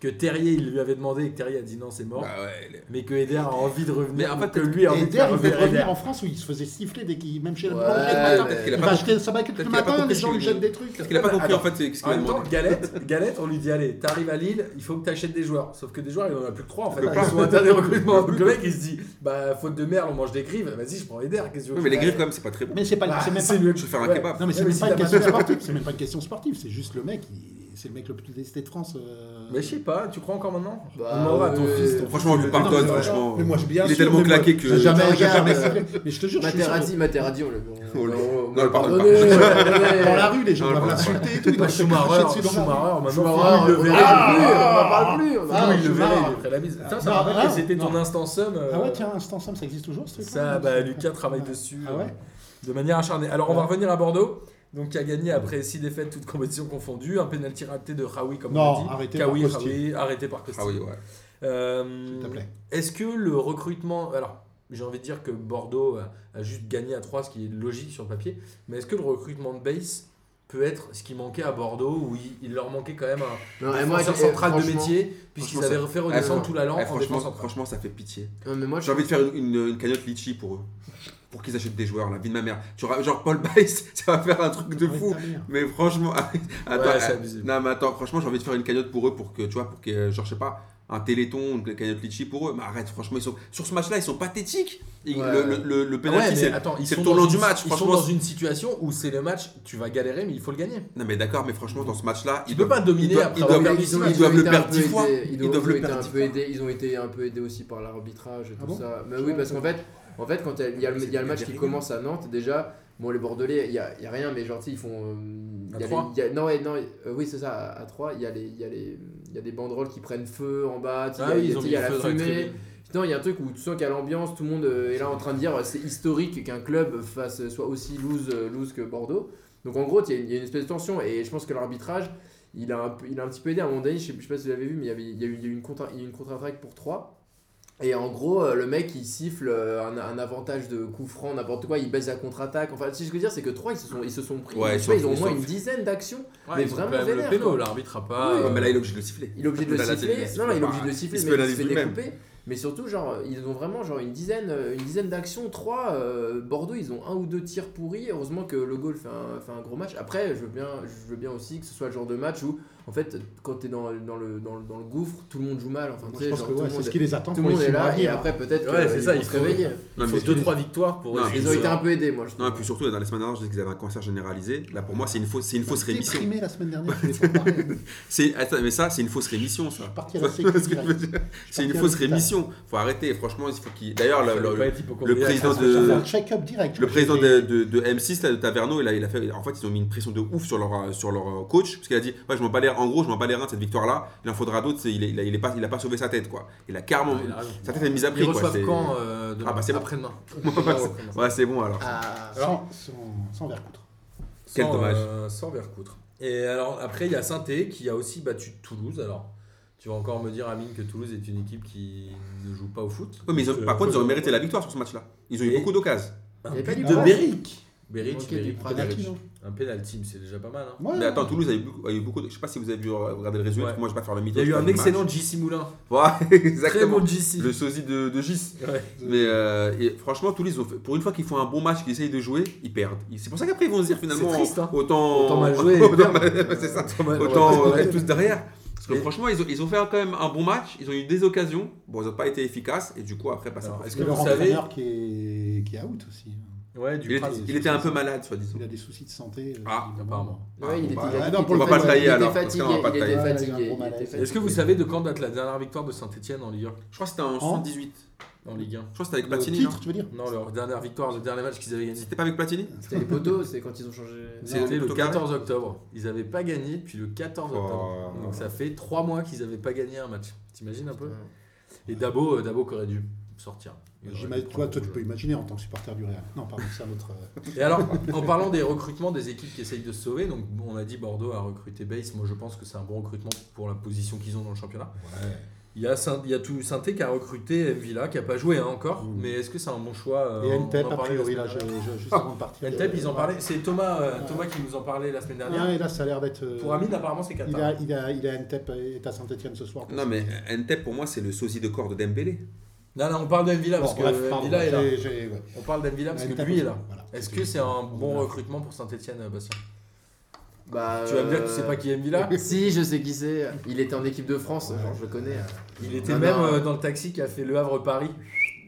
[SPEAKER 1] Que Terrier, il lui avait demandé et que Terrier a dit non, c'est mort.
[SPEAKER 2] Bah ouais, les-
[SPEAKER 1] Mais que Eder a envie de revenir.
[SPEAKER 2] Mais en
[SPEAKER 1] ou
[SPEAKER 2] fait,
[SPEAKER 1] que lui a envie
[SPEAKER 4] Et
[SPEAKER 1] de
[SPEAKER 4] Der,
[SPEAKER 1] faire
[SPEAKER 4] il devait
[SPEAKER 1] revenir Eder.
[SPEAKER 4] revenir en France où il se faisait siffler dès qu'il, même chez le
[SPEAKER 3] Ouais,
[SPEAKER 4] boulanger le matin.
[SPEAKER 3] mais-
[SPEAKER 2] peut-être qu'il a
[SPEAKER 4] Il
[SPEAKER 2] pas
[SPEAKER 4] va
[SPEAKER 2] compris.
[SPEAKER 4] acheter sa baguette
[SPEAKER 2] peut-être
[SPEAKER 4] le
[SPEAKER 2] qu'il a pas
[SPEAKER 4] matin,
[SPEAKER 2] compris
[SPEAKER 4] les
[SPEAKER 2] ce
[SPEAKER 4] gens
[SPEAKER 2] qu'il
[SPEAKER 4] lui
[SPEAKER 2] lui-
[SPEAKER 4] jettent des trucs.
[SPEAKER 2] Parce qu'il a pas compris en fait c'est ce
[SPEAKER 1] En
[SPEAKER 2] qu'il a
[SPEAKER 1] même temps,
[SPEAKER 2] demandé.
[SPEAKER 1] Galette, Galette, on lui dit allez, t'arrives à Lille, il faut que t'achètes des joueurs. Sauf que des joueurs, il en a plus que 3 en fait.
[SPEAKER 2] Le
[SPEAKER 1] Ils
[SPEAKER 2] plan.
[SPEAKER 1] sont interdits au recrutement. Donc le mec, il se dit bah, faute de merde, on mange des griffes. Vas-y, je prends Eder. Qu'est-ce que tu veux
[SPEAKER 2] Oui,
[SPEAKER 1] que
[SPEAKER 2] mais les
[SPEAKER 1] je
[SPEAKER 2] griffes
[SPEAKER 1] fasse
[SPEAKER 2] quand même Ah, c'est pas très bon.
[SPEAKER 4] Mais c'est pas,
[SPEAKER 1] Bah,
[SPEAKER 4] c'est même
[SPEAKER 3] hein.
[SPEAKER 1] c'est
[SPEAKER 4] pas,
[SPEAKER 1] mieux
[SPEAKER 2] Je vais faire un
[SPEAKER 1] Ouais.
[SPEAKER 2] kebab.
[SPEAKER 4] non mais c'est
[SPEAKER 1] Ouais, mais
[SPEAKER 4] même
[SPEAKER 1] si
[SPEAKER 4] pas
[SPEAKER 1] t'as
[SPEAKER 4] une
[SPEAKER 1] pas
[SPEAKER 4] question
[SPEAKER 1] de-
[SPEAKER 4] sportive. C'est même pas une question sportive. C'est juste le mec. il- C'est le mec le plus détesté de France. euh.
[SPEAKER 1] Mais je sais pas, tu crois encore maintenant
[SPEAKER 3] Bah,
[SPEAKER 1] On aura ton
[SPEAKER 3] ouais.
[SPEAKER 1] fils, ton
[SPEAKER 2] Franchement on lui pardonne,
[SPEAKER 4] mais voilà.
[SPEAKER 2] franchement.
[SPEAKER 4] Mais moi, j'ai bien
[SPEAKER 2] Il est
[SPEAKER 4] sûr,
[SPEAKER 2] tellement
[SPEAKER 4] mais moi,
[SPEAKER 2] claqué que.
[SPEAKER 4] J'ai jamais, j'ai
[SPEAKER 3] regarde.
[SPEAKER 4] jamais sifflé. Mais je te jure, je suis sûr
[SPEAKER 3] Materazzi, Materazzi, on le. on-
[SPEAKER 2] On Oh, le-
[SPEAKER 3] on-
[SPEAKER 2] non,
[SPEAKER 3] on
[SPEAKER 2] on le pardonne
[SPEAKER 3] pardonne,
[SPEAKER 2] pas.
[SPEAKER 3] on le
[SPEAKER 4] que
[SPEAKER 3] pardonne.
[SPEAKER 4] dans la rue, les gens
[SPEAKER 2] Non,
[SPEAKER 4] doivent
[SPEAKER 2] non,
[SPEAKER 4] l'insulter et tout. Ils
[SPEAKER 1] Bah,
[SPEAKER 4] doivent se cracher
[SPEAKER 1] Schumacher,
[SPEAKER 4] dessus dans la rue.
[SPEAKER 1] Schumacher, maintenant,
[SPEAKER 3] Schumacher,
[SPEAKER 1] il le
[SPEAKER 3] on-
[SPEAKER 1] verrait.
[SPEAKER 3] Ah,
[SPEAKER 1] il le verrait.
[SPEAKER 3] on en parle plus, on en
[SPEAKER 1] Ah,
[SPEAKER 3] parle
[SPEAKER 1] oui, il le verrait,
[SPEAKER 4] Schumacher.
[SPEAKER 1] il lui ferait la bise. Putain, ça me
[SPEAKER 4] Non,
[SPEAKER 1] rappelle
[SPEAKER 4] non,
[SPEAKER 1] que c'était ton
[SPEAKER 4] Ah, non.
[SPEAKER 1] instant somme. euh,
[SPEAKER 4] Ah ouais, tiens, instant Sam, ça existe toujours ce truc
[SPEAKER 1] Ça, bah, Lucas travaille dessus
[SPEAKER 4] Ah ouais
[SPEAKER 1] euh, de manière acharnée. Alors, on va
[SPEAKER 4] Ouais.
[SPEAKER 1] revenir à Bordeaux. Donc, qui a gagné après 6 défaites, toutes compétitions confondues. Un penalty raté de Raoui, comme
[SPEAKER 4] Non,
[SPEAKER 1] on l'a dit.
[SPEAKER 4] arrêté
[SPEAKER 1] Kawi,
[SPEAKER 4] par Costi.
[SPEAKER 1] Raoui, arrêté par Costi.
[SPEAKER 2] Ah oui ouais.
[SPEAKER 1] Euh,
[SPEAKER 4] S'il te plaît.
[SPEAKER 1] Est-ce que le recrutement. Alors, j'ai envie de dire que Bordeaux a, a juste gagné à 3, ce qui est logique sur le papier. Mais est-ce que le recrutement de base peut être ce qui manquait à Bordeaux, où il, il leur manquait quand même un
[SPEAKER 3] Non, et moi,
[SPEAKER 1] défenseur
[SPEAKER 3] eh,
[SPEAKER 1] central de
[SPEAKER 3] franchement-
[SPEAKER 1] métier, puisqu'ils
[SPEAKER 2] franchement,
[SPEAKER 1] avaient
[SPEAKER 2] ça-
[SPEAKER 1] refait
[SPEAKER 2] Ah,
[SPEAKER 1] redescendre
[SPEAKER 2] fran-
[SPEAKER 1] tout l'allant en
[SPEAKER 2] Ah,
[SPEAKER 1] défense
[SPEAKER 2] franchement,
[SPEAKER 1] centrale.
[SPEAKER 2] franchement, ça fait pitié.
[SPEAKER 3] Non, mais moi, je
[SPEAKER 2] J'ai envie de faire une, une- une cagnotte litchi pour eux. Pour qu'ils achètent des joueurs, la vie de ma mère. Tu auras- genre Paul Bice, ça va faire un truc de
[SPEAKER 4] Arrête
[SPEAKER 2] fou.
[SPEAKER 4] ta mère.
[SPEAKER 2] Mais franchement, arrête. attends,
[SPEAKER 1] Ouais, c'est
[SPEAKER 2] euh,
[SPEAKER 1] abusé.
[SPEAKER 2] non mais attends, franchement, j'ai envie de faire une cagnotte pour eux pour que tu vois, pour que euh, genre je sais pas, un téléthon, une cagnotte litchi pour eux. Mais arrête, franchement, ils sont sur ce match-là, ils sont pathétiques. Ils-
[SPEAKER 3] Ouais.
[SPEAKER 2] Le, le, le, le
[SPEAKER 1] Ah
[SPEAKER 2] penalty,
[SPEAKER 1] ouais, mais
[SPEAKER 2] c'est
[SPEAKER 1] attends, ils
[SPEAKER 2] c'est
[SPEAKER 1] sont
[SPEAKER 2] le tournant
[SPEAKER 1] dans
[SPEAKER 2] du
[SPEAKER 1] une- Ils
[SPEAKER 2] match,
[SPEAKER 1] sont
[SPEAKER 2] franchement.
[SPEAKER 1] dans une situation où c'est le match, tu vas galérer, mais il faut le gagner.
[SPEAKER 2] Non mais d'accord, mais franchement, dans ce match-là,
[SPEAKER 1] Tu
[SPEAKER 2] ils
[SPEAKER 1] peux
[SPEAKER 2] doivent-
[SPEAKER 1] pas dominer
[SPEAKER 2] ils doivent-
[SPEAKER 1] après
[SPEAKER 2] ils
[SPEAKER 1] avoir
[SPEAKER 2] doivent-
[SPEAKER 1] perdu
[SPEAKER 2] ils
[SPEAKER 1] ce
[SPEAKER 2] doivent-
[SPEAKER 1] match.
[SPEAKER 2] ils doivent le
[SPEAKER 3] été un
[SPEAKER 2] perdre
[SPEAKER 3] peu
[SPEAKER 2] dix fois.
[SPEAKER 3] aidés,
[SPEAKER 2] Ils
[SPEAKER 3] Ils ont-
[SPEAKER 2] doivent
[SPEAKER 3] ils ont
[SPEAKER 2] le
[SPEAKER 3] été un
[SPEAKER 2] perdre dix
[SPEAKER 3] peu
[SPEAKER 2] fois.
[SPEAKER 3] aidés. Ils ont été un peu aidés aussi par l'arbitrage et
[SPEAKER 4] Ah
[SPEAKER 3] tout
[SPEAKER 4] bon
[SPEAKER 3] ça. Mais
[SPEAKER 4] Je
[SPEAKER 3] oui,
[SPEAKER 4] vois
[SPEAKER 3] parce qu'en
[SPEAKER 4] pas.
[SPEAKER 3] fait, en fait, quand il y a le, il y a le match qui
[SPEAKER 2] Terrible.
[SPEAKER 3] commence à Nantes, déjà, bon, les Bordelais, il y a, il y a rien, mais genre, tu sais, ils font. euh, il y a
[SPEAKER 1] À
[SPEAKER 3] les-
[SPEAKER 1] trois.
[SPEAKER 3] il y a- Non, ouais, non, euh, oui, c'est ça. à- À 3 il y a les, il y a les, il y a des banderoles qui prennent feu en bas. tu sais,
[SPEAKER 1] Ah
[SPEAKER 3] il y a-
[SPEAKER 1] oui,
[SPEAKER 3] il y
[SPEAKER 1] ils
[SPEAKER 3] a-
[SPEAKER 1] ont
[SPEAKER 3] tu sais,
[SPEAKER 1] mis
[SPEAKER 3] il y a
[SPEAKER 1] le
[SPEAKER 3] la
[SPEAKER 1] feu dans les
[SPEAKER 3] fumée.
[SPEAKER 1] tribunes.
[SPEAKER 3] Putain, il y a un truc où tu sens qu'il y a l'ambiance, tout le monde euh, est là en train de dire euh, c'est historique qu'un club fasse euh, soit aussi loose, euh, loose que Bordeaux. Donc en gros, il y a une- il y, a une espèce de tension et je pense que l'arbitrage, il a, un, peu- il a un petit peu aidé à un moment donné, je sais, je sais pas si vous l'avez vu, mais il y, avait, il y a eu il y a eu une contre- il y a eu une contre-attaque pour 3. Et en gros, euh, le mec il siffle euh, un, un avantage de coup franc, n'importe quoi, il baisse la contre-attaque. Enfin, si je veux dire, c'est que 3 ils se sont, ils se sont pris,
[SPEAKER 2] Ouais,
[SPEAKER 3] je
[SPEAKER 2] ils
[SPEAKER 3] sais pas,
[SPEAKER 2] sont-
[SPEAKER 3] ils ont au
[SPEAKER 2] ils
[SPEAKER 3] moins
[SPEAKER 2] sont-
[SPEAKER 3] une dizaine d'actions.
[SPEAKER 1] Ouais,
[SPEAKER 3] Mais
[SPEAKER 1] ils ont
[SPEAKER 3] vraiment
[SPEAKER 1] quand même
[SPEAKER 3] vénère,
[SPEAKER 1] le péno,
[SPEAKER 3] quoi.
[SPEAKER 1] l'arbitre a pas.
[SPEAKER 3] Oui,
[SPEAKER 2] Ouais,
[SPEAKER 1] euh,
[SPEAKER 2] mais là, il est obligé de le siffler.
[SPEAKER 3] Il est obligé de le
[SPEAKER 2] Là, là, c'est-
[SPEAKER 3] siffler.
[SPEAKER 2] c'est
[SPEAKER 3] Non, non, il est
[SPEAKER 2] pas-
[SPEAKER 3] obligé de le siffler,
[SPEAKER 2] il se
[SPEAKER 3] mais il
[SPEAKER 2] pénalise
[SPEAKER 3] se fait
[SPEAKER 2] lui-même.
[SPEAKER 3] découper. Mais surtout, genre, ils ont vraiment genre une dizaine, euh, une dizaine d'actions, trois. euh, Bordeaux, ils ont un ou deux tirs pourris. Heureusement que le goal fait un, fait un gros match. Après, je veux bien, je veux bien aussi que ce soit le genre de match où, en fait, quand t'es dans, dans, le, dans, le, dans le gouffre, tout le monde joue mal. Enfin,
[SPEAKER 4] Moi,
[SPEAKER 3] tu
[SPEAKER 4] Je
[SPEAKER 3] sais,
[SPEAKER 4] pense
[SPEAKER 3] genre,
[SPEAKER 4] que
[SPEAKER 3] tout
[SPEAKER 4] ouais,
[SPEAKER 3] le
[SPEAKER 4] c'est
[SPEAKER 3] monde,
[SPEAKER 4] ce qui les attend
[SPEAKER 3] tout
[SPEAKER 4] pour
[SPEAKER 3] le monde
[SPEAKER 4] les hein.
[SPEAKER 3] est là. Et
[SPEAKER 4] finales.
[SPEAKER 3] après, peut-être
[SPEAKER 1] Ouais,
[SPEAKER 3] que,
[SPEAKER 1] c'est
[SPEAKER 3] ils
[SPEAKER 1] ça,
[SPEAKER 3] vont
[SPEAKER 1] il
[SPEAKER 3] se
[SPEAKER 1] faut-
[SPEAKER 3] réveiller.
[SPEAKER 1] Il
[SPEAKER 2] Non,
[SPEAKER 1] faut
[SPEAKER 2] mais-
[SPEAKER 1] 2-3 victoires pour.
[SPEAKER 2] Non,
[SPEAKER 1] essayer
[SPEAKER 3] Ils
[SPEAKER 1] de
[SPEAKER 3] ont
[SPEAKER 1] se-
[SPEAKER 3] été un peu aidés, moi, je trouve.
[SPEAKER 2] Non, et puis surtout, dans la semaine dernière, je disais qu'ils avaient un cancer généralisé. Là, pour moi, c'est une fausse, c'est une fausse rémission.
[SPEAKER 4] déprimé la semaine dernière. je voulais pas parler.
[SPEAKER 2] C'est, attends, mais ça, c'est une fausse rémission, ça.
[SPEAKER 4] Partir à la sécu
[SPEAKER 2] Parce que je veux
[SPEAKER 4] direct.
[SPEAKER 2] dire, c'est une
[SPEAKER 4] parti à
[SPEAKER 2] fausse
[SPEAKER 4] l'hôpital.
[SPEAKER 2] rémission. Faut arrêter. Franchement, il faut qu'il. D'ailleurs, Ah, le,
[SPEAKER 1] Fallait
[SPEAKER 2] le-
[SPEAKER 1] pas être hypochondriaque.
[SPEAKER 2] le président
[SPEAKER 1] ah, Ça, ça,
[SPEAKER 2] de-
[SPEAKER 4] J'ai
[SPEAKER 1] ça,
[SPEAKER 4] fait
[SPEAKER 1] ça.
[SPEAKER 4] un check-up direct.
[SPEAKER 2] le président
[SPEAKER 4] J'ai-
[SPEAKER 2] de, de- de M6, là, de Taverneau, il a, il a fait. En fait, ils ont mis une pression de ouf sur leur, euh, sur leur euh, coach. Parce qu'il a dit ouais, je m'en bats les, En gros, je m'en bats les reins de cette victoire-là. Il en faudra d'autres. c'est- Il, est- il, a, il est pas, il a pas sauvé sa tête, quoi. Il a carrément.
[SPEAKER 1] Il a raison.
[SPEAKER 2] sa tête est mise à prix,
[SPEAKER 1] Ils
[SPEAKER 2] quoi,
[SPEAKER 1] reçoivent
[SPEAKER 2] c'est-
[SPEAKER 1] quand euh, demain
[SPEAKER 2] Ah, bah, c'est bon.
[SPEAKER 1] Après-demain.
[SPEAKER 2] Ouais, c'est bon alors.
[SPEAKER 3] Ah,
[SPEAKER 4] Sans, sans, sans vercoutre.
[SPEAKER 2] Quel
[SPEAKER 1] Sans,
[SPEAKER 2] dommage.
[SPEAKER 1] euh, sans Vercoutre. Et alors, après, il y a saint qui a aussi battu Toulouse. Alors, tu vas encore me dire, Amine, que Toulouse est une équipe qui ne joue pas au foot.
[SPEAKER 2] Ouais, mais ils ont-
[SPEAKER 1] Donc,
[SPEAKER 2] par
[SPEAKER 1] euh,
[SPEAKER 2] contre, ils auraient mérité la victoire sur ce match-là. Ils ont eu
[SPEAKER 1] Et-
[SPEAKER 2] beaucoup d'occasions.
[SPEAKER 1] Un
[SPEAKER 3] Il y avait pas
[SPEAKER 1] but
[SPEAKER 3] du
[SPEAKER 1] de
[SPEAKER 4] bras.
[SPEAKER 1] Beric.
[SPEAKER 3] Il
[SPEAKER 1] Beric,
[SPEAKER 3] manquait du
[SPEAKER 1] Beric,
[SPEAKER 3] bras
[SPEAKER 1] Beric.
[SPEAKER 4] Penalty, non
[SPEAKER 1] Un penalty, mais c'est déjà pas mal. hein.
[SPEAKER 4] Ouais.
[SPEAKER 2] Mais attends, Toulouse a eu beaucoup, a eu beaucoup de- Je sais pas si vous avez vu, euh, regardé le résumé,
[SPEAKER 1] Ouais.
[SPEAKER 2] parce que moi je vais pas faire le
[SPEAKER 1] Il
[SPEAKER 2] mytho.
[SPEAKER 1] y a eu
[SPEAKER 2] j'ai
[SPEAKER 1] un
[SPEAKER 2] pas vu le match.
[SPEAKER 1] excellent JC Moulin.
[SPEAKER 2] Ouais,
[SPEAKER 1] Très
[SPEAKER 2] exactement.
[SPEAKER 1] bon JC.
[SPEAKER 2] Le sosie de, de Gis.
[SPEAKER 1] Ouais.
[SPEAKER 2] Mais euh, et franchement, Toulouse, ont fait- pour une fois qu'ils font un bon match, qu'ils essayent de jouer, ils perdent. Ils- C'est pour ça qu'après ils vont se dire finalement.
[SPEAKER 1] C'est triste, hein.
[SPEAKER 2] Autant...
[SPEAKER 1] Autant mal jouer.
[SPEAKER 2] autant mal- c'est ça.
[SPEAKER 1] Autant mal-
[SPEAKER 2] Autant
[SPEAKER 1] Ouais.
[SPEAKER 2] être tous derrière. Parce que
[SPEAKER 1] Et-
[SPEAKER 2] franchement, ils ont, ils ont fait quand même un bon match, ils ont eu des occasions. Bon, ils n'ont pas été efficaces, et du coup, après, pas ça.
[SPEAKER 1] Alors, Est-ce
[SPEAKER 4] Parce
[SPEAKER 1] que
[SPEAKER 4] que leur
[SPEAKER 1] vous savez.
[SPEAKER 4] entraîneur qui est, qui est out aussi. hein.
[SPEAKER 1] Ouais,
[SPEAKER 2] Il,
[SPEAKER 1] du
[SPEAKER 2] était-
[SPEAKER 1] Prince.
[SPEAKER 2] il était un peu malade, soi-disant.
[SPEAKER 4] Il a des soucis de santé. euh,
[SPEAKER 2] Ah,
[SPEAKER 4] visiblement.
[SPEAKER 1] apparemment.
[SPEAKER 2] Ah,
[SPEAKER 3] Ouais, il
[SPEAKER 2] bon,
[SPEAKER 3] était
[SPEAKER 2] bah,
[SPEAKER 3] fatigué,
[SPEAKER 4] non, pour
[SPEAKER 3] il
[SPEAKER 4] le
[SPEAKER 3] était
[SPEAKER 4] pas le tailler,
[SPEAKER 2] alors, parce
[SPEAKER 3] fatigué,
[SPEAKER 2] qu'on va pas le
[SPEAKER 3] il était
[SPEAKER 4] tailler.
[SPEAKER 3] fatigué,
[SPEAKER 4] Ouais, il a un gros
[SPEAKER 3] il était
[SPEAKER 4] malaise.
[SPEAKER 3] fatigué.
[SPEAKER 1] Est-ce que vous savez de quand date la dernière victoire de Saint-Etienne en Ligue 1
[SPEAKER 2] Je crois que c'était en 118.
[SPEAKER 1] en Ligue 1.
[SPEAKER 2] Je crois que c'était avec
[SPEAKER 4] Le
[SPEAKER 2] Platini.
[SPEAKER 4] titre,
[SPEAKER 2] non
[SPEAKER 4] tu veux dire
[SPEAKER 1] Non, leur dernière victoire, le dernier match qu'ils avaient gagné,
[SPEAKER 2] C'était pas avec Platini
[SPEAKER 3] C'était les poteaux, c'est quand ils ont changé.
[SPEAKER 1] c'était le
[SPEAKER 2] plutôt carré.
[SPEAKER 1] 14 octobre. Ils n'avaient pas gagné depuis le 14 octobre.
[SPEAKER 2] Oh.
[SPEAKER 1] Donc ça fait 3 mois qu'ils n'avaient pas gagné un match. T'imagines un peu
[SPEAKER 3] Ouais.
[SPEAKER 1] Et Dabo, euh, Dabo qui aurait dû sortir. Il aurait
[SPEAKER 4] J'imagine-
[SPEAKER 1] dû
[SPEAKER 4] Toi,
[SPEAKER 1] prendre
[SPEAKER 4] toi,
[SPEAKER 1] le
[SPEAKER 4] tu peux
[SPEAKER 1] rouge.
[SPEAKER 4] imaginer en tant que supporter du Real. Non, pardon, c'est un autre. euh,
[SPEAKER 1] Et alors, en parlant des recrutements des équipes qui essayent de se sauver, donc bon, on a dit Bordeaux a recruté Base. Moi, je pense que c'est un bon recrutement pour la position qu'ils ont dans le championnat. Il y a, Saint- il y a tout Sainté qui a recruté Villa, qui n'a pas joué hein, encore,
[SPEAKER 4] Mm.
[SPEAKER 1] mais est-ce que c'est un bon choix euh, on-
[SPEAKER 4] Et
[SPEAKER 1] on en
[SPEAKER 4] NTEP, a
[SPEAKER 1] parlait la
[SPEAKER 4] priori,
[SPEAKER 1] semaine
[SPEAKER 4] là, je-
[SPEAKER 1] dernière.
[SPEAKER 4] je- juste avant de partir.
[SPEAKER 1] NTEP, E ils en
[SPEAKER 4] Ouais.
[SPEAKER 1] parlaient. C'est Thomas, euh,
[SPEAKER 4] Ouais.
[SPEAKER 1] Thomas qui nous en parlait la semaine dernière.
[SPEAKER 4] Ah, et là, ça a l'air d'être. euh,
[SPEAKER 1] Pour Amine, apparemment, c'est
[SPEAKER 4] Il
[SPEAKER 1] Qatar.
[SPEAKER 4] a, il a, il a E NTEP est à Saint-Etienne ce soir.
[SPEAKER 2] Non, mais Ntep pour moi, c'est le sosie de corps de Dembélé.
[SPEAKER 1] Non, non, on parle d'Envila
[SPEAKER 4] Bon,
[SPEAKER 1] parce
[SPEAKER 4] bref,
[SPEAKER 1] que
[SPEAKER 4] pardon,
[SPEAKER 1] Envila est là.
[SPEAKER 4] j'ai- j'ai- ouais. E
[SPEAKER 1] On parle d'Envila parce que
[SPEAKER 4] NTEP
[SPEAKER 1] lui est
[SPEAKER 4] aussi,
[SPEAKER 1] là.
[SPEAKER 4] voilà.
[SPEAKER 1] Est-ce que c'est un bon
[SPEAKER 4] Voilà.
[SPEAKER 1] recrutement pour Saint-Etienne, euh, Bastien
[SPEAKER 3] Bah,
[SPEAKER 1] Tu vas me dire que tu
[SPEAKER 3] euh,
[SPEAKER 1] sais pas qui est Envila
[SPEAKER 3] Si, je sais qui c'est. Il était en équipe de France, genre je le connais. hein.
[SPEAKER 1] Il était
[SPEAKER 3] Non,
[SPEAKER 1] même
[SPEAKER 3] non.
[SPEAKER 1] euh, dans le taxi qui a fait Le Havre-Paris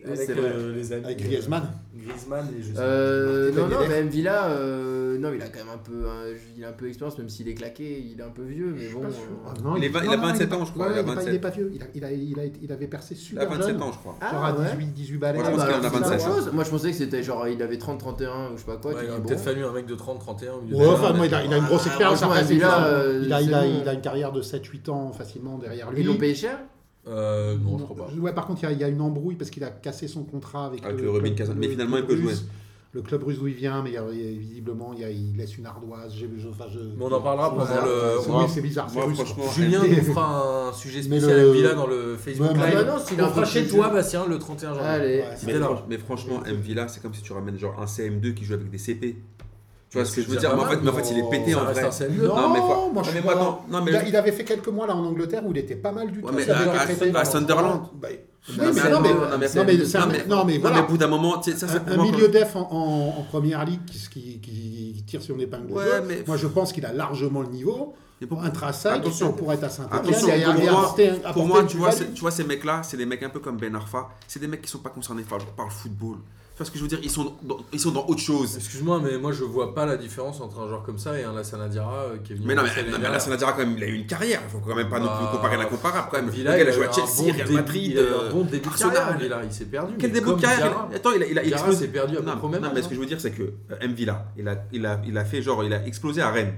[SPEAKER 3] Oui,
[SPEAKER 1] avec
[SPEAKER 3] c'est vrai.
[SPEAKER 1] euh, les amis.
[SPEAKER 4] Avec Griezmann.
[SPEAKER 1] Griezmann et je sais
[SPEAKER 3] Euh, non, non,
[SPEAKER 4] Daniel.
[SPEAKER 3] mais Villa, euh, non, il a quand même un peu, hein, il a un peu d'expérience, même s'il est claqué, il est un peu vieux, mais bon.
[SPEAKER 4] Ah
[SPEAKER 3] euh,
[SPEAKER 2] il est vingt- il a 27 ans, je crois,
[SPEAKER 4] ouais,
[SPEAKER 2] il a
[SPEAKER 4] il est pas-
[SPEAKER 2] 27.
[SPEAKER 4] Il est pas vieux. Il, a- il, a- il, a- il avait percé
[SPEAKER 2] Il a
[SPEAKER 4] super
[SPEAKER 2] 27
[SPEAKER 4] jeune.
[SPEAKER 2] ans, je crois.
[SPEAKER 3] Ah,
[SPEAKER 4] Genre à
[SPEAKER 3] ouais.
[SPEAKER 4] 18, 18 balais.
[SPEAKER 2] Moi, je pense
[SPEAKER 3] bah,
[SPEAKER 2] qu'il en a
[SPEAKER 3] c'est la
[SPEAKER 2] 27.
[SPEAKER 3] chose. Moi, je pensais que c'était genre, il avait 30, 31 ou je sais pas quoi.
[SPEAKER 1] Ouais,
[SPEAKER 3] tu
[SPEAKER 1] il aurait
[SPEAKER 3] dis,
[SPEAKER 1] peut-être
[SPEAKER 3] bon.
[SPEAKER 1] fallu un mec de 30, 31. milieu de
[SPEAKER 4] Ouais,
[SPEAKER 1] terrain,
[SPEAKER 4] enfin, moi, il a, il a une grosse
[SPEAKER 3] Ah,
[SPEAKER 4] expérience.
[SPEAKER 3] franchement,
[SPEAKER 4] après, c'est
[SPEAKER 3] Villa,
[SPEAKER 4] différent.
[SPEAKER 3] euh,
[SPEAKER 4] il, a, il, a,
[SPEAKER 3] c'est bon.
[SPEAKER 4] il a une carrière de 7-8 ans facilement derrière lui.
[SPEAKER 3] Ils l'ont payé cher
[SPEAKER 1] Euh, non, je crois pas.
[SPEAKER 4] Ouais, par contre, il y a- il y, a une embrouille parce qu'il a cassé son contrat avec,
[SPEAKER 2] Avec le Rubin
[SPEAKER 4] club-
[SPEAKER 2] Kazan.
[SPEAKER 4] le
[SPEAKER 2] Mais finalement,
[SPEAKER 4] club
[SPEAKER 2] il peut jouer.
[SPEAKER 4] russe. Le club russe d'où il vient, mais il y a- il y a- visiblement, il, y a- il laisse une ardoise. J'ai- je- enfin, je-
[SPEAKER 1] Mais on en parlera pendant
[SPEAKER 4] Voilà.
[SPEAKER 1] le-
[SPEAKER 4] Oui,
[SPEAKER 2] moi-
[SPEAKER 4] c'est bizarre. c'est
[SPEAKER 2] Moi,
[SPEAKER 4] russe, quoi.
[SPEAKER 2] franchement,
[SPEAKER 1] Julien
[SPEAKER 4] NTEP.
[SPEAKER 1] nous fera un sujet
[SPEAKER 4] Mais
[SPEAKER 1] spécial
[SPEAKER 4] le-
[SPEAKER 1] Villa dans le Facebook
[SPEAKER 4] Ouais,
[SPEAKER 1] Live.
[SPEAKER 4] mais-
[SPEAKER 3] Ah bah non, s'il a
[SPEAKER 1] on
[SPEAKER 3] un
[SPEAKER 1] fera
[SPEAKER 3] peu
[SPEAKER 1] chez
[SPEAKER 3] de
[SPEAKER 1] toi,
[SPEAKER 3] jeu.
[SPEAKER 1] Bastien, le 31 janvier.
[SPEAKER 3] Allez.
[SPEAKER 4] Ouais.
[SPEAKER 1] C'était
[SPEAKER 2] Mais,
[SPEAKER 1] là.
[SPEAKER 2] franch- mais franchement, M. Villa, c'est comme si tu ramènes genre un CM2 qui joue avec des CP. Tu vois ce que je veux dire mais en, fait, mais en fait, il est pété
[SPEAKER 1] Ça
[SPEAKER 2] en
[SPEAKER 1] reste
[SPEAKER 2] vrai.
[SPEAKER 1] un CM2.
[SPEAKER 4] Non,
[SPEAKER 2] Non, mais faut-
[SPEAKER 4] moi, je
[SPEAKER 2] non, mais
[SPEAKER 4] suis
[SPEAKER 2] moi,
[SPEAKER 4] pas-
[SPEAKER 2] non, non, mais-
[SPEAKER 4] il, a- il avait fait quelques mois là en Angleterre où il était pas mal du tout.
[SPEAKER 2] Ouais, mais
[SPEAKER 4] ça avait
[SPEAKER 2] à-
[SPEAKER 4] été
[SPEAKER 2] à-
[SPEAKER 4] prêté
[SPEAKER 2] à
[SPEAKER 4] dans-
[SPEAKER 2] Sunderland. euh,
[SPEAKER 4] Bah, oui,
[SPEAKER 3] Non,
[SPEAKER 4] mais
[SPEAKER 3] mais
[SPEAKER 4] non,
[SPEAKER 3] attends,
[SPEAKER 4] mais-
[SPEAKER 3] non, mais
[SPEAKER 4] non, mais
[SPEAKER 2] c'est-
[SPEAKER 4] c'est un-
[SPEAKER 2] non, mais-
[SPEAKER 4] non, mais
[SPEAKER 2] Non, mais
[SPEAKER 4] voilà.
[SPEAKER 2] au bout d'un moment, tu sais, ça, c'est
[SPEAKER 4] un,
[SPEAKER 2] pour
[SPEAKER 4] un
[SPEAKER 2] moi,
[SPEAKER 4] milieu def en, en- en première ligue qui, se- qui- qui- qui tire son épingle
[SPEAKER 2] Ouais,
[SPEAKER 4] du jeu.
[SPEAKER 2] mais-
[SPEAKER 4] Moi, je pense qu'il a largement le niveau.
[SPEAKER 2] Mais pour-
[SPEAKER 4] Pour un traçage,
[SPEAKER 2] Attention.
[SPEAKER 4] pour être à saint
[SPEAKER 2] Attention,
[SPEAKER 4] et,
[SPEAKER 2] pour
[SPEAKER 4] et
[SPEAKER 2] moi-
[SPEAKER 4] apporter un-
[SPEAKER 2] Pour
[SPEAKER 4] apporter
[SPEAKER 2] moi,
[SPEAKER 4] une
[SPEAKER 2] tu vois,
[SPEAKER 4] plus-value.
[SPEAKER 2] c'est- tu vois, ces mecs-là, c'est des mecs un peu comme Ben Arfa. C'est des mecs qui sont pas concernés par, par le football. Tu vois ce que je veux dire Ils sont dans, ils sont dans autre chose.
[SPEAKER 1] Excuse-moi, mais moi je vois pas la différence entre un joueur comme ça et un Lassana Diarra euh, qui est venu.
[SPEAKER 2] Mais non, mais,
[SPEAKER 1] remplacer
[SPEAKER 2] non, mais
[SPEAKER 1] Leila.
[SPEAKER 2] là, ça dira quand même, il a eu une carrière. Il faut quand même pas non
[SPEAKER 1] Bah,
[SPEAKER 2] plus comparer l'incomparable quand même.
[SPEAKER 1] Villa,
[SPEAKER 2] Le gars, il a
[SPEAKER 1] eu
[SPEAKER 2] joué
[SPEAKER 1] un
[SPEAKER 2] à Chelsea,
[SPEAKER 1] bon
[SPEAKER 2] Real
[SPEAKER 1] début-
[SPEAKER 2] Madrid.
[SPEAKER 1] il a eu un bon
[SPEAKER 2] euh,
[SPEAKER 1] début de
[SPEAKER 2] Arsenal.
[SPEAKER 1] carrière. Villa, il s'est perdu.
[SPEAKER 2] Quel
[SPEAKER 1] mais
[SPEAKER 2] début de
[SPEAKER 1] comme
[SPEAKER 2] carrière
[SPEAKER 1] Diarra,
[SPEAKER 2] il- Attends, il a, il a
[SPEAKER 1] Diarra
[SPEAKER 2] explosé.
[SPEAKER 1] s'est perdu à peu
[SPEAKER 2] Non,
[SPEAKER 1] près au même hein.
[SPEAKER 2] non, mais ce que je veux dire, c'est que euh, M. Villa, il a, il, a, il a fait genre, il a explosé à Rennes.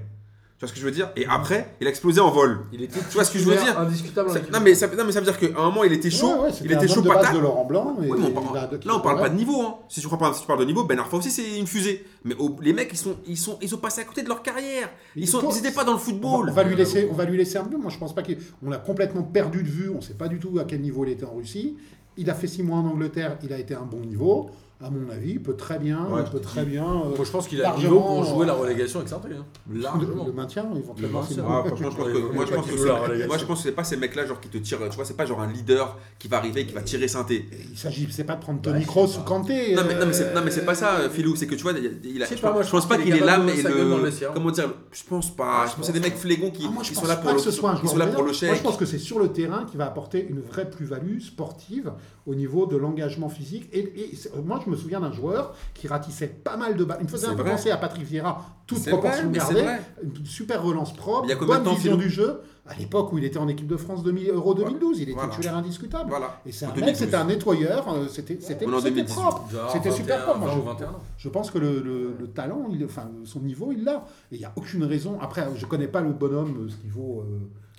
[SPEAKER 2] Tu vois ce que je veux dire Et
[SPEAKER 4] Mm.
[SPEAKER 2] après, il a explosé en vol.
[SPEAKER 1] Il était
[SPEAKER 2] Tu vois ce que je veux dire
[SPEAKER 1] indiscutable. en
[SPEAKER 2] Ça-
[SPEAKER 3] hein.
[SPEAKER 1] équipe.
[SPEAKER 2] non, mais ça, non, mais ça veut dire qu'à un moment, il était chaud.
[SPEAKER 4] Ouais, ouais, c'était
[SPEAKER 2] il était
[SPEAKER 4] un
[SPEAKER 2] chaud
[SPEAKER 4] homme de base
[SPEAKER 2] patate.
[SPEAKER 4] de Laurent Blanc. et-
[SPEAKER 2] Oui, mais on parle-
[SPEAKER 4] et il a deux-
[SPEAKER 2] là, on parle pas de niveau. hein. Si, tu crois pas, si tu parles de niveau, Ben Arfa aussi, c'est une fusée. Mais au- les mecs, ils sont, ils, sont, ils sont passés à côté de leur carrière. Ils
[SPEAKER 4] Toi-
[SPEAKER 2] n'étaient pas dans le
[SPEAKER 4] On va,
[SPEAKER 2] football.
[SPEAKER 4] on va lui laisser, on va lui laisser un peu. Moi, je pense pas qu'on l'a complètement perdu de vue. On sait pas du tout à quel niveau il était en Russie. Il a fait six mois en Angleterre. Il a été à un bon niveau. À mon avis, il peut très bien,
[SPEAKER 2] Ouais,
[SPEAKER 4] il
[SPEAKER 2] je
[SPEAKER 4] peut
[SPEAKER 2] te
[SPEAKER 4] très bien. euh,
[SPEAKER 1] Moi je pense qu'il a le
[SPEAKER 4] Largement,
[SPEAKER 1] niveau pour jouer la
[SPEAKER 4] euh,
[SPEAKER 1] relégation Hein. avec Saint-Étienne. Largement.
[SPEAKER 4] Le maintien,
[SPEAKER 1] Le
[SPEAKER 4] éventuellement.
[SPEAKER 1] maintien.
[SPEAKER 4] c'est bon.
[SPEAKER 2] Ah, franchement, je pense que- moi, je pense que
[SPEAKER 1] Ouais, ouais,
[SPEAKER 2] c'est-
[SPEAKER 1] ouais.
[SPEAKER 2] moi, je pense que c'est pas ces mecs-là genre, qui te tirent. Tu vois, c'est pas genre un leader qui va arriver et qui va tirer synthé.
[SPEAKER 4] Il s'agit, c'est pas de prendre
[SPEAKER 1] Bah,
[SPEAKER 4] Tony
[SPEAKER 1] je
[SPEAKER 4] Kroos
[SPEAKER 1] sais
[SPEAKER 4] ou
[SPEAKER 1] pas.
[SPEAKER 4] Kanté.
[SPEAKER 2] Non mais, non, mais c'est,
[SPEAKER 4] euh,
[SPEAKER 2] non, mais c'est pas ça, euh, Philou, c'est que tu vois, il a- il a-
[SPEAKER 1] Je sais
[SPEAKER 2] je,
[SPEAKER 1] pas,
[SPEAKER 2] pense,
[SPEAKER 1] moi,
[SPEAKER 2] je pense pas qu'il est là,
[SPEAKER 1] capable de
[SPEAKER 2] mais
[SPEAKER 1] sa gueule dans le
[SPEAKER 2] le.
[SPEAKER 1] vestiaire.
[SPEAKER 2] Comment dire Je pense pas. Je pense que c'est des mecs flégons qui,
[SPEAKER 4] ah, moi, je
[SPEAKER 2] qui
[SPEAKER 4] pense
[SPEAKER 2] sont là
[SPEAKER 4] pas
[SPEAKER 2] pour le
[SPEAKER 4] que ce soit un
[SPEAKER 2] qui
[SPEAKER 4] joueur
[SPEAKER 2] sont là
[SPEAKER 4] de
[SPEAKER 2] pour le
[SPEAKER 4] talent. Moi, je
[SPEAKER 2] chèque.
[SPEAKER 4] pense que c'est sur le terrain qui va apporter une vraie plus-value sportive au niveau de l'engagement physique. Et, et c'est- moi, je me souviens d'un joueur qui ratissait pas mal de balles. Il me faisait
[SPEAKER 2] C'est
[SPEAKER 4] un peu
[SPEAKER 2] vrai.
[SPEAKER 4] penser à Patrick Vieira, toute
[SPEAKER 2] C'est
[SPEAKER 4] proportion
[SPEAKER 2] vrai, mais c'est
[SPEAKER 4] gardée.
[SPEAKER 2] vrai.
[SPEAKER 4] Une super relance propre,
[SPEAKER 2] Il y a combien de
[SPEAKER 4] bonne
[SPEAKER 2] temps,
[SPEAKER 4] vision
[SPEAKER 2] Philou
[SPEAKER 4] du jeu. À l'époque où il était en équipe de France 2000, Euro 2012, il était
[SPEAKER 2] Voilà.
[SPEAKER 4] titulaire indiscutable.
[SPEAKER 2] Voilà.
[SPEAKER 4] Et c'est un
[SPEAKER 2] En
[SPEAKER 4] mec,
[SPEAKER 2] 2012.
[SPEAKER 4] c'était un nettoyeur, euh, c'était c'était-
[SPEAKER 2] On est en
[SPEAKER 4] c'était
[SPEAKER 2] 2018.
[SPEAKER 4] propre.
[SPEAKER 1] Genre
[SPEAKER 4] C'était
[SPEAKER 1] 21,
[SPEAKER 4] super propre. Moi,
[SPEAKER 1] 20 ou
[SPEAKER 4] je,
[SPEAKER 1] 21 ans.
[SPEAKER 4] je pense que le, le- le talent, il, enfin, son niveau, il l'a. Et il n'y a aucune raison. Après, je ne connais pas le bonhomme, euh, ce niveau. euh,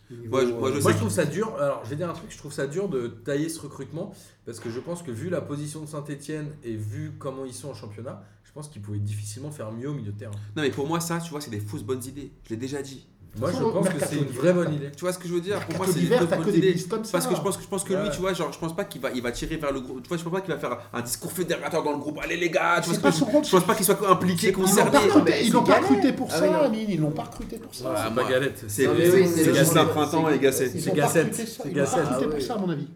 [SPEAKER 4] le niveau,
[SPEAKER 2] Moi, je- moi, je
[SPEAKER 1] Moi
[SPEAKER 4] euh,
[SPEAKER 2] sais
[SPEAKER 1] je trouve ça dur, alors je vais dire un truc, je trouve ça dur de tailler ce recrutement parce que je pense que vu la position de Saint-Etienne et vu comment ils sont en championnat, je pense qu'ils pouvaient difficilement faire mieux au milieu de terrain.
[SPEAKER 2] Non mais pour moi ça, tu vois, c'est des fausses bonnes idées. Je l'ai déjà dit.
[SPEAKER 1] Moi je
[SPEAKER 4] façon,
[SPEAKER 1] pense que
[SPEAKER 4] mercato
[SPEAKER 1] c'est une
[SPEAKER 4] d'hiver,
[SPEAKER 1] vraie bonne idée.
[SPEAKER 2] Tu vois ce que je veux dire Pour moi
[SPEAKER 4] Mercato
[SPEAKER 2] c'est des
[SPEAKER 4] d'hiver,
[SPEAKER 2] fausses
[SPEAKER 4] t'as que
[SPEAKER 2] bonnes
[SPEAKER 4] des
[SPEAKER 2] idées.
[SPEAKER 4] pistes comme ça.
[SPEAKER 2] Parce que je pense que je pense que
[SPEAKER 1] Ouais.
[SPEAKER 2] lui, tu vois, genre je pense pas qu'il va il va tirer vers le groupe. Tu vois, je pense pas qu'il va faire un discours fédérateur dans le groupe. Allez les gars, tu vois
[SPEAKER 4] C'est
[SPEAKER 2] ce
[SPEAKER 4] pas
[SPEAKER 2] que je
[SPEAKER 4] son rôle.
[SPEAKER 2] je pense pas qu'il soit impliqué,
[SPEAKER 4] Ils l'ont
[SPEAKER 2] concerné.
[SPEAKER 4] pas recruté- ils l'ont pas
[SPEAKER 3] galère.
[SPEAKER 4] recruté pour
[SPEAKER 3] Ah
[SPEAKER 4] ça,
[SPEAKER 3] oui, non.
[SPEAKER 4] Amine. Ils l'ont pas recruté pour ça.
[SPEAKER 2] Ouais,
[SPEAKER 1] C'est
[SPEAKER 2] moi-
[SPEAKER 1] pas galette.
[SPEAKER 2] C'est
[SPEAKER 3] Non, mais oui, c'est
[SPEAKER 2] c'est
[SPEAKER 3] le-
[SPEAKER 2] Gasset. printemps et Gasset.
[SPEAKER 4] Ils
[SPEAKER 1] Ah, c'est
[SPEAKER 4] l'ont pas
[SPEAKER 1] Gasset,
[SPEAKER 4] recruté ça,
[SPEAKER 1] c'est
[SPEAKER 4] ils l'ont pas
[SPEAKER 1] Gasset. Ah.
[SPEAKER 4] recruté pour
[SPEAKER 3] Ah
[SPEAKER 4] ça, à mon avis.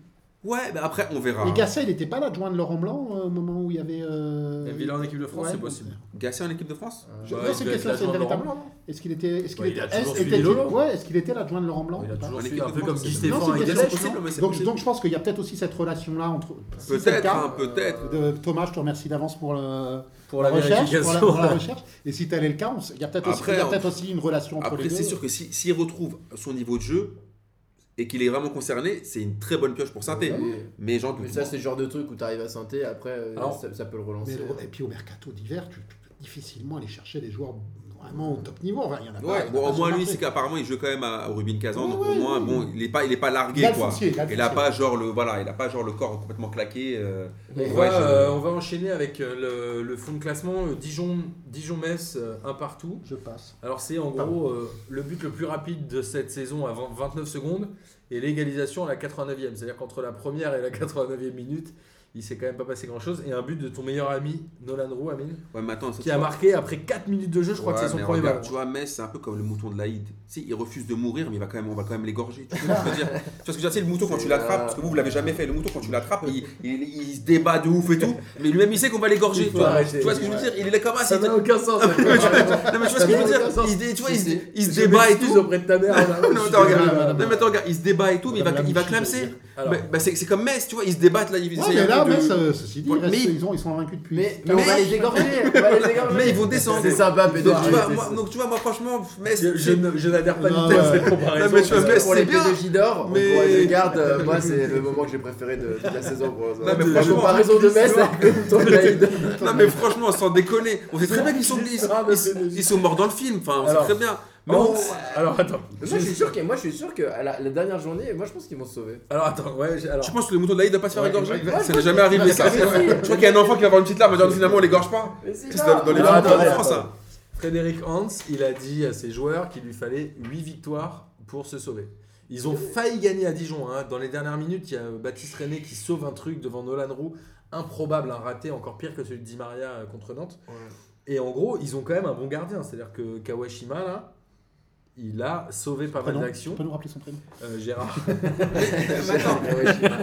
[SPEAKER 2] Ouais, mais après on verra.
[SPEAKER 4] Et Gasset, il n'était pas l'adjoint de Laurent Blanc euh, au moment où il y avait. euh,
[SPEAKER 1] Et Villa en équipe de France,
[SPEAKER 4] Ouais,
[SPEAKER 1] c'est
[SPEAKER 4] donc,
[SPEAKER 1] possible.
[SPEAKER 2] Gasset en équipe de France
[SPEAKER 3] Euh,
[SPEAKER 4] je-
[SPEAKER 1] Ouais,
[SPEAKER 4] non,
[SPEAKER 1] il
[SPEAKER 4] c'est
[SPEAKER 1] doit
[SPEAKER 4] une
[SPEAKER 1] être
[SPEAKER 4] question, c'est
[SPEAKER 1] l'adjoint de Laurent
[SPEAKER 4] véritable. Est-ce qu'il était, est-ce qu'il
[SPEAKER 1] Ouais, il
[SPEAKER 4] était,
[SPEAKER 1] a toujours
[SPEAKER 4] est-ce-
[SPEAKER 1] suivi
[SPEAKER 4] était-il-
[SPEAKER 1] Lolo.
[SPEAKER 4] ouais, est-ce qu'il était l'adjoint de Laurent Blanc
[SPEAKER 1] Il
[SPEAKER 4] ou
[SPEAKER 1] a
[SPEAKER 4] pas
[SPEAKER 1] toujours
[SPEAKER 2] En
[SPEAKER 1] suivi
[SPEAKER 2] équipe
[SPEAKER 1] un
[SPEAKER 2] de
[SPEAKER 1] peu comme
[SPEAKER 2] France,
[SPEAKER 1] Guy
[SPEAKER 2] c'est-
[SPEAKER 4] Non,
[SPEAKER 1] Stéphane
[SPEAKER 4] c'est
[SPEAKER 1] avec
[SPEAKER 4] une
[SPEAKER 1] Galette.
[SPEAKER 4] question
[SPEAKER 1] non
[SPEAKER 2] possible, mais c'est
[SPEAKER 4] Donc,
[SPEAKER 2] possible.
[SPEAKER 4] donc je pense qu'il y a peut-être aussi cette relation-là entre. si c'est le
[SPEAKER 2] Peut-être,
[SPEAKER 4] cas,
[SPEAKER 2] hein, peut-être.
[SPEAKER 4] Euh, Thomas, je te remercie d'avance pour, le-
[SPEAKER 1] Pour la
[SPEAKER 4] recherche,
[SPEAKER 1] vérification.
[SPEAKER 4] pour la, pour la recherche. Et si tel est le cas, on s- il y a peut-être aussi,
[SPEAKER 2] Après,
[SPEAKER 4] il y a
[SPEAKER 2] on-
[SPEAKER 4] peut-être aussi une relation entre
[SPEAKER 2] Après,
[SPEAKER 4] les deux.
[SPEAKER 2] c'est sûr que si- s'il retrouve son niveau de jeu, et qu'il est vraiment concerné, c'est une très bonne pioche pour Sainté.
[SPEAKER 3] Ouais, mais-
[SPEAKER 2] Mais j'en doute.
[SPEAKER 3] Ah, bah Mais ça, c'est le genre de truc où t'arrives à synthé, après, euh,
[SPEAKER 1] Alors,
[SPEAKER 3] ça, ça peut le
[SPEAKER 4] Mais
[SPEAKER 3] relancer.
[SPEAKER 4] le- et puis au mercato d'hiver, tu, tu peux difficilement aller chercher des joueurs vraiment au top niveau. Enfin, il y en a pas- il y en
[SPEAKER 2] Ouais,
[SPEAKER 4] a
[SPEAKER 2] bon,
[SPEAKER 4] pas
[SPEAKER 2] au
[SPEAKER 4] sur
[SPEAKER 2] moins
[SPEAKER 4] le
[SPEAKER 2] lui,
[SPEAKER 4] marché.
[SPEAKER 2] c'est qu'apparemment il joue quand même à, au Rubin Kazan,
[SPEAKER 4] Ouais,
[SPEAKER 2] donc
[SPEAKER 4] ouais,
[SPEAKER 2] au moins
[SPEAKER 4] ouais.
[SPEAKER 2] bon, il est pas, il est pas
[SPEAKER 4] Il a
[SPEAKER 2] largué
[SPEAKER 4] le
[SPEAKER 2] quoi.
[SPEAKER 4] foncier, il a le
[SPEAKER 2] Il a
[SPEAKER 4] foncier.
[SPEAKER 2] pas genre le voilà, il a pas genre le corps complètement claqué. euh,
[SPEAKER 1] On,
[SPEAKER 2] Ouais,
[SPEAKER 1] va,
[SPEAKER 2] je-
[SPEAKER 1] euh, on va enchaîner avec euh, le, le fond de classement euh, Dijon, Dijon-Metz, euh, un partout.
[SPEAKER 4] Je passe.
[SPEAKER 1] Alors c'est en gros euh, le but le plus rapide de cette saison à 20 29 secondes et l'égalisation à la 89e. C'est-à-dire qu'entre la première et la 89e minute, il s'est quand même pas passé grand-chose. Et un but de ton meilleur ami Nolan Roux, Amine,
[SPEAKER 2] Ouais, mais attends, ça,
[SPEAKER 1] qui
[SPEAKER 2] tu
[SPEAKER 1] a
[SPEAKER 2] vois-
[SPEAKER 1] marqué après 4 minutes de jeu, je crois
[SPEAKER 2] Ouais,
[SPEAKER 1] que c'est son
[SPEAKER 2] mais
[SPEAKER 1] premier
[SPEAKER 2] regarde,
[SPEAKER 1] ballon.
[SPEAKER 2] Tu vois, Metz, c'est un peu comme le mouton de l'Aïd. Si, il refuse de mourir, mais il va quand même, on va quand même l'égorger. Tu, vois ce que je veux dire Tu vois ce que je veux dire C'est le mouton quand tu
[SPEAKER 4] euh,
[SPEAKER 3] C'est
[SPEAKER 2] l'attrapes,
[SPEAKER 3] là.
[SPEAKER 2] parce que vous, vous l'avez jamais fait. Le mouton, quand tu l'attrapes, il, il- il se débat de ouf et tout. Mais lui-même, il sait qu'on va l'égorger.
[SPEAKER 1] Il
[SPEAKER 2] Tu,
[SPEAKER 1] faut
[SPEAKER 2] vois
[SPEAKER 1] arrêter,
[SPEAKER 2] Tu vois ce que je veux dire Il est là comme
[SPEAKER 1] Ah, Ça
[SPEAKER 2] assis.
[SPEAKER 1] n'a aucun sens.
[SPEAKER 2] Non, mais tu vois non, mais tu vois ce que je veux
[SPEAKER 1] Ça n'a
[SPEAKER 2] dire
[SPEAKER 1] aucun sens.
[SPEAKER 2] il, se dé- tu vois,
[SPEAKER 1] Si,
[SPEAKER 2] il se-
[SPEAKER 1] si.
[SPEAKER 2] il se
[SPEAKER 1] Je
[SPEAKER 2] débat et
[SPEAKER 1] m'excuse
[SPEAKER 2] tout.
[SPEAKER 1] auprès de ta mère. là.
[SPEAKER 2] Non, mais attends,
[SPEAKER 4] désolé,
[SPEAKER 2] regarde,
[SPEAKER 4] madame.
[SPEAKER 2] non, mais attends, regarde, il se débat et tout, mais il va,
[SPEAKER 4] Madame
[SPEAKER 2] il va
[SPEAKER 4] Lamouchi,
[SPEAKER 2] clamser.
[SPEAKER 4] d'ailleurs.
[SPEAKER 1] Alors,
[SPEAKER 2] Bah, bah, c'est c'est comme Metz, tu vois, ils se débattent là. ils-
[SPEAKER 4] Ouais,
[SPEAKER 2] c'est un
[SPEAKER 4] mais là,
[SPEAKER 2] peu de-
[SPEAKER 4] mais ce- ceci dit,
[SPEAKER 2] Ouais,
[SPEAKER 4] reste-
[SPEAKER 2] mais-
[SPEAKER 4] ils, ont, ils sont invaincus depuis.
[SPEAKER 3] Mais,
[SPEAKER 2] Mais-
[SPEAKER 3] mais on va les égorger, on va les égorger.
[SPEAKER 2] Mais ils vont descendre.
[SPEAKER 3] C'est sympa,
[SPEAKER 2] Donc,
[SPEAKER 3] Pedro.
[SPEAKER 2] tu vois, moi- euh, donc, tu vois, moi, franchement, Metz.
[SPEAKER 1] Je, je ne- je n'adhère pas du
[SPEAKER 4] Non,
[SPEAKER 1] tout à
[SPEAKER 4] ouais.
[SPEAKER 1] cette comparaison.
[SPEAKER 2] Non, mais tu vois,
[SPEAKER 1] parce que
[SPEAKER 2] mais
[SPEAKER 3] pour
[SPEAKER 2] c'est
[SPEAKER 3] les
[SPEAKER 2] bien.
[SPEAKER 3] PDJ d'or,
[SPEAKER 2] Mais-
[SPEAKER 3] mais... pour les gardes, euh, moi c'est le moment que j'ai préféré de toute la saison. Pour
[SPEAKER 2] Non, mais
[SPEAKER 3] la
[SPEAKER 2] franchement,
[SPEAKER 3] comparaison de Metz avec le mouton de l'Aïd.
[SPEAKER 2] Non mais franchement, sans déconner, on sait très bien qu'ils sont, ils,
[SPEAKER 1] Ah, mais
[SPEAKER 2] ils-
[SPEAKER 1] c'est logique.
[SPEAKER 2] ils sont morts dans le film, enfin on
[SPEAKER 1] Alors.
[SPEAKER 2] sait très bien. Mais
[SPEAKER 1] Oh,
[SPEAKER 2] on-
[SPEAKER 1] Alors attends.
[SPEAKER 3] Moi je suis sûr que, moi, je suis sûr que à la, la dernière journée, moi je pense qu'ils vont se sauver.
[SPEAKER 1] Alors attends, ouais, j'ai- alors.
[SPEAKER 2] tu penses que le mouton de l'Aïd ne doit pas se faire
[SPEAKER 4] Ouais,
[SPEAKER 2] égorger
[SPEAKER 4] ouais, ouais.
[SPEAKER 2] Ça n'est jamais arrivé ça.
[SPEAKER 3] si,
[SPEAKER 2] Tu
[SPEAKER 3] si.
[SPEAKER 2] vois qu'il y a un enfant qui va avoir une petite larme, il va dire finalement on l'égorge pas.
[SPEAKER 3] Mais c'est
[SPEAKER 2] C'est dans, dans les
[SPEAKER 1] Non,
[SPEAKER 2] films
[SPEAKER 1] attendez,
[SPEAKER 2] de France
[SPEAKER 1] attendez.
[SPEAKER 2] ça.
[SPEAKER 1] Frédéric Hans, il a dit à ses joueurs qu'il lui fallait 8 victoires pour se sauver. Ils ont failli gagner à Dijon. hein. Dans les dernières minutes, il y a euh, Baptiste René qui sauve un truc devant Nolan Roux. Improbable, un raté encore pire que celui de Di Maria euh, contre Nantes. Et en gros, ils ont quand même un bon gardien. C'est-à-dire que Kawashima, là, il a sauvé pas mal
[SPEAKER 4] Prénom,
[SPEAKER 1] d'actions.
[SPEAKER 4] Tu peux nous rappeler son prénom
[SPEAKER 1] Euh, Gérard.
[SPEAKER 2] Mais attends,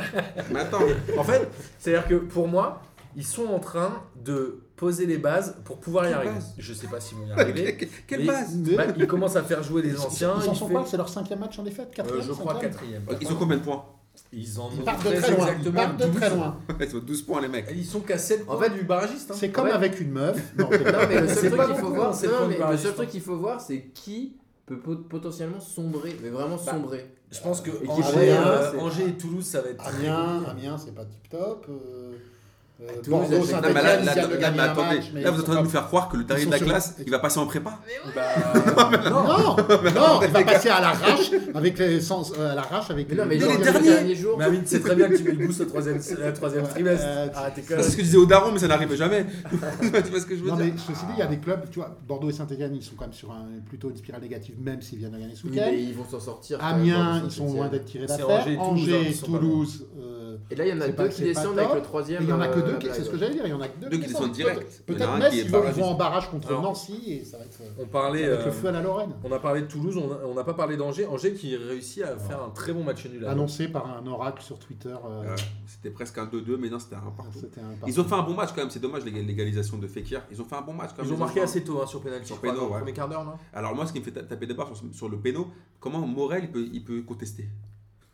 [SPEAKER 2] mais attends.
[SPEAKER 1] en fait, c'est-à-dire que pour moi, ils sont en train de poser les bases pour pouvoir y
[SPEAKER 2] Quelle
[SPEAKER 1] arriver.
[SPEAKER 2] base
[SPEAKER 1] Je sais pas s'ils vont y
[SPEAKER 2] Que-
[SPEAKER 1] arriver.
[SPEAKER 2] que- Quelle
[SPEAKER 1] Mais-
[SPEAKER 2] base
[SPEAKER 1] Bah, ils commencent à faire jouer les anciens.
[SPEAKER 4] Ils en sont
[SPEAKER 1] il fait-
[SPEAKER 4] pas, c'est leur cinquième match en défaite
[SPEAKER 1] Euh,
[SPEAKER 4] quatrième,
[SPEAKER 1] je crois
[SPEAKER 4] cinquième
[SPEAKER 1] quatrième.
[SPEAKER 2] Ils ont combien de points
[SPEAKER 1] Ils en
[SPEAKER 4] Ils
[SPEAKER 1] ont
[SPEAKER 4] partent de
[SPEAKER 1] 13
[SPEAKER 4] très loin. Ils
[SPEAKER 1] exactement.
[SPEAKER 4] partent de très
[SPEAKER 1] 12.
[SPEAKER 4] loin.
[SPEAKER 2] Ils ont 12 points les mecs.
[SPEAKER 1] Ils sont qu'à 7
[SPEAKER 3] En
[SPEAKER 1] points
[SPEAKER 3] fait,
[SPEAKER 1] du barragiste. hein.
[SPEAKER 4] C'est comme
[SPEAKER 3] Ouais.
[SPEAKER 4] avec une meuf. Non, c'est
[SPEAKER 3] Non,
[SPEAKER 4] pas-
[SPEAKER 3] mais le
[SPEAKER 1] C'est
[SPEAKER 3] seul
[SPEAKER 1] pas
[SPEAKER 3] truc qu'il faut
[SPEAKER 1] beaucoup,
[SPEAKER 3] voir,
[SPEAKER 1] hein, c'est
[SPEAKER 3] non,
[SPEAKER 1] le point de
[SPEAKER 3] mais le
[SPEAKER 1] barrage,
[SPEAKER 3] seul
[SPEAKER 1] je
[SPEAKER 3] truc qu'il faut voir, c'est qui peut pot- potentiellement sombrer, mais vraiment
[SPEAKER 1] Bah,
[SPEAKER 3] sombrer.
[SPEAKER 1] Je pense que
[SPEAKER 3] Et qui
[SPEAKER 1] Angers,
[SPEAKER 4] fait,
[SPEAKER 1] euh,
[SPEAKER 3] c'est-
[SPEAKER 1] Angers et Toulouse, ça va être
[SPEAKER 4] Ah,
[SPEAKER 1] très
[SPEAKER 4] Amiens,
[SPEAKER 1] compliqué.
[SPEAKER 4] Amiens, c'est pas tip top. Euh, euh,
[SPEAKER 3] Toulouse, elle
[SPEAKER 4] Bordeaux,
[SPEAKER 3] fait-
[SPEAKER 2] Non mais là,
[SPEAKER 4] Saint-Etienne,
[SPEAKER 2] là,
[SPEAKER 4] ils
[SPEAKER 2] là,
[SPEAKER 4] viennent de
[SPEAKER 2] là, mais
[SPEAKER 4] gagner un
[SPEAKER 2] attendez,
[SPEAKER 4] match. mais
[SPEAKER 2] là vous êtes en
[SPEAKER 4] ils
[SPEAKER 2] train de
[SPEAKER 4] sont
[SPEAKER 2] nous faire croire que le dernier
[SPEAKER 4] sont
[SPEAKER 2] de la
[SPEAKER 4] sur-
[SPEAKER 2] classe, il va passer en prépa
[SPEAKER 1] Bah,
[SPEAKER 4] pas-
[SPEAKER 1] non.
[SPEAKER 4] Non, non, il va passer à l'arrache avec les sans, euh, à l'arrache avec
[SPEAKER 3] Mais non, mais,
[SPEAKER 2] Mais
[SPEAKER 3] genre,
[SPEAKER 2] les
[SPEAKER 3] le
[SPEAKER 2] derniers-
[SPEAKER 3] dernier jour,
[SPEAKER 1] Mais Amine, c'est très bien que tu mets le boost au troisième, au troisième trimestre.
[SPEAKER 4] Euh,
[SPEAKER 1] Ah, t'es con.
[SPEAKER 2] C'est ce que je disais au daron mais ça n'arrive jamais. Tu vois ce que je veux
[SPEAKER 4] Non,
[SPEAKER 2] dire
[SPEAKER 4] mais ceci dit, il y a des clubs, tu vois, Bordeaux et Saint-Etienne, ils sont quand même sur un, plutôt une spirale négative, même s'ils viennent de gagner ce
[SPEAKER 3] oui,
[SPEAKER 4] week-end.
[SPEAKER 3] mais ils vont s'en sortir. quand même,
[SPEAKER 4] Amiens,
[SPEAKER 3] dans
[SPEAKER 4] ils
[SPEAKER 3] le
[SPEAKER 4] sont loin d'être tirés
[SPEAKER 1] C'est
[SPEAKER 4] d'affaire.
[SPEAKER 1] Angers et Toulouse, hein,
[SPEAKER 4] Angers,
[SPEAKER 1] qui sont pas loin.
[SPEAKER 4] Toulouse. euh,
[SPEAKER 3] Et là, il y en a
[SPEAKER 4] C'est pas-
[SPEAKER 3] deux qui
[SPEAKER 4] c'est pas
[SPEAKER 3] descendent avec
[SPEAKER 4] top.
[SPEAKER 3] le troisième.
[SPEAKER 4] il y en a que
[SPEAKER 3] euh,
[SPEAKER 4] deux,
[SPEAKER 3] la
[SPEAKER 4] qui- c'est
[SPEAKER 3] blague.
[SPEAKER 4] ce que j'allais dire, il y en a que deux
[SPEAKER 2] Deux qui descendent direct. Il y en a
[SPEAKER 4] Peut-être
[SPEAKER 2] un
[SPEAKER 4] Metz,
[SPEAKER 2] qui est
[SPEAKER 4] ils vont,
[SPEAKER 2] barragiste.
[SPEAKER 4] vont en barrage contre
[SPEAKER 1] Alors,
[SPEAKER 4] Nancy et ça va être euh,
[SPEAKER 1] On parlait.
[SPEAKER 4] avec
[SPEAKER 1] euh,
[SPEAKER 4] le feu à la Lorraine.
[SPEAKER 1] on a parlé de Toulouse, on a- on n'a pas parlé d'Angers. Angers qui réussit à
[SPEAKER 4] Ah.
[SPEAKER 1] faire un très bon match nul. à
[SPEAKER 4] Annoncé par un oracle sur Twitter. euh,
[SPEAKER 2] Ouais, C'était presque un 2-2 mais non c'était un partout.
[SPEAKER 4] C'était un
[SPEAKER 2] Ils ont fait un bon match quand même, c'est dommage l'ég- l'égalisation de Fekir. Ils ont fait un bon match quand même.
[SPEAKER 1] Ils ont marqué
[SPEAKER 2] fait un-
[SPEAKER 1] assez tôt hein, sur pénalty.
[SPEAKER 2] Sur
[SPEAKER 1] je crois,
[SPEAKER 2] péno,
[SPEAKER 1] dans le
[SPEAKER 2] ouais.
[SPEAKER 1] premier quart d'heure, non
[SPEAKER 2] Alors moi, ce qui me fait ta- taper des barres sur, ce- sur le péno, comment Morel il peut, il peut contester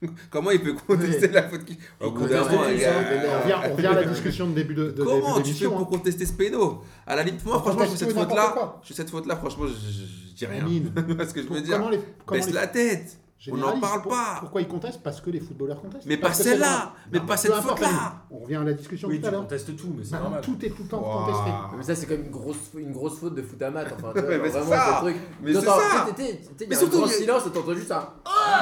[SPEAKER 2] Comment il peut contester la faute Oh, qui Au bout d'un
[SPEAKER 3] conteste
[SPEAKER 2] moment,
[SPEAKER 3] tout
[SPEAKER 2] il y
[SPEAKER 3] ça, il
[SPEAKER 4] on
[SPEAKER 2] a-
[SPEAKER 3] vénère.
[SPEAKER 4] revient, on revient à la discussion de début de, de
[SPEAKER 2] Comment
[SPEAKER 4] début
[SPEAKER 2] tu fais
[SPEAKER 4] d'émission,
[SPEAKER 2] pour
[SPEAKER 4] hein.
[SPEAKER 2] contester ce péno À la limite, moi,
[SPEAKER 4] On
[SPEAKER 2] franchement, sur
[SPEAKER 4] conteste
[SPEAKER 2] cette
[SPEAKER 4] tout et n'importe
[SPEAKER 2] faute-là,
[SPEAKER 4] quoi.
[SPEAKER 2] sur cette faute-là, franchement, je, je- je dis rien.
[SPEAKER 4] Amine,
[SPEAKER 2] Tu vois ce que je veux dire
[SPEAKER 4] Comment les, comment
[SPEAKER 2] Baisse
[SPEAKER 4] les
[SPEAKER 2] la tête. On n'en
[SPEAKER 4] généralistes,
[SPEAKER 2] parle
[SPEAKER 4] pour-
[SPEAKER 2] pas.
[SPEAKER 4] Pourquoi ils contestent Parce que les footballeurs contestent.
[SPEAKER 2] Mais pas
[SPEAKER 4] Parce que c'est
[SPEAKER 2] celle-là,
[SPEAKER 4] leur-
[SPEAKER 2] mais
[SPEAKER 4] Non,
[SPEAKER 2] pas
[SPEAKER 4] peu
[SPEAKER 2] cette
[SPEAKER 4] importe,
[SPEAKER 2] faute-là.
[SPEAKER 4] Amine, On revient à la discussion
[SPEAKER 1] Oui,
[SPEAKER 4] tout à
[SPEAKER 1] tu
[SPEAKER 4] l'heure.
[SPEAKER 1] contestes tout, mais c'est
[SPEAKER 4] Bah,
[SPEAKER 1] normal.
[SPEAKER 4] Tout est tout le temps contesté.
[SPEAKER 2] Waouh.
[SPEAKER 3] Mais ça, c'est comme une grosse, une grosse faute de foot à mat. Enfin, tu vois,
[SPEAKER 2] Mais c'est
[SPEAKER 3] vraiment,
[SPEAKER 2] ça.
[SPEAKER 3] ce truc.
[SPEAKER 2] Mais c'est
[SPEAKER 3] T'entends-
[SPEAKER 2] ça.
[SPEAKER 3] t'étais- t'étais- Il
[SPEAKER 2] Mais
[SPEAKER 3] y a un
[SPEAKER 2] surtout,
[SPEAKER 3] grand
[SPEAKER 2] il y a-
[SPEAKER 3] silence, t'entends juste un.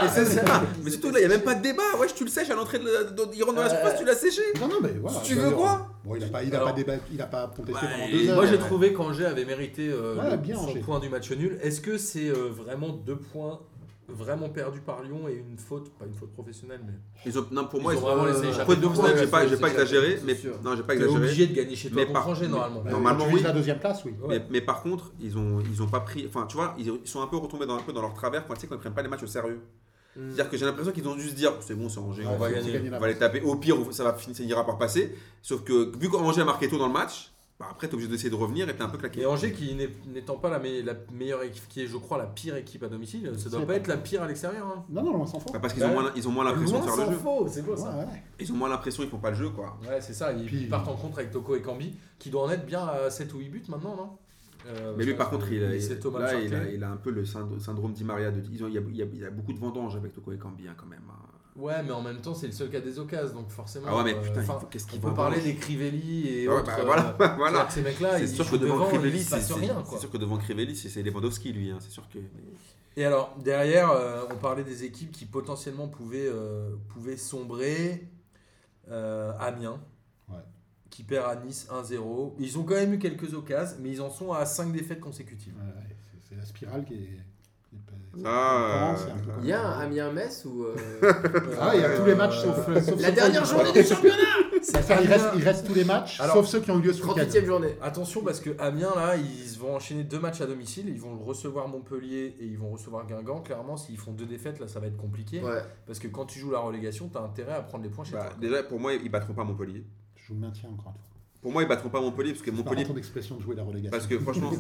[SPEAKER 2] Mais c'est ça. Mais surtout là, il n'y a même pas de débat. Ouais, tu le sèches à l'entrée de la- de- Il rentre dans la surface, tu l'as séché.
[SPEAKER 4] Non, non, mais voilà.
[SPEAKER 2] Tu
[SPEAKER 4] je
[SPEAKER 2] veux
[SPEAKER 4] dire,
[SPEAKER 2] quoi
[SPEAKER 4] Bon, il n'a pas, il a
[SPEAKER 1] Alors-
[SPEAKER 4] pas, débat- il a pas contesté
[SPEAKER 2] Bah,
[SPEAKER 4] pendant
[SPEAKER 2] et
[SPEAKER 4] deux heures.
[SPEAKER 1] Moi j'ai
[SPEAKER 2] Ouais.
[SPEAKER 1] trouvé qu'Angers avait mérité euh,
[SPEAKER 4] Ouais,
[SPEAKER 1] le-
[SPEAKER 4] bien
[SPEAKER 1] son
[SPEAKER 4] Angers.
[SPEAKER 1] point du match nul. Est-ce que c'est euh, vraiment deux points vraiment perdus par Lyon et une faute, pas une faute professionnelle, mais
[SPEAKER 2] Ils ont- non, pour
[SPEAKER 1] Ils
[SPEAKER 2] moi,
[SPEAKER 1] ont
[SPEAKER 2] ils ont
[SPEAKER 1] vraiment
[SPEAKER 2] euh,
[SPEAKER 1] laissé échapper.
[SPEAKER 2] faute de Bourgogne,
[SPEAKER 3] Ouais,
[SPEAKER 2] j'ai pas,
[SPEAKER 3] ouais,
[SPEAKER 2] j'ai
[SPEAKER 3] c'est
[SPEAKER 2] pas
[SPEAKER 3] sûr,
[SPEAKER 2] exagéré,
[SPEAKER 3] c'est
[SPEAKER 2] mais
[SPEAKER 3] sûr.
[SPEAKER 2] non, j'ai pas
[SPEAKER 1] t'es
[SPEAKER 2] exagéré.
[SPEAKER 1] obligé de gagner chez toi
[SPEAKER 2] Mais
[SPEAKER 1] contre
[SPEAKER 2] par-
[SPEAKER 1] Angers
[SPEAKER 2] mais-
[SPEAKER 1] normalement.
[SPEAKER 4] Bah,
[SPEAKER 2] Normalement,
[SPEAKER 4] tu vises
[SPEAKER 2] oui.
[SPEAKER 4] la deuxième place, oui.
[SPEAKER 1] Ouais.
[SPEAKER 2] Mais, mais par contre, ils ont, ils ont pas pris. Enfin, tu vois, ils, ils sont un peu retombés dans, un peu dans leur travers quand, tu sais, quand ils prennent pas les matchs au sérieux.
[SPEAKER 3] Hmm.
[SPEAKER 2] C'est-à-dire que j'ai l'impression qu'ils ont dû se dire c'est bon, c'est Angers, on,
[SPEAKER 1] va
[SPEAKER 2] va,
[SPEAKER 1] gagner.
[SPEAKER 2] on va les taper. Au pire, ça va finir, ça ira par passer. Sauf que vu qu'Angers a marqué tôt dans le match, bah, après, t'es obligé d'essayer de revenir et t'es un peu claqué.
[SPEAKER 1] Et Angers qui n'est- n'étant pas la, me- la meilleure équipe, qui est je crois la pire équipe à domicile, ça doit
[SPEAKER 4] C'est
[SPEAKER 1] pas
[SPEAKER 4] pas
[SPEAKER 1] être la pire à l'extérieur. hein.
[SPEAKER 4] Non, non, on s'en fout.
[SPEAKER 2] Bah, parce qu'ils ont, moins, ils ont moins l'impression
[SPEAKER 1] Loin
[SPEAKER 2] de faire le
[SPEAKER 1] s'en
[SPEAKER 2] jeu.
[SPEAKER 1] faut, c'est beau ça.
[SPEAKER 4] Ouais, ouais.
[SPEAKER 2] Ils ont moins l'impression, ils font pas le jeu, quoi.
[SPEAKER 1] Ouais, c'est ça, ils
[SPEAKER 4] Puis-
[SPEAKER 1] partent en contre avec Toko et Cambi, qui doivent en être bien à 7 ou 8 buts maintenant, non Euh,
[SPEAKER 2] Mais lui, par contre, il, a-
[SPEAKER 1] c'est Thomas
[SPEAKER 2] là, il, a,
[SPEAKER 1] Chartier.
[SPEAKER 2] il a un peu le synd- syndrome Di Maria. De, ils ont- il, y a, il y a- il y a beaucoup de vendanges avec Toko et Cambi, hein, quand même. hein.
[SPEAKER 1] Ouais, mais en même temps, c'est le seul cas des occasions, donc forcément.
[SPEAKER 2] Ah ouais, mais
[SPEAKER 1] euh,
[SPEAKER 2] putain, il
[SPEAKER 1] enfin,
[SPEAKER 2] faut- qu'est-ce
[SPEAKER 1] on
[SPEAKER 2] qu'il
[SPEAKER 1] peut
[SPEAKER 2] vendange
[SPEAKER 1] parler des Crivelli et
[SPEAKER 2] Ah ouais,
[SPEAKER 1] autres.
[SPEAKER 2] bah,
[SPEAKER 1] euh,
[SPEAKER 2] voilà,
[SPEAKER 1] c'est-à-dire
[SPEAKER 2] voilà.
[SPEAKER 1] que Ces mecs-là,
[SPEAKER 2] C'est
[SPEAKER 1] ils
[SPEAKER 2] sûr
[SPEAKER 1] sûr
[SPEAKER 2] que devant,
[SPEAKER 1] devant, il
[SPEAKER 2] Crivelli,
[SPEAKER 1] se
[SPEAKER 2] c'est
[SPEAKER 1] passe
[SPEAKER 2] c'est-
[SPEAKER 1] rien.
[SPEAKER 2] c'est
[SPEAKER 1] Quoi.
[SPEAKER 2] sûr que devant Crivelli, c'est c'est Lewandowski, lui. hein, c'est sûr que.
[SPEAKER 1] Et alors, derrière, euh, on parlait des équipes qui potentiellement pouvaient, euh, pouvaient sombrer. Euh, Amiens,
[SPEAKER 4] Ouais.
[SPEAKER 1] qui perd à Nice 1-0. Ils ont quand même eu quelques occasions, mais ils en sont à 5 défaites consécutives.
[SPEAKER 4] Ouais, ouais, c'est- c'est la spirale qui est. qui est pas- c'est
[SPEAKER 2] Ah,
[SPEAKER 4] pas grand, c'est un peu
[SPEAKER 2] euh,
[SPEAKER 4] comme-
[SPEAKER 3] Il y a un Amiens-Metz ou. euh,
[SPEAKER 4] Ah, il y a tous les matchs sauf. sauf ceux
[SPEAKER 3] La
[SPEAKER 4] qui-
[SPEAKER 3] dernière journée du championnat
[SPEAKER 1] Ça
[SPEAKER 4] Enfin, il, reste, il reste tous les matchs,
[SPEAKER 1] Alors,
[SPEAKER 4] sauf ceux qui ont eu lieu ce week-end.
[SPEAKER 3] 38ème journée.
[SPEAKER 1] Attention parce que Amiens là, ils vont enchaîner deux matchs à domicile, ils vont recevoir Montpellier et ils vont recevoir Guingamp. Clairement, s'ils font deux défaites là, ça va être compliqué
[SPEAKER 3] Ouais.
[SPEAKER 1] parce que quand tu joues la relégation, t'as intérêt à prendre les points chez
[SPEAKER 2] Bah,
[SPEAKER 1] toi.
[SPEAKER 2] déjà, pour moi, ils battront pas Montpellier.
[SPEAKER 4] Je vous maintiens encore une fois.
[SPEAKER 2] Pour moi, ils battront pas Montpellier parce que
[SPEAKER 4] C'est pas
[SPEAKER 2] Montpellier.
[SPEAKER 4] ton expression de jouer la relégation.
[SPEAKER 2] Parce que franchement,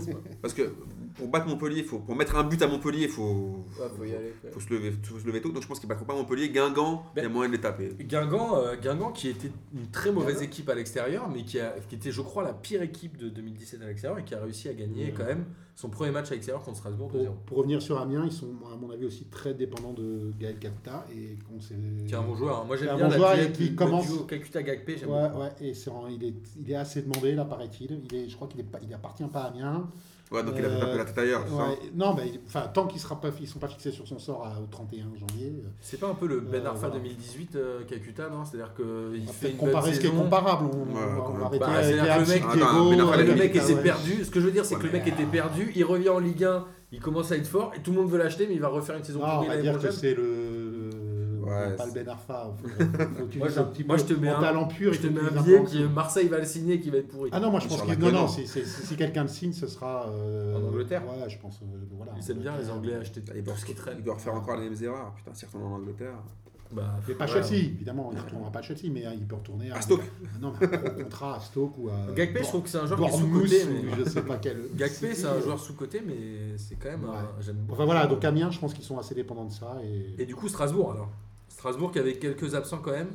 [SPEAKER 2] parce que pour battre Montpellier, faut, pour mettre un but à Montpellier, il faut,
[SPEAKER 3] Ouais, faut y aller. quoi.
[SPEAKER 2] faut se lever, faut se lever tôt. Donc je pense qu'ils battront pas Montpellier. Guingamp, il y a moyen de les taper.
[SPEAKER 1] Guingamp, euh, Guingamp qui était une très mauvaise équipe à l'extérieur, mais qui, a- qui était, je crois, la pire équipe de 2017 à l'extérieur et qui a réussi à gagner
[SPEAKER 4] Ouais.
[SPEAKER 1] quand même son premier match à l'extérieur contre Strasbourg 2-0.
[SPEAKER 4] Pour, pour revenir sur Amiens, ils sont, à mon avis, aussi très dépendants de Gaël Capta. Et qu'on s'est-
[SPEAKER 1] Qui est un bon joueur. hein. Moi
[SPEAKER 4] Qui est
[SPEAKER 1] j'aime
[SPEAKER 4] un
[SPEAKER 1] bien
[SPEAKER 4] bon
[SPEAKER 1] la
[SPEAKER 4] joueur
[SPEAKER 1] duel
[SPEAKER 4] et qui
[SPEAKER 1] du- le
[SPEAKER 4] commence-
[SPEAKER 1] duo Kakuta-Gakpé, j'aime
[SPEAKER 4] Ouais,
[SPEAKER 1] beaucoup.
[SPEAKER 4] ouais, et c'est en- il, est, il est assez demandé, là, paraît-il. Il est, je crois qu'il est pas- il appartient pas à Amiens.
[SPEAKER 2] Ouais, donc il a fait un peu la tête ailleurs. c'est ça
[SPEAKER 4] Euh, Ouais, non, mais enfin, tant qu'ils ne sont pas fixés sur son sort à- au 31 janvier, euh,
[SPEAKER 1] C'est pas un peu le Ben
[SPEAKER 4] Euh,
[SPEAKER 1] Arfa
[SPEAKER 4] voilà.
[SPEAKER 1] 2018 euh, Kakuta, non C'est-à-dire qu'il
[SPEAKER 4] on
[SPEAKER 1] fait
[SPEAKER 4] va peut-être
[SPEAKER 1] une bonne
[SPEAKER 4] comparer ce qui est
[SPEAKER 1] saison.
[SPEAKER 4] comparable. On,
[SPEAKER 2] Ouais,
[SPEAKER 4] on va-
[SPEAKER 2] quand
[SPEAKER 4] on
[SPEAKER 2] même.
[SPEAKER 4] va arrêter
[SPEAKER 1] Bah,
[SPEAKER 4] avec
[SPEAKER 1] c'est-à-dire que le
[SPEAKER 4] Hertzig,
[SPEAKER 1] mec-
[SPEAKER 2] Attends, Ben
[SPEAKER 4] Diego,
[SPEAKER 2] Arfa, il a
[SPEAKER 4] euh,
[SPEAKER 1] le
[SPEAKER 2] Ouais,
[SPEAKER 1] mec
[SPEAKER 4] Capta,
[SPEAKER 1] était
[SPEAKER 4] ouais. euh,
[SPEAKER 1] perdu. Ce que je veux dire, c'est
[SPEAKER 2] Ouais,
[SPEAKER 1] que le
[SPEAKER 2] mais-
[SPEAKER 1] mec était perdu. Il revient en Ligue 1, il commence à être fort et tout le monde veut l'acheter, mais il va refaire une saison
[SPEAKER 4] Non, on
[SPEAKER 1] pourrie
[SPEAKER 4] va
[SPEAKER 1] l'année
[SPEAKER 4] dire que
[SPEAKER 1] prochaine.
[SPEAKER 4] c'est le.
[SPEAKER 2] Ouais,
[SPEAKER 4] pas
[SPEAKER 2] c'est-
[SPEAKER 4] le Ben Arfa. Faut, faut utiliser
[SPEAKER 1] Moi, je-
[SPEAKER 4] un petit
[SPEAKER 1] moi,
[SPEAKER 4] peu
[SPEAKER 1] je te mets
[SPEAKER 4] en
[SPEAKER 1] un-
[SPEAKER 4] talent pur.
[SPEAKER 1] Je
[SPEAKER 4] et
[SPEAKER 1] te
[SPEAKER 4] tout,
[SPEAKER 1] mets un
[SPEAKER 4] les
[SPEAKER 1] billet
[SPEAKER 4] inventer.
[SPEAKER 1] qui Marseille va le signer, qui va être pourri.
[SPEAKER 4] Ah non, moi je
[SPEAKER 2] Sur
[SPEAKER 4] pense
[SPEAKER 2] la
[SPEAKER 4] que non, non,
[SPEAKER 2] colonne.
[SPEAKER 4] si, si- si- si quelqu'un le signe, ce sera euh,
[SPEAKER 1] En Angleterre
[SPEAKER 4] Ouais, je pense. euh, voilà,
[SPEAKER 1] Ils aiment bien les Anglais acheter
[SPEAKER 2] Ils
[SPEAKER 1] tout
[SPEAKER 2] doivent,
[SPEAKER 1] ce qui traîne.
[SPEAKER 2] ils doivent faire encore les mêmes erreurs. Putain, s'ils retournent en Angleterre.
[SPEAKER 1] Bah,
[SPEAKER 4] Mais pas
[SPEAKER 1] voilà.
[SPEAKER 4] Chelsea, évidemment, il ne retournera pas à Chelsea, mais hein, il peut retourner
[SPEAKER 2] À Stoke.
[SPEAKER 4] Non, mais un gros contrat à Stoke ou à.
[SPEAKER 1] Gakpé, je trouve que c'est un joueur qui est
[SPEAKER 4] Euh, Bournemouth
[SPEAKER 1] sous-côté. mais-
[SPEAKER 4] ou je sais pas quel.
[SPEAKER 1] Gakpé,
[SPEAKER 4] City,
[SPEAKER 1] c'est un
[SPEAKER 4] euh.
[SPEAKER 1] joueur sous-côté, mais c'est quand même.
[SPEAKER 4] Ouais.
[SPEAKER 1] un- J'aime beaucoup.
[SPEAKER 4] Enfin voilà, donc Amiens, je pense qu'ils sont assez dépendants de ça. Et,
[SPEAKER 1] Et du coup, Strasbourg alors. Strasbourg qui avait quelques absents quand même.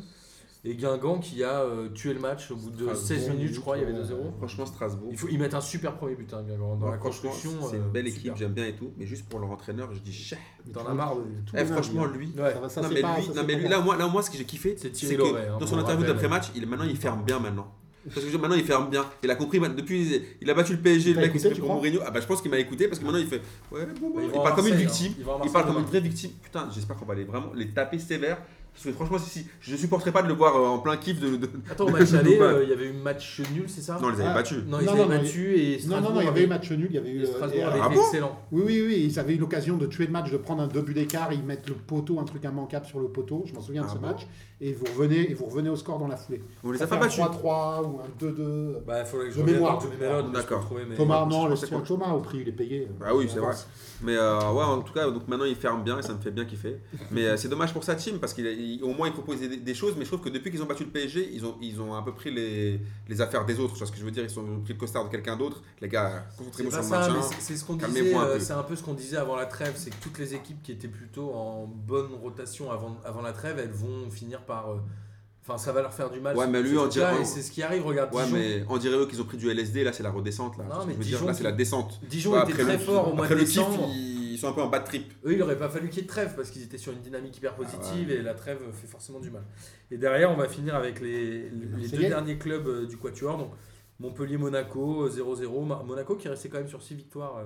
[SPEAKER 1] Et Guingamp qui a euh, tué le match au bout de
[SPEAKER 2] Strasbourg,
[SPEAKER 1] 16 minutes, je crois, il y avait 2-0.
[SPEAKER 2] Franchement, Strasbourg.
[SPEAKER 1] Il faut y mettre un super premier but, hein, Guingamp. Dans
[SPEAKER 2] Moi,
[SPEAKER 1] la
[SPEAKER 2] franchement,
[SPEAKER 1] construction,
[SPEAKER 2] c'est
[SPEAKER 1] euh,
[SPEAKER 2] une belle
[SPEAKER 1] super.
[SPEAKER 2] équipe, j'aime bien et tout. Mais juste pour leur entraîneur, je dis chef.
[SPEAKER 4] mais
[SPEAKER 1] T'en
[SPEAKER 4] tout
[SPEAKER 1] as
[SPEAKER 4] le
[SPEAKER 1] marre de
[SPEAKER 4] monde-
[SPEAKER 1] lui.
[SPEAKER 4] tout le
[SPEAKER 2] Eh,
[SPEAKER 4] monde
[SPEAKER 2] franchement,
[SPEAKER 4] aime
[SPEAKER 2] lui.
[SPEAKER 4] bien.
[SPEAKER 1] Ouais.
[SPEAKER 4] Ça va, ça,
[SPEAKER 2] non,
[SPEAKER 4] c'est
[SPEAKER 2] mais,
[SPEAKER 4] pas-
[SPEAKER 2] lui,
[SPEAKER 4] ça,
[SPEAKER 2] non,
[SPEAKER 4] c'est
[SPEAKER 2] mais
[SPEAKER 4] pas
[SPEAKER 2] lui,
[SPEAKER 4] mal.
[SPEAKER 2] là, moi, là, moi, ce que j'ai kiffé,
[SPEAKER 1] C'est
[SPEAKER 2] c'est
[SPEAKER 1] Thierry
[SPEAKER 2] que
[SPEAKER 1] Loret, hein,
[SPEAKER 2] dans
[SPEAKER 1] on
[SPEAKER 2] son
[SPEAKER 1] le
[SPEAKER 2] interview
[SPEAKER 1] rappelle.
[SPEAKER 2] d'après-match, il, maintenant, il ferme bien maintenant. Parce que je- maintenant, il ferme bien. Il a compris, man- depuis, il a battu le PSG, le
[SPEAKER 4] Il t'a
[SPEAKER 2] mec, il
[SPEAKER 4] écouté,
[SPEAKER 2] s'est pris
[SPEAKER 4] tu
[SPEAKER 2] pour
[SPEAKER 4] crois
[SPEAKER 2] Mourinho. Ah bah, je pense qu'il m'a écouté parce que maintenant, il fait. Ouais, bon, bon.
[SPEAKER 1] Bah, il
[SPEAKER 2] Il,
[SPEAKER 1] va en
[SPEAKER 2] parle comme une
[SPEAKER 1] Marseille,
[SPEAKER 2] victime.
[SPEAKER 1] hein. Il va en
[SPEAKER 2] Il parle
[SPEAKER 1] Marseille
[SPEAKER 2] comme une
[SPEAKER 1] demain.
[SPEAKER 2] vraie victime. Putain, j'espère qu'on va aller vraiment les taper sévère. Parce que franchement, si, si, je supporterais pas de le voir euh, en plein kiff de. de-
[SPEAKER 1] Attends, au match aller,
[SPEAKER 2] Nous,
[SPEAKER 1] euh, il y avait eu match nul, c'est ça
[SPEAKER 2] Non, les avait
[SPEAKER 4] Ah.
[SPEAKER 2] battus.
[SPEAKER 1] Non, ils
[SPEAKER 4] Non,
[SPEAKER 1] avaient
[SPEAKER 4] non, non,
[SPEAKER 1] battu et
[SPEAKER 4] Non,
[SPEAKER 1] Strasbourg.
[SPEAKER 4] non, non, il y
[SPEAKER 1] avait-
[SPEAKER 4] avait eu match nul, il y avait eu. euh,
[SPEAKER 1] et Strasbourg avait
[SPEAKER 2] Ah
[SPEAKER 1] été
[SPEAKER 2] bon
[SPEAKER 1] excellent.
[SPEAKER 4] Oui, oui, oui, ils avaient eu l'occasion de tuer le match, de prendre un deux buts d'écart, ils mettent le poteau, un truc immanquable sur le poteau, je m'en souviens de
[SPEAKER 2] Ah
[SPEAKER 4] ce
[SPEAKER 2] bon
[SPEAKER 4] match, et vous revenez, et vous revenez au score dans la foulée.
[SPEAKER 2] On les
[SPEAKER 4] Ça
[SPEAKER 2] a pas
[SPEAKER 4] fait un
[SPEAKER 2] battus.
[SPEAKER 4] 3-3 ou un 2-2.
[SPEAKER 1] Bah, il faudrait que je
[SPEAKER 4] De
[SPEAKER 1] revienne
[SPEAKER 4] mémoire,
[SPEAKER 1] dans
[SPEAKER 4] de
[SPEAKER 1] les
[SPEAKER 4] mémoire.
[SPEAKER 1] mélodes, mais je peux
[SPEAKER 2] D'accord.
[SPEAKER 1] trouver, mais-
[SPEAKER 4] Thomas,
[SPEAKER 2] je
[SPEAKER 4] non,
[SPEAKER 2] pensais
[SPEAKER 4] laisse faire
[SPEAKER 2] qu'on-
[SPEAKER 4] Thomas au prix, il est payé. euh,
[SPEAKER 2] Bah oui, c'est vrai.
[SPEAKER 4] Avance.
[SPEAKER 2] Mais euh, ouais, en tout cas, donc maintenant il ferme bien et ça me fait bien kiffer. Mais euh, c'est dommage pour sa team parce qu'il a- il- au moins il proposait des, des choses. Mais je trouve que depuis qu'ils ont battu le PSG, ils ont, ils ont à peu près les, les affaires des autres. Tu vois ce que je veux dire Ils ont pris le costard de quelqu'un d'autre. Les gars,
[SPEAKER 1] C'est
[SPEAKER 2] concentrez-vous
[SPEAKER 1] pas
[SPEAKER 2] sur le
[SPEAKER 1] ça,
[SPEAKER 2] maintien.
[SPEAKER 1] mais c'est- c'est ce qu'on disait,
[SPEAKER 2] Calmez-vous un
[SPEAKER 1] euh,
[SPEAKER 2] peu.
[SPEAKER 1] c'est un peu ce qu'on disait avant la trêve, c'est que toutes les équipes qui étaient plutôt en bonne rotation avant, avant la trêve, elles vont finir par, euh, enfin ça va leur faire du mal.
[SPEAKER 2] Ouais,
[SPEAKER 1] sur
[SPEAKER 2] mais
[SPEAKER 1] tous
[SPEAKER 2] lui,
[SPEAKER 1] ces
[SPEAKER 2] on
[SPEAKER 1] trucs-là,
[SPEAKER 2] dirait-
[SPEAKER 1] et c'est ce qui arrive. Regarde,
[SPEAKER 2] Ouais,
[SPEAKER 1] Dijon,
[SPEAKER 2] mais on dirait eux qu'ils ont pris du LSD. Là, c'est la redescente. Là,
[SPEAKER 1] Non,
[SPEAKER 2] Tu vois ce que
[SPEAKER 1] mais
[SPEAKER 2] je veux
[SPEAKER 1] Dijon
[SPEAKER 2] dire, là
[SPEAKER 1] qui-
[SPEAKER 2] c'est la descente.
[SPEAKER 1] Dijon
[SPEAKER 2] Ouais,
[SPEAKER 1] était
[SPEAKER 2] le-
[SPEAKER 1] très fort au mois
[SPEAKER 2] après
[SPEAKER 1] de
[SPEAKER 2] le kiff,
[SPEAKER 1] décembre.
[SPEAKER 2] ils sont un peu en bad trip.
[SPEAKER 1] Eux, il aurait pas fallu qu'il y ait de trêve parce qu'ils étaient sur une dynamique hyper positive
[SPEAKER 2] ouais.
[SPEAKER 1] et la trêve fait forcément du mal. Et derrière, on va finir avec les, les- les deux
[SPEAKER 4] Marseillais.
[SPEAKER 1] derniers clubs euh, du Quatuor. Donc Montpellier-Monaco, euh, 0-0. Ma- Monaco qui restait quand même sur 6 victoires, euh,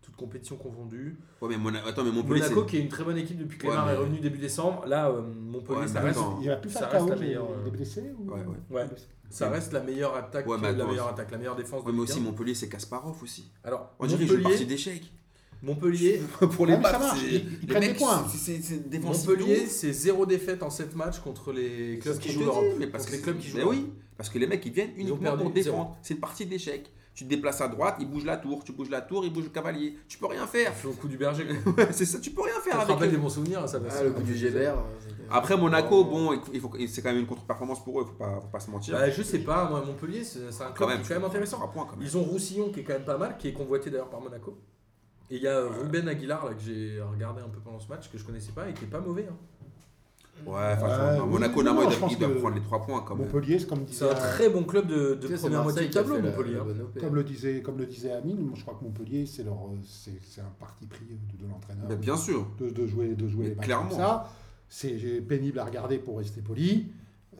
[SPEAKER 1] toutes compétitions confondues.
[SPEAKER 2] Ouais, mais Mona- attends, mais Montpellier,
[SPEAKER 1] Monaco
[SPEAKER 2] c'est.
[SPEAKER 1] qui est une très bonne équipe depuis que
[SPEAKER 2] Ouais,
[SPEAKER 1] Neymar est
[SPEAKER 2] mais-
[SPEAKER 1] revenu début décembre. Là, euh, Montpellier,
[SPEAKER 2] Ouais,
[SPEAKER 1] ça,
[SPEAKER 2] mais
[SPEAKER 1] reste,
[SPEAKER 2] attends.
[SPEAKER 4] Il va plus
[SPEAKER 1] Ça
[SPEAKER 4] faire
[SPEAKER 1] reste
[SPEAKER 4] KO,
[SPEAKER 1] la
[SPEAKER 4] il
[SPEAKER 1] meilleure,
[SPEAKER 4] il
[SPEAKER 1] euh,
[SPEAKER 4] est blessé ou...
[SPEAKER 2] Ouais, ouais.
[SPEAKER 1] ouais, ça reste la meilleure attaque,
[SPEAKER 2] Ouais, mais
[SPEAKER 1] la
[SPEAKER 2] attends,
[SPEAKER 1] meilleure
[SPEAKER 2] c'est-
[SPEAKER 1] attaque, la meilleure défense.
[SPEAKER 2] Ouais,
[SPEAKER 1] de
[SPEAKER 2] mais
[SPEAKER 1] Ligue
[SPEAKER 2] aussi
[SPEAKER 1] 1.
[SPEAKER 2] Montpellier, c'est Kasparov aussi.
[SPEAKER 1] Alors,
[SPEAKER 2] On dirait qu'ils jouent partie
[SPEAKER 1] Montpellier,
[SPEAKER 2] d'échecs.
[SPEAKER 1] Montpellier, Ah
[SPEAKER 2] Pour
[SPEAKER 4] Ouais, mais ça marche,
[SPEAKER 2] c'est-
[SPEAKER 4] ils- ils
[SPEAKER 2] les
[SPEAKER 4] prennent des
[SPEAKER 2] mecs,
[SPEAKER 4] points.
[SPEAKER 2] c'est- C'est c'est défensif de
[SPEAKER 1] Montpellier,
[SPEAKER 2] ouf.
[SPEAKER 1] c'est zéro défaite en 7 matchs contre les
[SPEAKER 2] C'est
[SPEAKER 1] clubs
[SPEAKER 2] ce
[SPEAKER 1] qui
[SPEAKER 2] que je
[SPEAKER 1] jouent
[SPEAKER 2] te
[SPEAKER 1] l'Europe.
[SPEAKER 2] dis, mais parce
[SPEAKER 1] Contre
[SPEAKER 2] que
[SPEAKER 1] les clubs qui jouent
[SPEAKER 2] mais
[SPEAKER 1] l'Europe.
[SPEAKER 2] oui, parce que les mecs ils viennent uniquement
[SPEAKER 1] perdu,
[SPEAKER 2] pour défendre. C'est une partie d'échec. Tu te déplaces à droite, ils bougent la tour, tu bouges la tour, ils bougent le cavalier. Tu peux rien
[SPEAKER 1] Ça
[SPEAKER 2] faire.
[SPEAKER 1] fait au coup du berger. quoi.
[SPEAKER 2] Ouais, c'est ça, tu peux rien faire
[SPEAKER 1] Ça te
[SPEAKER 2] avec
[SPEAKER 1] rappelle
[SPEAKER 2] eux.
[SPEAKER 1] des Oh. bons souvenirs, ça passe.
[SPEAKER 3] Ah, le coup du Gébert. euh, c'était-
[SPEAKER 2] Après Monaco, bon, il faut- il faut, il- c'est quand même une contre-performance pour eux, faut pas, faut pas se mentir.
[SPEAKER 1] Bah, je sais pas, moi, Montpellier, c'est c'est un
[SPEAKER 2] quand
[SPEAKER 1] club
[SPEAKER 2] même,
[SPEAKER 1] qui est quand même intéressant.
[SPEAKER 2] Trois points quand même.
[SPEAKER 1] Ils ont Roussillon qui est quand même pas mal, qui est convoité d'ailleurs par Monaco. Et il y a euh, Ruben Aguilar là, que j'ai regardé un peu pendant ce match, que je connaissais pas et qui est pas mauvais. hein.
[SPEAKER 2] Ouais, enfin,
[SPEAKER 4] Ouais,
[SPEAKER 2] genre,
[SPEAKER 4] oui,
[SPEAKER 2] Monaco,
[SPEAKER 4] oui,
[SPEAKER 2] normalement,
[SPEAKER 4] non,
[SPEAKER 2] il
[SPEAKER 4] je
[SPEAKER 2] doit-
[SPEAKER 4] pense
[SPEAKER 2] il doit
[SPEAKER 4] que-
[SPEAKER 2] hein, prendre les 3 points quand même.
[SPEAKER 4] Montpellier, c'est comme
[SPEAKER 1] C'est
[SPEAKER 4] disait, euh,
[SPEAKER 1] un très bon club de, de première moitié de tableau, Montpellier. hein.
[SPEAKER 4] comme le disait, comme le disait Amine, moi, je crois que Montpellier, c'est leur, euh, c'est c'est un parti pris euh, de, de l'entraîneur.
[SPEAKER 2] Bah, bien sûr.
[SPEAKER 4] de, de jouer, de jouer
[SPEAKER 2] Mais
[SPEAKER 4] les matchs
[SPEAKER 2] clairement.
[SPEAKER 4] comme ça. C'est j'ai- pénible à regarder pour rester poli.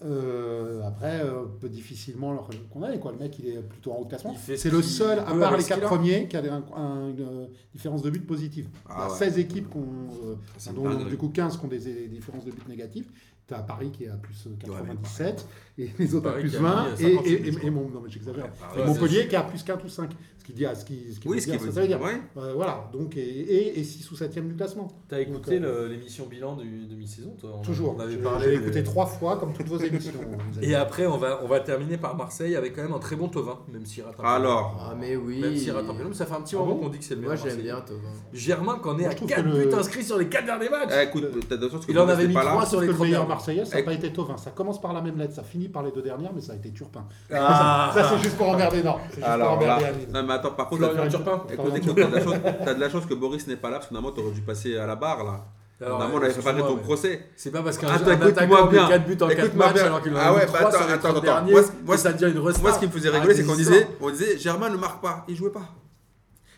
[SPEAKER 4] Euh, après, euh, peut difficilement alors qu'on allait. Quoi. Le mec, il est plutôt en haut de classement.
[SPEAKER 1] Il fait ce
[SPEAKER 4] C'est le
[SPEAKER 1] qu'il
[SPEAKER 4] seul, à
[SPEAKER 1] peut
[SPEAKER 4] part
[SPEAKER 1] avec
[SPEAKER 4] les
[SPEAKER 1] ce qu'il
[SPEAKER 4] quatre
[SPEAKER 1] a.
[SPEAKER 4] premiers, qui a des- un- un- une euh, différence de but positive. Il y
[SPEAKER 2] Ah
[SPEAKER 4] a
[SPEAKER 2] ouais.
[SPEAKER 4] 16 équipes, qui ont, euh,
[SPEAKER 2] C'est
[SPEAKER 4] dont
[SPEAKER 2] dingue.
[SPEAKER 4] du coup 15 qui ont des, des différences de but négatives. Tu as Paris qui est à plus euh,
[SPEAKER 2] Ouais, mais
[SPEAKER 4] 97, et les autres à
[SPEAKER 1] Paris
[SPEAKER 4] plus
[SPEAKER 1] qui a
[SPEAKER 4] 20,
[SPEAKER 1] mis
[SPEAKER 4] et,
[SPEAKER 1] 58,
[SPEAKER 4] et-
[SPEAKER 1] je crois.
[SPEAKER 4] et Mon- non, mais j'exagère.
[SPEAKER 2] Ouais,
[SPEAKER 4] Et
[SPEAKER 2] Ah ouais,
[SPEAKER 4] Montpellier qui a plus 4 ou 5. Ce qui dit à ce qui, ce qui
[SPEAKER 2] Oui,
[SPEAKER 4] veut
[SPEAKER 2] ce qui
[SPEAKER 4] dire,
[SPEAKER 2] veut
[SPEAKER 4] ça, ça veut
[SPEAKER 2] dire.
[SPEAKER 4] dire.
[SPEAKER 2] ouais.
[SPEAKER 4] Euh, voilà, donc et, et, et 6 ou 7e du classement.
[SPEAKER 1] T'as écouté le- l'émission bilan du demi-saison, toi on-
[SPEAKER 4] Toujours.
[SPEAKER 1] On avait
[SPEAKER 4] J'ai-
[SPEAKER 1] parlé.
[SPEAKER 4] J'ai
[SPEAKER 1] mais-
[SPEAKER 4] écouté trois fois, comme toutes vos émissions. vous avez
[SPEAKER 1] Et après, on va, on va terminer par Marseille avec quand même un très bon Tovin, même si rate un peu.
[SPEAKER 2] Alors,
[SPEAKER 3] Ah, mais oui.
[SPEAKER 1] Même s'il rate un peu. mais Ça fait un petit
[SPEAKER 4] Ah
[SPEAKER 1] moment
[SPEAKER 4] bon
[SPEAKER 1] qu'on dit que c'est le
[SPEAKER 3] Moi,
[SPEAKER 1] meilleur.
[SPEAKER 3] j'aime
[SPEAKER 1] Marseillais.
[SPEAKER 3] bien Thauvin.
[SPEAKER 1] Germain, quand on est
[SPEAKER 4] Moi,
[SPEAKER 1] à
[SPEAKER 4] je trouve
[SPEAKER 1] 4
[SPEAKER 4] que le-
[SPEAKER 1] buts inscrits sur les 4 derniers matchs.
[SPEAKER 2] eh, écoute, t'as de la chance que
[SPEAKER 1] Euh, Il en
[SPEAKER 2] Boris
[SPEAKER 1] avait
[SPEAKER 2] n'est
[SPEAKER 1] mis
[SPEAKER 2] pas là.
[SPEAKER 1] trois
[SPEAKER 4] Moi, sur les
[SPEAKER 1] trois
[SPEAKER 4] meilleur
[SPEAKER 1] derniers.
[SPEAKER 4] Marseillais, ça n'a
[SPEAKER 2] Avec-
[SPEAKER 4] pas été Tovin. Ça commence par la même lettre, ça finit par les deux dernières, mais ça a été Turpin.
[SPEAKER 1] Ah.
[SPEAKER 4] Ça, c'est juste pour emmerder, non. C'est juste
[SPEAKER 2] Alors
[SPEAKER 4] pour
[SPEAKER 2] là,
[SPEAKER 4] emmerder Amine.
[SPEAKER 2] non mais attends, par contre,
[SPEAKER 1] Florian
[SPEAKER 2] t'as-
[SPEAKER 1] Turpin.
[SPEAKER 2] écoute, écoute, t'as de la chance- t'as de la chance que Boris n'est pas là parce que normalement t'aurais dû passer à la barre là.
[SPEAKER 1] Alors,
[SPEAKER 2] normalement on avait préparé
[SPEAKER 1] excuse-moi,
[SPEAKER 2] ton
[SPEAKER 1] mais
[SPEAKER 2] procès.
[SPEAKER 1] C'est pas parce qu'un
[SPEAKER 2] Ah, Attends,
[SPEAKER 1] un
[SPEAKER 2] écoute-moi
[SPEAKER 1] attaquant met
[SPEAKER 2] bien.
[SPEAKER 1] 4 buts en 4
[SPEAKER 2] Écoute-moi
[SPEAKER 1] matchs
[SPEAKER 2] bien.
[SPEAKER 1] alors qu'il en a
[SPEAKER 2] Ah ouais,
[SPEAKER 1] mis
[SPEAKER 2] bah
[SPEAKER 1] 3
[SPEAKER 2] attends,
[SPEAKER 1] sur les
[SPEAKER 2] attends,
[SPEAKER 1] 30
[SPEAKER 2] attends.
[SPEAKER 1] derniers,
[SPEAKER 2] Moi, c'est- moi,
[SPEAKER 1] que ça devient une resta.
[SPEAKER 2] Moi, ce qui me faisait
[SPEAKER 1] Ah,
[SPEAKER 2] rigoler, c'est qu'on
[SPEAKER 1] des
[SPEAKER 2] disait,
[SPEAKER 1] histoires.
[SPEAKER 2] on disait, Germain ne marque pas, il jouait pas.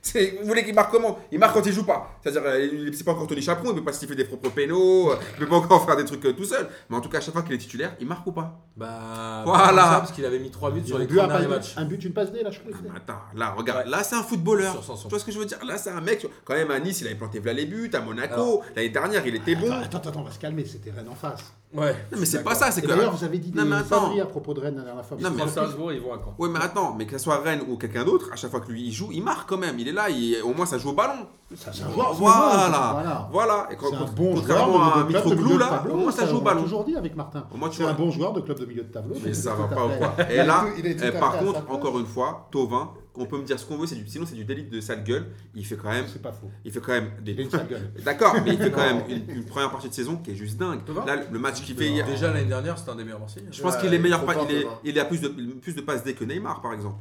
[SPEAKER 2] C'est- Vous voulez qu'il marque comment Il marque quand il joue pas. C'est-à-dire, euh, il- c'est pas encore Tony Chaperon, il peut pas siffler des propres pénaux, euh, il peut pas encore faire des trucs euh, tout seul. Mais en tout cas, à chaque fois qu'il est titulaire, il marque ou pas
[SPEAKER 1] Bah,
[SPEAKER 2] Voilà.
[SPEAKER 1] comme ça, Parce qu'il avait mis 3 buts
[SPEAKER 4] Il y
[SPEAKER 1] sur
[SPEAKER 4] a
[SPEAKER 1] les
[SPEAKER 4] un but,
[SPEAKER 1] 3
[SPEAKER 4] un
[SPEAKER 1] derniers
[SPEAKER 4] pas-
[SPEAKER 1] matchs.
[SPEAKER 4] Un but, une passe D, là, je crois.
[SPEAKER 2] Ah, mais Attends, là, regarde, là, c'est un footballeur.
[SPEAKER 1] Sur Sanson.
[SPEAKER 2] Tu vois ce que je veux dire Là, c'est un mec, tu vois, quand même, à Nice, il avait planté Vla les buts, à Monaco, l'année dernière, il était bon.
[SPEAKER 4] Attends, attends, attends, on va se calmer, c'était Rennes en face.
[SPEAKER 1] Ouais.
[SPEAKER 2] Non, mais c'est pas ça, c'est
[SPEAKER 4] Et
[SPEAKER 2] que.
[SPEAKER 4] D'ailleurs, vous avez dit
[SPEAKER 2] Non,
[SPEAKER 4] des
[SPEAKER 2] mais attends.
[SPEAKER 4] conneries à propos de Rennes la dernière fois.
[SPEAKER 2] Non, mais-
[SPEAKER 1] Prends Salzbourg, ils vont à Caen.
[SPEAKER 2] Ouais, mais attends, mais que ce soit Rennes ou quelqu'un d'autre, à chaque fois que lui il joue, il marque quand même. Il est là, il- au moins ça joue au ballon.
[SPEAKER 4] Ça, c'est un
[SPEAKER 2] Voilà.
[SPEAKER 4] joueur,
[SPEAKER 2] Voilà.
[SPEAKER 4] Ah, voilà.
[SPEAKER 2] Et quand,
[SPEAKER 4] C'est un bon joueur
[SPEAKER 2] contrairement à
[SPEAKER 4] de milieu de club de
[SPEAKER 2] Mitroglou,
[SPEAKER 4] milieu de
[SPEAKER 2] là, au
[SPEAKER 4] tableau.
[SPEAKER 2] moins ça joue au
[SPEAKER 4] On l'a
[SPEAKER 2] ballon.
[SPEAKER 4] toujours dit avec Martin.
[SPEAKER 2] Au moins, tu
[SPEAKER 4] C'est
[SPEAKER 2] vois.
[SPEAKER 4] un bon joueur de club de milieu de tableau.
[SPEAKER 2] Mais
[SPEAKER 4] donc
[SPEAKER 2] ça
[SPEAKER 4] il
[SPEAKER 2] va
[SPEAKER 4] est
[SPEAKER 2] pas
[SPEAKER 4] tout
[SPEAKER 2] ou
[SPEAKER 4] à
[SPEAKER 2] quoi
[SPEAKER 4] fait-
[SPEAKER 2] Et là,
[SPEAKER 4] il est tout
[SPEAKER 2] eh,
[SPEAKER 4] à
[SPEAKER 2] par
[SPEAKER 4] fait à sa
[SPEAKER 2] contre,
[SPEAKER 4] place.
[SPEAKER 2] encore une fois, Tovin, on peut me dire ce qu'on veut, c'est du, sinon c'est du délit de sale gueule. Il fait quand même,
[SPEAKER 4] C'est pas faux.
[SPEAKER 2] il fait quand même
[SPEAKER 4] Il est
[SPEAKER 2] des.
[SPEAKER 4] une sale gueule.
[SPEAKER 2] D'accord, mais il fait quand même une, une première partie de saison qui est juste dingue.
[SPEAKER 1] Tovin
[SPEAKER 2] Là, le match qu'il fait hier,
[SPEAKER 1] Déjà l'année dernière, c'était un des meilleurs Marseillais.
[SPEAKER 2] je pense
[SPEAKER 3] Ouais,
[SPEAKER 2] qu'il est
[SPEAKER 3] il est
[SPEAKER 2] meilleur,
[SPEAKER 3] trop
[SPEAKER 2] pas-
[SPEAKER 3] fort,
[SPEAKER 2] il, est,
[SPEAKER 3] Tovin.
[SPEAKER 2] il a plus de, plus de passes dès que Neymar, par exemple.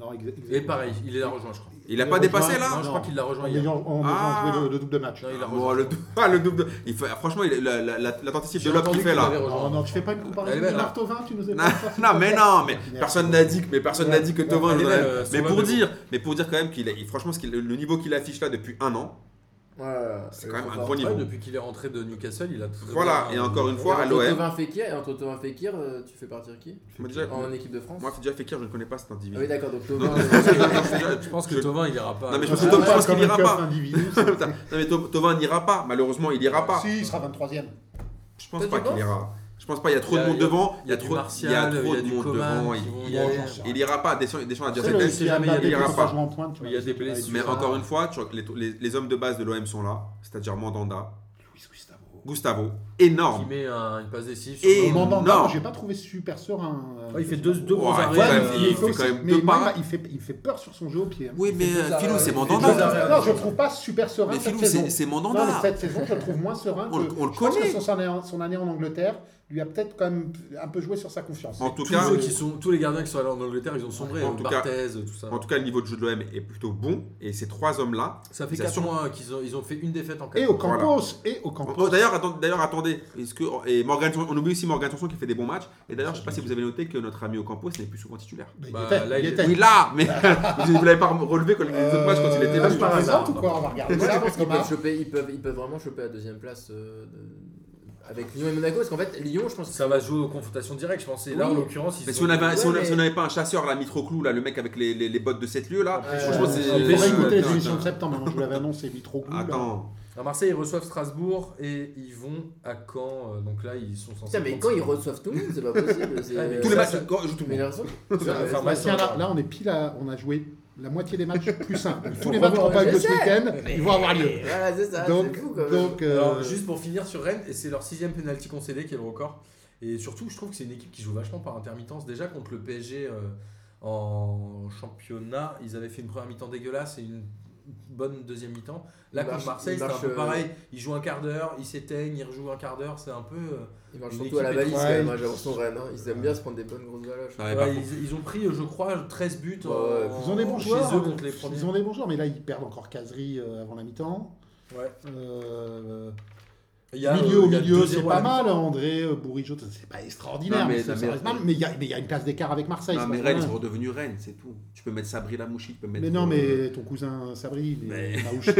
[SPEAKER 4] Non, exa- exactement.
[SPEAKER 1] Et pareil, il est la rejoint, je crois.
[SPEAKER 2] Il a
[SPEAKER 4] Il
[SPEAKER 2] pas
[SPEAKER 4] est
[SPEAKER 2] dépassé
[SPEAKER 4] rejoint-
[SPEAKER 2] là
[SPEAKER 1] Non, je crois qu'il l'a
[SPEAKER 4] En
[SPEAKER 1] rejoint hier.
[SPEAKER 4] ayant, en
[SPEAKER 2] Ah.
[SPEAKER 4] ayant joué le, le double de match.
[SPEAKER 1] Non, il
[SPEAKER 2] Ah,
[SPEAKER 1] l'a
[SPEAKER 2] bon,
[SPEAKER 1] rejoint.
[SPEAKER 2] le, dou- ah, le double. de- Il fait, franchement, il- la, la, la, la tentative
[SPEAKER 1] J'ai
[SPEAKER 2] de l'op
[SPEAKER 1] entendu
[SPEAKER 2] qu'il fait
[SPEAKER 1] qu'il
[SPEAKER 2] là.
[SPEAKER 1] l'avait rejoint.
[SPEAKER 4] Non, non, tu fais pas une comparaison
[SPEAKER 1] Elle est
[SPEAKER 4] avec
[SPEAKER 1] belle,
[SPEAKER 4] Marc Thauvin, tu nous as
[SPEAKER 2] Non,
[SPEAKER 4] pas fait ça,
[SPEAKER 2] non,
[SPEAKER 4] s'il te
[SPEAKER 2] mais
[SPEAKER 4] plaît.
[SPEAKER 2] non, mais
[SPEAKER 4] Inertie.
[SPEAKER 2] personne n'a dit que, mais personne n'a dit que
[SPEAKER 4] Ouais,
[SPEAKER 2] Thauvin.
[SPEAKER 1] elle est
[SPEAKER 2] j'en ai-
[SPEAKER 1] belle, euh, son
[SPEAKER 2] Mais pour
[SPEAKER 1] Ronaldo.
[SPEAKER 2] dire, mais pour dire quand même qu'il est, franchement, ce qu'il- le niveau qu'il affiche là depuis un an, C'est
[SPEAKER 1] Euh,
[SPEAKER 2] quand même un bon niveau.
[SPEAKER 1] Ouais, depuis qu'il est rentré de Newcastle, il a très
[SPEAKER 2] Voilà,
[SPEAKER 1] bien-
[SPEAKER 2] et encore une fois, à l'OM.
[SPEAKER 3] Thauvin Fekir, et entre Thauvin Fekir, euh, tu fais partir qui
[SPEAKER 2] Moi, déjà,
[SPEAKER 3] En équipe de France
[SPEAKER 2] moi, Fidja Fekir, je ne connais pas cet
[SPEAKER 3] Ah oui,
[SPEAKER 2] individu.
[SPEAKER 3] d'accord, donc
[SPEAKER 2] Non,
[SPEAKER 3] Thauvin.
[SPEAKER 2] non, je pense que- je-
[SPEAKER 1] Je pense que
[SPEAKER 2] je-
[SPEAKER 1] Thauvin, il ira pas.
[SPEAKER 2] Non, mais je
[SPEAKER 4] Ça
[SPEAKER 2] pense que
[SPEAKER 4] sera
[SPEAKER 2] Thauvin- je pense
[SPEAKER 4] comme
[SPEAKER 2] qu'il
[SPEAKER 4] un
[SPEAKER 2] ira
[SPEAKER 4] keuf
[SPEAKER 2] pas.
[SPEAKER 4] individu.
[SPEAKER 2] Putain, non, mais Tho- Thauvin n'ira pas, malheureusement, il n'ira pas.
[SPEAKER 4] Si, il sera 23ème.
[SPEAKER 2] Je pense
[SPEAKER 3] Toi,
[SPEAKER 2] pas
[SPEAKER 3] tu
[SPEAKER 2] qu'il
[SPEAKER 3] penses
[SPEAKER 2] ira. Je pense pas, il y a trop
[SPEAKER 1] Il y
[SPEAKER 2] de
[SPEAKER 1] a-
[SPEAKER 2] monde devant, il y a
[SPEAKER 1] du
[SPEAKER 2] trop il
[SPEAKER 1] Martial,
[SPEAKER 2] y a trop
[SPEAKER 1] il y a
[SPEAKER 2] de
[SPEAKER 1] du
[SPEAKER 2] monde
[SPEAKER 1] Coman
[SPEAKER 2] devant.
[SPEAKER 1] qui
[SPEAKER 2] il-
[SPEAKER 1] vont
[SPEAKER 2] il-
[SPEAKER 1] y aller.
[SPEAKER 2] Il ira pas, Deschamps Deschamps a déjà
[SPEAKER 4] C'est
[SPEAKER 2] ses
[SPEAKER 4] le-
[SPEAKER 2] tests.
[SPEAKER 4] c'est
[SPEAKER 1] jamais
[SPEAKER 4] Mbappé
[SPEAKER 1] il
[SPEAKER 4] qui
[SPEAKER 2] ira
[SPEAKER 4] peut
[SPEAKER 2] pas.
[SPEAKER 4] jouer en pointe, tu
[SPEAKER 1] Il
[SPEAKER 4] vois,
[SPEAKER 1] y a des
[SPEAKER 4] tu vois,
[SPEAKER 1] blessures.
[SPEAKER 2] Mais
[SPEAKER 4] tu vois.
[SPEAKER 2] encore une fois, tu vois, les, les- les hommes de base de l'OM sont là, c'est-à-dire Mandanda,
[SPEAKER 4] Luis Gustavo.
[SPEAKER 2] Gustavo,
[SPEAKER 1] Qui
[SPEAKER 2] énorme.
[SPEAKER 1] met un- une passe décisive.
[SPEAKER 2] Et
[SPEAKER 1] sur-
[SPEAKER 4] Non, non,
[SPEAKER 2] non.
[SPEAKER 4] non, j'ai pas trouvé super sereun. euh,
[SPEAKER 1] Ouais, il fait deux- deux
[SPEAKER 2] Ouais,
[SPEAKER 1] bons
[SPEAKER 2] il
[SPEAKER 1] arrêts.
[SPEAKER 2] fait Ah quand même-
[SPEAKER 1] euh,
[SPEAKER 4] il,
[SPEAKER 2] il
[SPEAKER 4] fait
[SPEAKER 2] fait quand
[SPEAKER 4] aussi-
[SPEAKER 2] même
[SPEAKER 4] mais
[SPEAKER 2] deux
[SPEAKER 4] moi,
[SPEAKER 2] pas.
[SPEAKER 4] il, fait, il fait peur sur son jeu au pied. hein.
[SPEAKER 2] Oui, mais
[SPEAKER 3] deux
[SPEAKER 2] euh,
[SPEAKER 3] arrêts,
[SPEAKER 2] Philou, c'est
[SPEAKER 3] il fait
[SPEAKER 4] Non,
[SPEAKER 1] deux
[SPEAKER 2] Mandanda.
[SPEAKER 1] arrêts.
[SPEAKER 4] non, je le trouve pas super serein
[SPEAKER 2] Mais
[SPEAKER 4] cette
[SPEAKER 2] Philou, c'est
[SPEAKER 4] saison.
[SPEAKER 2] c'est
[SPEAKER 4] Non, mais
[SPEAKER 2] Mandanda.
[SPEAKER 4] cette saison, je le trouve moins serein.
[SPEAKER 2] On
[SPEAKER 4] que-
[SPEAKER 2] le- on le
[SPEAKER 4] je pense
[SPEAKER 2] connaît.
[SPEAKER 4] que son année, en- son année en Angleterre lui a peut-être quand même un peu joué sur sa confiance.
[SPEAKER 2] En tout
[SPEAKER 1] Tous,
[SPEAKER 2] cas,
[SPEAKER 1] ceux qui sont, tous les gardiens qui sont allés en Angleterre, ils ont sombré.
[SPEAKER 2] euh, En
[SPEAKER 1] euh,
[SPEAKER 2] tout cas-
[SPEAKER 1] Barthez, tout ça.
[SPEAKER 2] en tout cas, le niveau de jeu de l'OM est plutôt bon. Et ces trois hommes-là.
[SPEAKER 1] Ça fait
[SPEAKER 2] ils
[SPEAKER 1] 4
[SPEAKER 2] assurent.
[SPEAKER 1] mois qu'ils ont, ils ont fait une défaite en 4
[SPEAKER 4] Et au Campos, et au Campos.
[SPEAKER 2] Oh, D'ailleurs, attend- d'ailleurs, attendez. Est-ce que et Morgan, on oublie aussi Morgan Sanson qui fait des bons matchs. Et d'ailleurs, je sais pas si vous avez noté que notre ami Ocampo, ce n'est plus souvent titulaire.
[SPEAKER 4] Mais il
[SPEAKER 1] Bah,
[SPEAKER 4] était-
[SPEAKER 1] là,
[SPEAKER 4] il
[SPEAKER 1] il est-
[SPEAKER 4] était-
[SPEAKER 2] Oui, là, mais vous l'avez pas relevé quand les autres matchs quand il était
[SPEAKER 4] Euh,
[SPEAKER 2] venu.
[SPEAKER 4] je te présente
[SPEAKER 1] hasard.
[SPEAKER 4] ou quoi On va regarder
[SPEAKER 3] Moi,
[SPEAKER 4] ça. bah,
[SPEAKER 3] je pense qu'ils
[SPEAKER 4] Thomas.
[SPEAKER 3] peuvent, choper- ils peuvent, ils peuvent vraiment choper la deuxième place euh, de- avec Lyon et Monaco. Parce qu'en fait, Lyon, je pense que
[SPEAKER 1] Ça va jouer aux confrontations directes, je pense. Et là,
[SPEAKER 3] Oui.
[SPEAKER 1] en l'occurrence, ils
[SPEAKER 2] Mais
[SPEAKER 1] sont-
[SPEAKER 2] si on n'avait
[SPEAKER 3] Ouais, mais-
[SPEAKER 2] pas un chasseur là, Mitroclou, là, le mec avec les, les- les bottes de 7 lieux là,
[SPEAKER 3] Ouais,
[SPEAKER 2] franchement, c'est.
[SPEAKER 1] on
[SPEAKER 4] Il faudrait
[SPEAKER 1] euh,
[SPEAKER 4] écouter les
[SPEAKER 2] Attends,
[SPEAKER 4] émissions de septembre, hein, je vous l'avais annoncé, Mitroglou. là.
[SPEAKER 2] Attends.
[SPEAKER 1] À Marseille, ils reçoivent Strasbourg et ils vont à Caen. euh, Donc là, ils sont censés.
[SPEAKER 3] Putain, mais quand ils reçoivent tout le monde, c'est pas possible. c'est- euh,
[SPEAKER 1] Ah, mais
[SPEAKER 2] Tous les
[SPEAKER 1] Ça,
[SPEAKER 2] matchs, quand- je- tout le
[SPEAKER 3] Mais
[SPEAKER 2] monde.
[SPEAKER 3] raison.
[SPEAKER 1] C'est la
[SPEAKER 4] Bah,
[SPEAKER 1] formation.
[SPEAKER 4] tiens, là, là, on est pile à- on a joué la moitié des matchs plus un. Tous les
[SPEAKER 3] revoir,
[SPEAKER 4] matchs qu'on passe
[SPEAKER 3] je
[SPEAKER 4] de ce
[SPEAKER 3] sais,
[SPEAKER 4] week-end, ils vont avoir lieu.
[SPEAKER 3] Voilà, c'est ça,
[SPEAKER 4] Donc,
[SPEAKER 3] c'est fou quand même.
[SPEAKER 4] donc, euh,
[SPEAKER 1] Alors, juste pour finir sur Rennes, et c'est leur sixième penalty concédé qui est le record. Et surtout, je trouve que c'est une équipe qui joue vachement par intermittence. Déjà contre le PSG euh, en championnat, ils avaient fait une première mi-temps dégueulasse et une bonne deuxième mi-temps. Là,
[SPEAKER 3] Ils marchent-
[SPEAKER 1] contre Marseille,
[SPEAKER 3] ils
[SPEAKER 1] c'est un
[SPEAKER 3] marchent,
[SPEAKER 1] peu
[SPEAKER 3] euh,
[SPEAKER 1] pareil. Ils jouent un quart d'heure, ils s'éteignent, ils rejouent un quart d'heure. C'est un peu. euh,
[SPEAKER 3] Ils marchent
[SPEAKER 1] Une
[SPEAKER 3] surtout à la
[SPEAKER 1] équipe
[SPEAKER 3] valise,
[SPEAKER 4] étoile.
[SPEAKER 3] quand même, hein, j'avance son Rennes. hein. Ils aiment bien se prendre des bonnes grosses valoches.
[SPEAKER 2] Ah ouais,
[SPEAKER 1] ouais,
[SPEAKER 2] par contre.
[SPEAKER 1] ils, ils ont pris, euh, je crois, 13 buts.
[SPEAKER 3] Ouais,
[SPEAKER 1] en-
[SPEAKER 4] Ils ont des bons
[SPEAKER 1] chez
[SPEAKER 4] joueurs. hein.
[SPEAKER 1] eux contre les premiers.
[SPEAKER 4] Ils ont des bons joueurs, mais là ils perdent encore Casery euh, avant la mi-temps.
[SPEAKER 1] Ouais.
[SPEAKER 4] Euh,
[SPEAKER 1] Il y a,
[SPEAKER 4] milieu
[SPEAKER 1] euh,
[SPEAKER 4] au
[SPEAKER 1] il y a
[SPEAKER 4] milieu,
[SPEAKER 1] 2-0
[SPEAKER 4] c'est
[SPEAKER 1] à
[SPEAKER 4] pas
[SPEAKER 1] la mi-temps.
[SPEAKER 4] mal. André euh, Bourigeaud, c'est pas extraordinaire,
[SPEAKER 2] Non, mais-
[SPEAKER 4] mais ça-
[SPEAKER 2] non,
[SPEAKER 4] ça
[SPEAKER 2] mais-
[SPEAKER 4] reste mal. Mais il y a- mais il y a une place d'écart avec Marseille.
[SPEAKER 2] Non,
[SPEAKER 4] c'est
[SPEAKER 2] mais
[SPEAKER 4] pas
[SPEAKER 2] Rennes,
[SPEAKER 4] mal.
[SPEAKER 2] ils sont redevenus Rennes, c'est tout. Tu peux mettre Sabri Lamouchi, tu peux mettre.
[SPEAKER 4] Mais non,
[SPEAKER 2] euh,
[SPEAKER 4] mais ton cousin Sabri, il est
[SPEAKER 2] Mais-
[SPEAKER 4] Maouchi.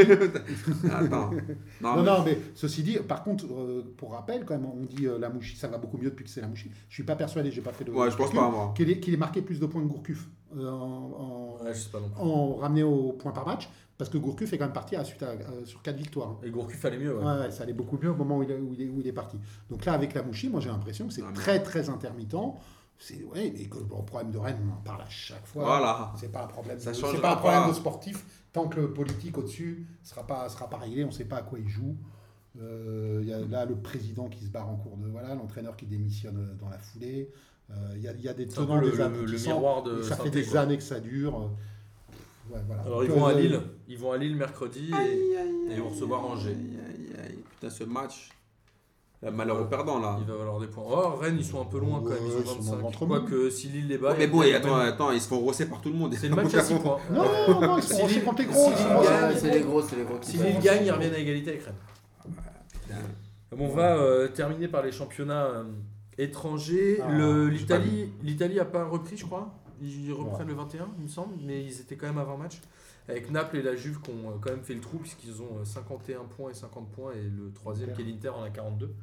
[SPEAKER 2] Ah, Attends. Non, mais-
[SPEAKER 4] Non, non, mais ceci dit, par contre, euh, pour rappel, quand même, on dit euh, la mouchi, ça va beaucoup mieux depuis que c'est la mouchi. Je suis pas persuadé, j'ai pas fait de.
[SPEAKER 2] Ouais, je pense
[SPEAKER 4] calcul,
[SPEAKER 2] pas, moi.
[SPEAKER 4] Qu'il ait, qu'il ait marqué plus de points que Gourcuff euh, en, en-
[SPEAKER 1] Ouais, je sais pas non plus.
[SPEAKER 4] en ramené au point par match, parce que Gourcuff est quand même parti à, suite à- euh, sur 4 victoires. hein.
[SPEAKER 1] Et Gourcuff allait mieux. ouais.
[SPEAKER 4] Ouais, ouais, ça allait beaucoup mieux au moment où il, est- où il est, où il est parti. Donc là, avec la mouchi, moi j'ai l'impression que c'est
[SPEAKER 2] Non,
[SPEAKER 1] Ah,
[SPEAKER 2] mais-
[SPEAKER 4] très très intermittent. C'est ouais, mais que le problème de Rennes, on en parle à chaque fois.
[SPEAKER 2] Voilà.
[SPEAKER 4] C'est pas un problème.
[SPEAKER 2] Ça
[SPEAKER 4] de-
[SPEAKER 2] changera
[SPEAKER 4] c'est pas un problème
[SPEAKER 2] pas.
[SPEAKER 4] de sportif tant que le politique au-dessus sera pas sera pas réglé. On sait pas à quoi il joue. Euh, Il y a là le président qui se barre en cours de voilà, l'entraîneur qui démissionne dans la foulée. Euh, Il y, a- il y a des
[SPEAKER 1] C'est un
[SPEAKER 4] tenants,
[SPEAKER 1] peu le,
[SPEAKER 4] des
[SPEAKER 1] le- le
[SPEAKER 4] aboutissants.
[SPEAKER 1] miroir de
[SPEAKER 4] Et ça fait
[SPEAKER 1] Saint-Étienne,
[SPEAKER 4] des
[SPEAKER 1] quoi.
[SPEAKER 4] années que ça dure. Ouais, voilà.
[SPEAKER 1] Alors ils
[SPEAKER 4] Donc,
[SPEAKER 1] vont à
[SPEAKER 4] euh,
[SPEAKER 1] Lille, ils vont à Lille mercredi et et ils vont recevoir Angers.
[SPEAKER 2] Aïe, aïe, aïe. Putain, ce match. La malheur au perdant, là.
[SPEAKER 1] il va valoir des points. Oh Rennes ils sont un peu loin quand même, ils
[SPEAKER 4] Ouais,
[SPEAKER 1] ont
[SPEAKER 4] ils sont
[SPEAKER 1] 25.
[SPEAKER 4] entre
[SPEAKER 1] Quoique si Lille les bat.
[SPEAKER 2] Ouais, Oh, mais
[SPEAKER 1] il y a
[SPEAKER 2] bon,
[SPEAKER 1] quand
[SPEAKER 2] et
[SPEAKER 1] même-
[SPEAKER 2] attends, euh, attends, ils se font rosser par tout le monde.
[SPEAKER 1] C'est le match à 6 points.
[SPEAKER 4] Non, non, non, ils sont
[SPEAKER 1] Si
[SPEAKER 4] aussi
[SPEAKER 1] Lille-
[SPEAKER 4] contre les gros. ils
[SPEAKER 1] si
[SPEAKER 4] sont
[SPEAKER 1] Lille
[SPEAKER 4] contre
[SPEAKER 1] gagne,
[SPEAKER 4] les
[SPEAKER 3] c'est
[SPEAKER 4] gros.
[SPEAKER 3] les gros, c'est les gros. qui
[SPEAKER 1] Si
[SPEAKER 3] sont-
[SPEAKER 1] Lille gagne, ils reviennent à égalité avec Rennes. On va euh, terminer par les championnats euh, étrangers.
[SPEAKER 4] Ah,
[SPEAKER 1] Le-
[SPEAKER 2] j'ai pas
[SPEAKER 1] L'Italie l'Italie a pas repris, je crois. Ils reprennent
[SPEAKER 4] Ouais.
[SPEAKER 1] le 21, il me semble, mais ils étaient quand même avant match. Avec Naples et la Juve qui ont euh, quand même fait le trou, puisqu'ils ont euh, 51 points et 50 points, et le troisième,
[SPEAKER 4] Inter.
[SPEAKER 1] qui est l'Inter, en a 42.
[SPEAKER 4] Donc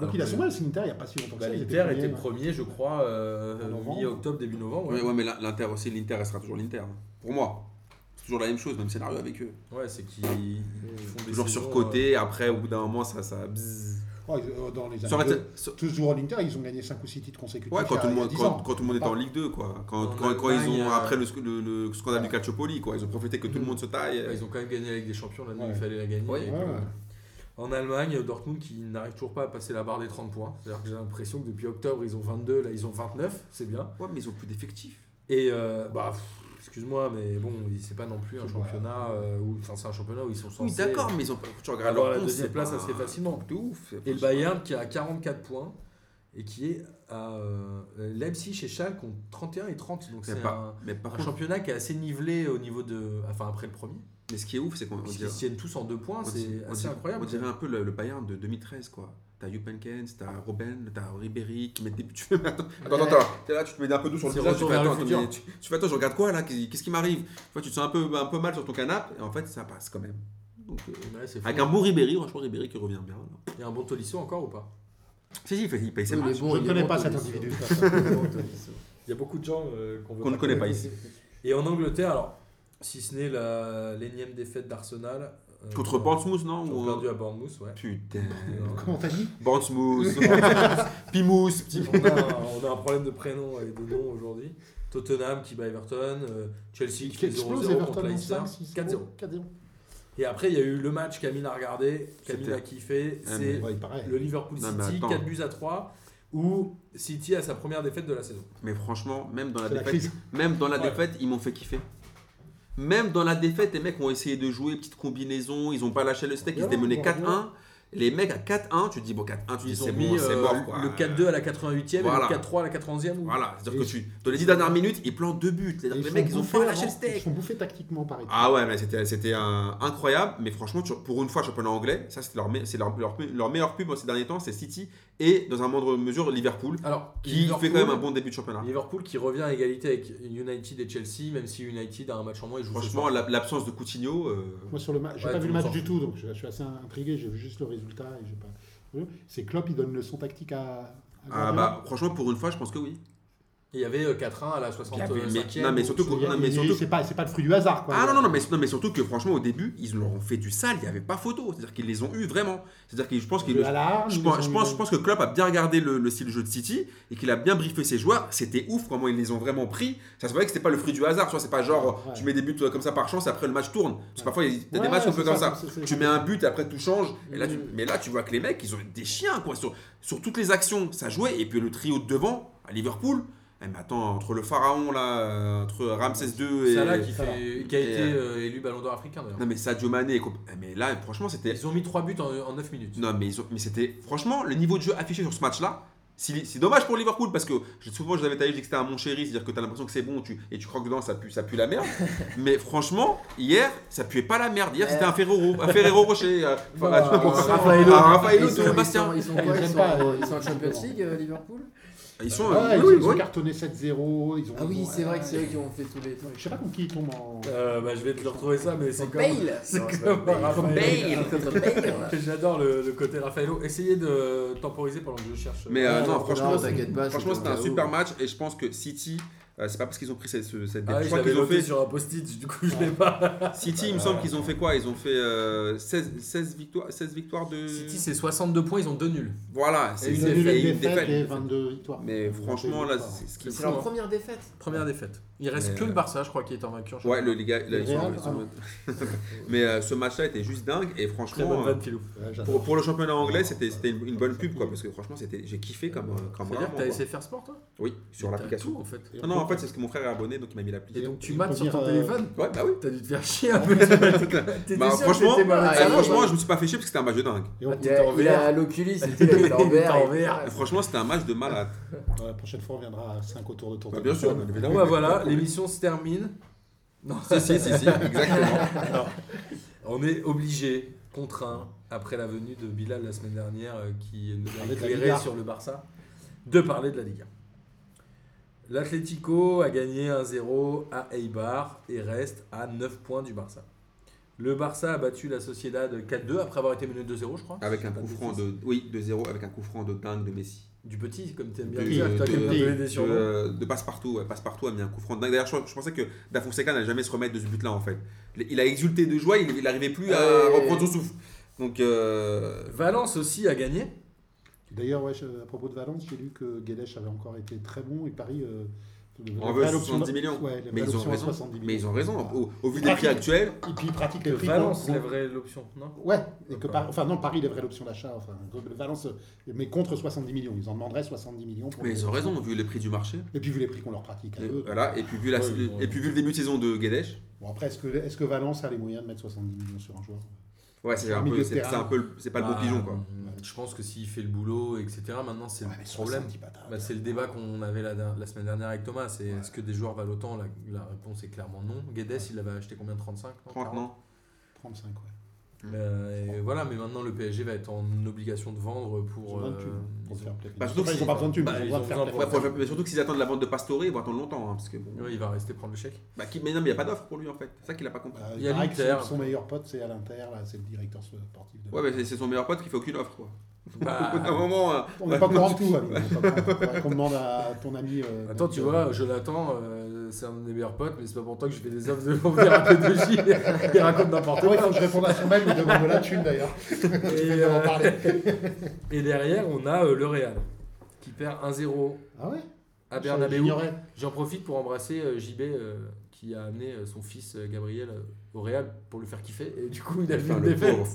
[SPEAKER 1] Alors
[SPEAKER 4] il a
[SPEAKER 1] que-
[SPEAKER 4] son mal, c'est l'Inter, il n'y a pas si longtemps que
[SPEAKER 1] bah,
[SPEAKER 4] ça. ils étaient
[SPEAKER 1] L'Inter
[SPEAKER 4] premiers,
[SPEAKER 1] était
[SPEAKER 4] ouais.
[SPEAKER 1] premier, je crois, euh,
[SPEAKER 4] En novembre.
[SPEAKER 1] mi-octobre, début novembre.
[SPEAKER 2] Ouais,
[SPEAKER 1] Ouais,
[SPEAKER 2] ouais, mais la- l'Inter aussi, l'Inter, elle sera toujours l'Inter. Pour moi. C'est toujours la même chose, même scénario avec eux.
[SPEAKER 1] Ouais, c'est qu'ils ils font des
[SPEAKER 2] Toujours
[SPEAKER 1] saisons,
[SPEAKER 2] surcoté, après, au bout d'un moment, ça. ça... bzzz.
[SPEAKER 4] Ouais, euh, dans les
[SPEAKER 2] Sur la
[SPEAKER 4] années
[SPEAKER 2] tête- sur-
[SPEAKER 4] Toujours l'Inter, ils ont gagné 5 ou 6 titres consécutifs.
[SPEAKER 2] Ouais, quand
[SPEAKER 4] il y a-
[SPEAKER 2] tout, le
[SPEAKER 4] il y a
[SPEAKER 2] monde,
[SPEAKER 4] 10
[SPEAKER 2] quand,
[SPEAKER 4] ans.
[SPEAKER 2] quand tout le monde était en Ligue 2, quoi. Quand, quand, quand ils
[SPEAKER 1] Allemagne,
[SPEAKER 2] ont,
[SPEAKER 1] euh,
[SPEAKER 2] après le, sc- le- le scandale du
[SPEAKER 4] voilà.
[SPEAKER 2] Calciopoli, quoi, ils ont profité que tout le monde se taille.
[SPEAKER 1] euh, bah, ils ont quand même gagné avec des champions, là,
[SPEAKER 4] Ouais.
[SPEAKER 1] il fallait la gagner.
[SPEAKER 2] Ouais.
[SPEAKER 1] Et
[SPEAKER 4] Ouais,
[SPEAKER 1] puis,
[SPEAKER 4] ouais.
[SPEAKER 1] En Allemagne, Dortmund qui n'arrive toujours pas à passer la barre des 30 points. C'est-à-dire que j'ai l'impression que depuis octobre, ils ont 22, là, ils ont 29, c'est bien.
[SPEAKER 2] Ouais, mais ils ont plus d'effectifs.
[SPEAKER 1] Et, euh, bah, pff, excuse-moi, mais bon, c'est pas non plus un
[SPEAKER 4] Ouais.
[SPEAKER 1] championnat euh, où, enfin, c'est un championnat où ils sont
[SPEAKER 2] Oui,
[SPEAKER 1] censés
[SPEAKER 2] d'accord, mais ils ont pas. Tu regardes
[SPEAKER 1] avoir
[SPEAKER 2] leur
[SPEAKER 1] la
[SPEAKER 2] onze,
[SPEAKER 1] deuxième
[SPEAKER 2] c'est
[SPEAKER 1] place
[SPEAKER 2] pas-
[SPEAKER 1] assez facilement.
[SPEAKER 2] De ouf. c'est
[SPEAKER 1] Et le
[SPEAKER 2] pas-
[SPEAKER 1] Bayern qui a 44 points et qui est à euh, Leipzig et Schalke ont 31 et 30. Donc
[SPEAKER 2] Mais
[SPEAKER 1] c'est
[SPEAKER 2] par-
[SPEAKER 1] un,
[SPEAKER 2] mais par
[SPEAKER 1] un
[SPEAKER 2] contre,
[SPEAKER 1] championnat qui est assez nivelé au niveau de. Enfin, après le premier.
[SPEAKER 2] mais ce qui est ouf, c'est qu'on on
[SPEAKER 1] Puisqu'ils
[SPEAKER 2] dirait-
[SPEAKER 1] se tiennent tous en deux points,
[SPEAKER 2] on
[SPEAKER 1] c'est
[SPEAKER 2] dirait- on
[SPEAKER 1] assez
[SPEAKER 2] dirait-
[SPEAKER 1] incroyable.
[SPEAKER 2] On dirait un peu le, le Bayern de 2013, quoi. T'as Jupenkens, t'as Robben, t'as Ribéry qui mettent des buts. Tu fais, mais attends, attends, attends, t'es là, tu te mets un peu doux sur le
[SPEAKER 1] C'est
[SPEAKER 2] visage. Tu fais,
[SPEAKER 1] retourner
[SPEAKER 2] attends,
[SPEAKER 1] vers le
[SPEAKER 2] attends, mais tu, tu fais, attends, je regarde quoi là Qu'est- Qu'est-ce qui m'arrive Tu vois, tu te sens un peu, un peu mal sur ton canapé, et en fait, ça passe quand même. Donc, euh,
[SPEAKER 1] Ouais, c'est fou.
[SPEAKER 2] avec un bon Ribéry, franchement, Ribéry qui revient bien. là.
[SPEAKER 1] Il y a un bon Tolisso encore ou pas
[SPEAKER 2] Si, si, il paye- il paye ses
[SPEAKER 3] Oui, mais
[SPEAKER 2] matchs.
[SPEAKER 3] bon,
[SPEAKER 4] Je
[SPEAKER 3] il
[SPEAKER 4] ne
[SPEAKER 3] est
[SPEAKER 4] connais
[SPEAKER 3] bon,
[SPEAKER 4] pas cet
[SPEAKER 3] Tolisso.
[SPEAKER 4] individu.
[SPEAKER 1] Il y a beaucoup de gens euh, qu'on veut
[SPEAKER 2] Qu'on ne connaît pas ici.
[SPEAKER 1] Et en Angleterre, alors, si ce n'est la- l'énième défaite d'Arsenal. euh,
[SPEAKER 2] Contre Portsmouth, non
[SPEAKER 1] Ils ont
[SPEAKER 2] Ou,
[SPEAKER 1] perdu
[SPEAKER 2] euh,
[SPEAKER 1] à Bournemouth, ouais.
[SPEAKER 2] Putain.
[SPEAKER 4] Comment t'as dit
[SPEAKER 2] Portsmouth, Pimousse, petit.
[SPEAKER 1] on, a, un- on a un problème de prénom et de nom aujourd'hui. Tottenham qui bat Everton, euh, Chelsea qui
[SPEAKER 4] Qui
[SPEAKER 1] fait
[SPEAKER 4] explose
[SPEAKER 1] 0-0 contre
[SPEAKER 4] Everton en
[SPEAKER 1] Leicester,
[SPEAKER 4] 5, 6,
[SPEAKER 1] 4-0.
[SPEAKER 4] 4-0.
[SPEAKER 1] Et après, il y a eu le match Camille a regardé, Camille
[SPEAKER 2] C'était-
[SPEAKER 1] a kiffé,
[SPEAKER 2] Ah,
[SPEAKER 1] c'est
[SPEAKER 2] mais
[SPEAKER 4] Ouais, pareil.
[SPEAKER 1] le Liverpool
[SPEAKER 2] Non, mais
[SPEAKER 1] City,
[SPEAKER 2] attends.
[SPEAKER 1] 4 buts à 3, où City a sa première défaite de la saison.
[SPEAKER 2] Mais franchement, même dans la
[SPEAKER 4] C'est la
[SPEAKER 2] défaite,
[SPEAKER 4] crise.
[SPEAKER 2] même dans la
[SPEAKER 1] Ouais.
[SPEAKER 2] défaite, ils m'ont fait kiffer. Même dans la défaite, les mecs ont essayé de jouer, petite combinaison, ils ont pas lâché le steak, ils étaient
[SPEAKER 4] Ouais,
[SPEAKER 2] menés
[SPEAKER 4] ouais,
[SPEAKER 2] 4-1. Les mecs à 4-1, tu te dis bon 4-1, tu te dis
[SPEAKER 1] Ils
[SPEAKER 2] c'est
[SPEAKER 1] ont mis
[SPEAKER 2] bon, c'est
[SPEAKER 1] euh,
[SPEAKER 2] mort quoi.
[SPEAKER 1] le 4-2 à la 88e
[SPEAKER 2] Voilà.
[SPEAKER 1] et le 4-3 à la 91e.
[SPEAKER 2] Voilà, c'est-à-dire
[SPEAKER 4] Et-
[SPEAKER 2] que tu dans les 10 dernières minutes, ils plantent deux buts. C'est-à-dire
[SPEAKER 4] Et
[SPEAKER 2] que les
[SPEAKER 4] sont
[SPEAKER 2] mecs, ils ont
[SPEAKER 4] bouffés
[SPEAKER 2] pas lâché le
[SPEAKER 4] avant, Ils
[SPEAKER 2] steak.
[SPEAKER 4] sont bouffés tactiquement, pareil.
[SPEAKER 2] Ah ouais, mais c'était c'était, euh, incroyable, mais franchement, tu- pour une fois, championnat anglais, ça c'est leur, me- c'est leur, leur, leur meilleure pub ces derniers temps, c'est City et dans un moindre mesure Liverpool,
[SPEAKER 1] Alors,
[SPEAKER 2] qui fait quand même un bon début de championnat.
[SPEAKER 1] Liverpool qui revient à égalité avec United et Chelsea, même si United a un match en moins et joue ce
[SPEAKER 2] Franchement,
[SPEAKER 1] soir.
[SPEAKER 2] la- l'absence de Coutinho. euh,
[SPEAKER 4] Moi, sur le match, j'ai
[SPEAKER 1] Ouais,
[SPEAKER 4] pas
[SPEAKER 1] tout
[SPEAKER 4] vu le
[SPEAKER 1] le
[SPEAKER 4] match
[SPEAKER 1] monde
[SPEAKER 4] du
[SPEAKER 1] s'en
[SPEAKER 4] tout, donc je, je suis assez intrigué. J'ai vu juste le résultat et j'ai pas. vu. C'est Klopp, il donne le son tactique à. à
[SPEAKER 2] Ah
[SPEAKER 4] Guardiola.
[SPEAKER 2] bah franchement pour une fois je pense que oui.
[SPEAKER 1] Il y avait euh, 4-1 à la
[SPEAKER 2] Il y avait- mais-
[SPEAKER 1] 65e.
[SPEAKER 2] non, mais
[SPEAKER 1] où-
[SPEAKER 2] surtout qu'on-
[SPEAKER 4] Il y a-
[SPEAKER 2] non, mais
[SPEAKER 4] il y a-
[SPEAKER 2] surtout-
[SPEAKER 4] C'est pas, c'est pas le fruit du hasard, quoi.
[SPEAKER 2] Ah non non non mais, non, mais surtout que franchement au début ils leur ont fait du sale, il n'y avait pas photo, c'est-à-dire qu'ils les ont eu vraiment. C'est-à-dire que je pense qu'ils
[SPEAKER 4] Le Allard,
[SPEAKER 2] je
[SPEAKER 4] ils ont
[SPEAKER 2] pense, je,
[SPEAKER 4] eu-
[SPEAKER 2] pense, je pense que Klopp a bien regardé le, le style de jeu de City et qu'il a bien briefé ses joueurs. C'était ouf comment ils les ont vraiment pris. Ça se voyait que c'était pas le fruit du hasard. Tu vois, c'est pas genre
[SPEAKER 4] Ouais.
[SPEAKER 2] tu mets des buts euh, comme ça par chance et après le match tourne. Parce que
[SPEAKER 4] Ouais.
[SPEAKER 2] parfois il y a t'as des
[SPEAKER 4] Ouais,
[SPEAKER 2] matchs un
[SPEAKER 4] c'est
[SPEAKER 2] peu comme ça.
[SPEAKER 4] c'est- c'est-
[SPEAKER 2] Tu mets un but et après tout change. Et là, tu-
[SPEAKER 1] Mm.
[SPEAKER 2] Mais là tu vois que les mecs ils ont des chiens quoi. Sur, sur toutes les actions ça jouait et puis le trio de devant à Liverpool. Eh, mais attends entre le pharaon là, euh, entre Ramsès II et
[SPEAKER 1] Salah qui,
[SPEAKER 4] ça va.
[SPEAKER 1] fait- qui a
[SPEAKER 2] Et,
[SPEAKER 1] été
[SPEAKER 2] euh,
[SPEAKER 1] euh, élu ballon d'or africain d'ailleurs.
[SPEAKER 2] non mais Sadio Mané et comp- Eh, mais là franchement c'était
[SPEAKER 1] Ils ont mis 3 buts en, 9 minutes.
[SPEAKER 2] non mais, ils ont- mais c'était franchement le niveau de jeu affiché sur ce match là Si- C'est dommage pour Liverpool parce que je- souvent je vous avais taillé, je dis que c'était un mon chéri, c'est-à-dire que tu as l'impression que c'est bon tu, et tu croques dedans, ça pue, ça pue la merde. Mais franchement, hier, ça puait pas la merde. Hier, c'était un Ferrero, un Ferrero Rocher. euh,
[SPEAKER 3] Voilà,
[SPEAKER 2] enfin, tu vois,
[SPEAKER 3] on sent-
[SPEAKER 1] Raffaello.
[SPEAKER 2] un Raffaello
[SPEAKER 3] ils,
[SPEAKER 2] de
[SPEAKER 3] sont, ils,
[SPEAKER 2] Bastien.
[SPEAKER 3] sont, ils sont quoi
[SPEAKER 4] J'aime
[SPEAKER 3] ils sont,
[SPEAKER 4] pas,
[SPEAKER 3] en-
[SPEAKER 4] euh,
[SPEAKER 3] ils sont en Champions League, euh, Liverpool
[SPEAKER 2] Ils sont.
[SPEAKER 4] Ah,
[SPEAKER 2] euh,
[SPEAKER 4] ils,
[SPEAKER 2] oui,
[SPEAKER 4] ils ont
[SPEAKER 2] oui.
[SPEAKER 4] cartonné 7-0. Ils ont,
[SPEAKER 3] Ah oui,
[SPEAKER 4] ils ont-
[SPEAKER 3] c'est vrai que c'est
[SPEAKER 4] euh,
[SPEAKER 3] eux qui ont fait tous les trucs.
[SPEAKER 4] Je sais pas contre qui ils tombent en.
[SPEAKER 1] Euh, bah, je vais te le retrouver ça, mais c'est comme.
[SPEAKER 3] Bale
[SPEAKER 1] C'est
[SPEAKER 3] Non,
[SPEAKER 1] comme
[SPEAKER 3] Bale.
[SPEAKER 1] Raphaël.
[SPEAKER 3] Contre Bale
[SPEAKER 1] J'adore le, le côté Raffaello. Essayez de temporiser pendant que je cherche.
[SPEAKER 2] Mais euh, non, franchement,
[SPEAKER 3] Non, t'inquiète pas,
[SPEAKER 2] franchement,
[SPEAKER 3] c'est
[SPEAKER 2] c'était un
[SPEAKER 3] comme
[SPEAKER 2] super
[SPEAKER 3] ça.
[SPEAKER 2] match et je pense que City. euh, c'est pas parce qu'ils ont pris cette, ce- cette
[SPEAKER 1] ah, oui,
[SPEAKER 2] défaite. Je
[SPEAKER 1] je
[SPEAKER 2] crois
[SPEAKER 1] l'avais
[SPEAKER 2] qu'ils ont
[SPEAKER 1] noté
[SPEAKER 2] fait.
[SPEAKER 1] sur un post-it, du coup je l'ai pas.
[SPEAKER 2] City, il me semble qu'ils ont fait quoi Ils ont fait euh, 16, 16 victoires, 16 victoires de.
[SPEAKER 5] City, c'est 62 points, ils ont deux nuls.
[SPEAKER 2] Voilà, c'est
[SPEAKER 1] Et
[SPEAKER 2] une
[SPEAKER 1] une
[SPEAKER 4] Ils ont nul
[SPEAKER 2] défaite.
[SPEAKER 4] et
[SPEAKER 2] et une
[SPEAKER 4] défaite
[SPEAKER 2] défaite.
[SPEAKER 4] et 22 victoires.
[SPEAKER 2] Mais franchement, là,
[SPEAKER 4] c'est.
[SPEAKER 2] c'est ce qui est
[SPEAKER 3] C'est leur
[SPEAKER 2] fou, hein.
[SPEAKER 3] première défaite.
[SPEAKER 5] Première défaite. Il reste
[SPEAKER 2] Mais,
[SPEAKER 5] que le
[SPEAKER 2] euh,
[SPEAKER 5] Barça, je crois, qui est en vainqueur. je crois.
[SPEAKER 2] Ouais, le, les gars, là,
[SPEAKER 4] Le
[SPEAKER 2] ils sont-
[SPEAKER 4] Real,
[SPEAKER 2] ils sont- Mais euh, ce match-là était juste dingue
[SPEAKER 1] Très
[SPEAKER 2] et
[SPEAKER 1] bonne
[SPEAKER 2] franchement, euh,
[SPEAKER 1] vanne, Philou.
[SPEAKER 2] pour, pour le championnat anglais, c'était c'était une, une bonne pub quoi. Parce que franchement, c'était- j'ai kiffé comme, euh, comme
[SPEAKER 5] Ça veut dire
[SPEAKER 2] rarement,
[SPEAKER 5] que t'as
[SPEAKER 2] quoi.
[SPEAKER 5] essayé faire sport, toi
[SPEAKER 2] Oui, sur
[SPEAKER 5] T'as
[SPEAKER 2] l'application.
[SPEAKER 5] tout, en fait.
[SPEAKER 2] Non, non, en fait, c'est ce que mon frère est abonné donc il m'a mis l'appli.
[SPEAKER 5] Et donc, tu
[SPEAKER 4] Et
[SPEAKER 5] mates
[SPEAKER 4] pour
[SPEAKER 5] sur
[SPEAKER 4] dire,
[SPEAKER 5] ton
[SPEAKER 4] euh,
[SPEAKER 5] téléphone
[SPEAKER 2] Ouais, bah oui.
[SPEAKER 5] T'as dû te faire chier un peu. T'étais
[SPEAKER 2] Bah,
[SPEAKER 5] sûr que
[SPEAKER 2] franchement,
[SPEAKER 5] t'étais malade.
[SPEAKER 2] Eh,
[SPEAKER 3] Ah, non,
[SPEAKER 2] franchement,
[SPEAKER 3] bah-
[SPEAKER 2] je me suis pas fait chier parce que c'était un match de dingue.
[SPEAKER 4] Et on-
[SPEAKER 3] Il y a-
[SPEAKER 1] en
[SPEAKER 3] il a
[SPEAKER 1] VR.
[SPEAKER 3] l'oculus, c'était avec l'envers.
[SPEAKER 1] en
[SPEAKER 3] et-
[SPEAKER 1] VR.
[SPEAKER 2] Et franchement, c'était un match de malade.
[SPEAKER 4] la prochaine fois, on viendra à 5 autour de tour.
[SPEAKER 2] Bah, bien sûr, bien
[SPEAKER 1] Bon
[SPEAKER 2] évidemment.
[SPEAKER 1] bah voilà, l'émission se termine. Non,
[SPEAKER 2] Si, si, si, si, exactement.
[SPEAKER 1] on est obligé, contraint, après la venue de Bilal la semaine dernière, euh, qui nous a
[SPEAKER 4] Parler de la
[SPEAKER 1] éclairé
[SPEAKER 4] Liga.
[SPEAKER 1] sur le Barça, de parler de la Liga. L'Atlético a gagné 1-0 à Eibar et reste à 9 points du Barça. Le Barça a battu la Sociedad 4-2 après avoir été mené 2-0, je crois.
[SPEAKER 2] Avec un coup franc de. Oui, 2-0, avec un coup franc de dingue de Messi.
[SPEAKER 1] Du petit, comme t'aimes bien
[SPEAKER 2] De-
[SPEAKER 1] dire, toi qui aimes bien
[SPEAKER 4] de-
[SPEAKER 1] donner des surnoms.
[SPEAKER 2] de, de passe-partout. ouais, passe-partout a mis un coup franc. D'ailleurs, je, je pensais que Da Fonseca n'allait jamais se remettre de ce but-là, en fait. Il a exulté de joie, il n'arrivait plus à
[SPEAKER 3] Ouais.
[SPEAKER 2] reprendre son souffle. Donc, euh,
[SPEAKER 1] Valence aussi a gagné.
[SPEAKER 4] D'ailleurs, ouais, je- à propos de Valence, j'ai lu que Guedes avait encore été très bon et Paris. euh, la
[SPEAKER 2] on
[SPEAKER 4] vraie
[SPEAKER 2] veut
[SPEAKER 4] option-
[SPEAKER 2] 70 millions.
[SPEAKER 4] Ouais, la
[SPEAKER 2] mais,
[SPEAKER 4] vraie
[SPEAKER 2] ils ont
[SPEAKER 4] option à
[SPEAKER 2] raison.
[SPEAKER 4] 70
[SPEAKER 2] mais ils ont
[SPEAKER 4] millions.
[SPEAKER 2] raison.
[SPEAKER 4] Voilà.
[SPEAKER 2] Au, au vu des prix
[SPEAKER 4] Pratique.
[SPEAKER 2] actuels,
[SPEAKER 4] Et puis, ils pratiquent
[SPEAKER 1] Que
[SPEAKER 4] les prix.
[SPEAKER 1] Valence
[SPEAKER 4] pour-
[SPEAKER 1] lèverait l'option, non
[SPEAKER 4] Ouais, et que Par- enfin non, Paris lèverait l'option d'achat, enfin, le Valence, euh, mais contre 70 millions. Ils en demanderaient 70 millions. Pour
[SPEAKER 2] mais
[SPEAKER 4] le-
[SPEAKER 2] ils ont raison, vu les prix du marché.
[SPEAKER 4] Et puis vu les prix qu'on leur pratique à
[SPEAKER 2] Et,
[SPEAKER 4] eux.
[SPEAKER 2] voilà, et, puis, vu la-
[SPEAKER 1] Ouais, ils ont
[SPEAKER 2] et puis vu le début de saison de Guedes,
[SPEAKER 4] Bon, après, est-ce que, est que Valence a les moyens de mettre 70 millions sur un joueur
[SPEAKER 2] ouais, c'est
[SPEAKER 4] Sur
[SPEAKER 2] un,
[SPEAKER 4] le
[SPEAKER 2] peu-
[SPEAKER 4] milieu de
[SPEAKER 2] c'est- c'est
[SPEAKER 4] terrain.
[SPEAKER 2] un peu le- c'est pas le beau
[SPEAKER 1] Bah,
[SPEAKER 2] pigeon. Quoi.
[SPEAKER 1] Je pense que s'il fait le boulot, etc., maintenant c'est
[SPEAKER 4] Ouais,
[SPEAKER 1] le
[SPEAKER 4] mais
[SPEAKER 1] problème.
[SPEAKER 4] 70 bâtards.
[SPEAKER 1] Bah, c'est le débat qu'on avait la, la semaine dernière avec Thomas. C'est
[SPEAKER 4] Ouais.
[SPEAKER 1] est-ce que des joueurs valent autant la, la réponse est clairement non. Guedes, il l'avait acheté combien 35 non
[SPEAKER 2] 30,
[SPEAKER 1] 40?
[SPEAKER 2] non
[SPEAKER 4] 35, ouais.
[SPEAKER 1] Euh, et voilà, mais maintenant le PSG va être en obligation de vendre pour.
[SPEAKER 4] Ils ont besoin de
[SPEAKER 1] euh,
[SPEAKER 4] thunes pour
[SPEAKER 1] ils
[SPEAKER 4] faire play.
[SPEAKER 2] Bah, surtout
[SPEAKER 4] Enfin, ils
[SPEAKER 2] qu'ils-
[SPEAKER 4] n'ont pas besoin de thunes,
[SPEAKER 1] bah,
[SPEAKER 4] mais
[SPEAKER 1] ils
[SPEAKER 4] ils ont
[SPEAKER 1] ont
[SPEAKER 4] besoin de faire
[SPEAKER 1] besoin
[SPEAKER 2] Ouais,
[SPEAKER 1] pour-
[SPEAKER 4] play.
[SPEAKER 2] faut- mais surtout que s'ils attendent la vente de Pastore, ils vont attendre longtemps. hein, parce que, bon,
[SPEAKER 1] ont- Ouais, il va rester prendre le chèque.
[SPEAKER 2] bah, qui- mais non, mais il n'y a pas d'offre pour lui en fait. C'est ça qu'il a pas compris.
[SPEAKER 4] Bah,
[SPEAKER 1] Il y a
[SPEAKER 4] paraît que
[SPEAKER 1] l'Inter.
[SPEAKER 4] son- Son meilleur pote, c'est à l'Inter, là, c'est le directeur sportif. De...
[SPEAKER 2] Ouais, mais c'est- c'est son meilleur pote qui fait aucune offre. Quoi.
[SPEAKER 1] Bah,
[SPEAKER 2] Au bout d'un moment, hein,
[SPEAKER 4] On n'est pas courant de tout, Ali. On n'est pas courant. Faudrait qu'on demande à ton ami. euh,
[SPEAKER 1] Attends, tu
[SPEAKER 4] euh,
[SPEAKER 1] vois, Jonathan, euh, c'est un de mes meilleurs potes, mais c'est pas pour toi que je fais des offres de venir à P2J. Il raconte n'importe
[SPEAKER 4] Ah
[SPEAKER 1] quoi.
[SPEAKER 4] ouais, faut que je réponde à son mail, il me demande de la thune d'ailleurs.
[SPEAKER 1] Et,
[SPEAKER 4] Je vais
[SPEAKER 1] euh,
[SPEAKER 4] en parler.
[SPEAKER 1] Et derrière, on a euh, le Real qui perd 1-0
[SPEAKER 4] Ah ouais
[SPEAKER 1] à Bernabeu.
[SPEAKER 4] J'ignorais.
[SPEAKER 1] J'en profite pour embrasser euh, JB euh, qui a amené euh, son fils euh, Gabriel euh, au Real pour le faire kiffer. Et du coup, il a vu
[SPEAKER 2] Enfin,
[SPEAKER 1] une
[SPEAKER 2] le
[SPEAKER 1] défaite.
[SPEAKER 2] pauvre.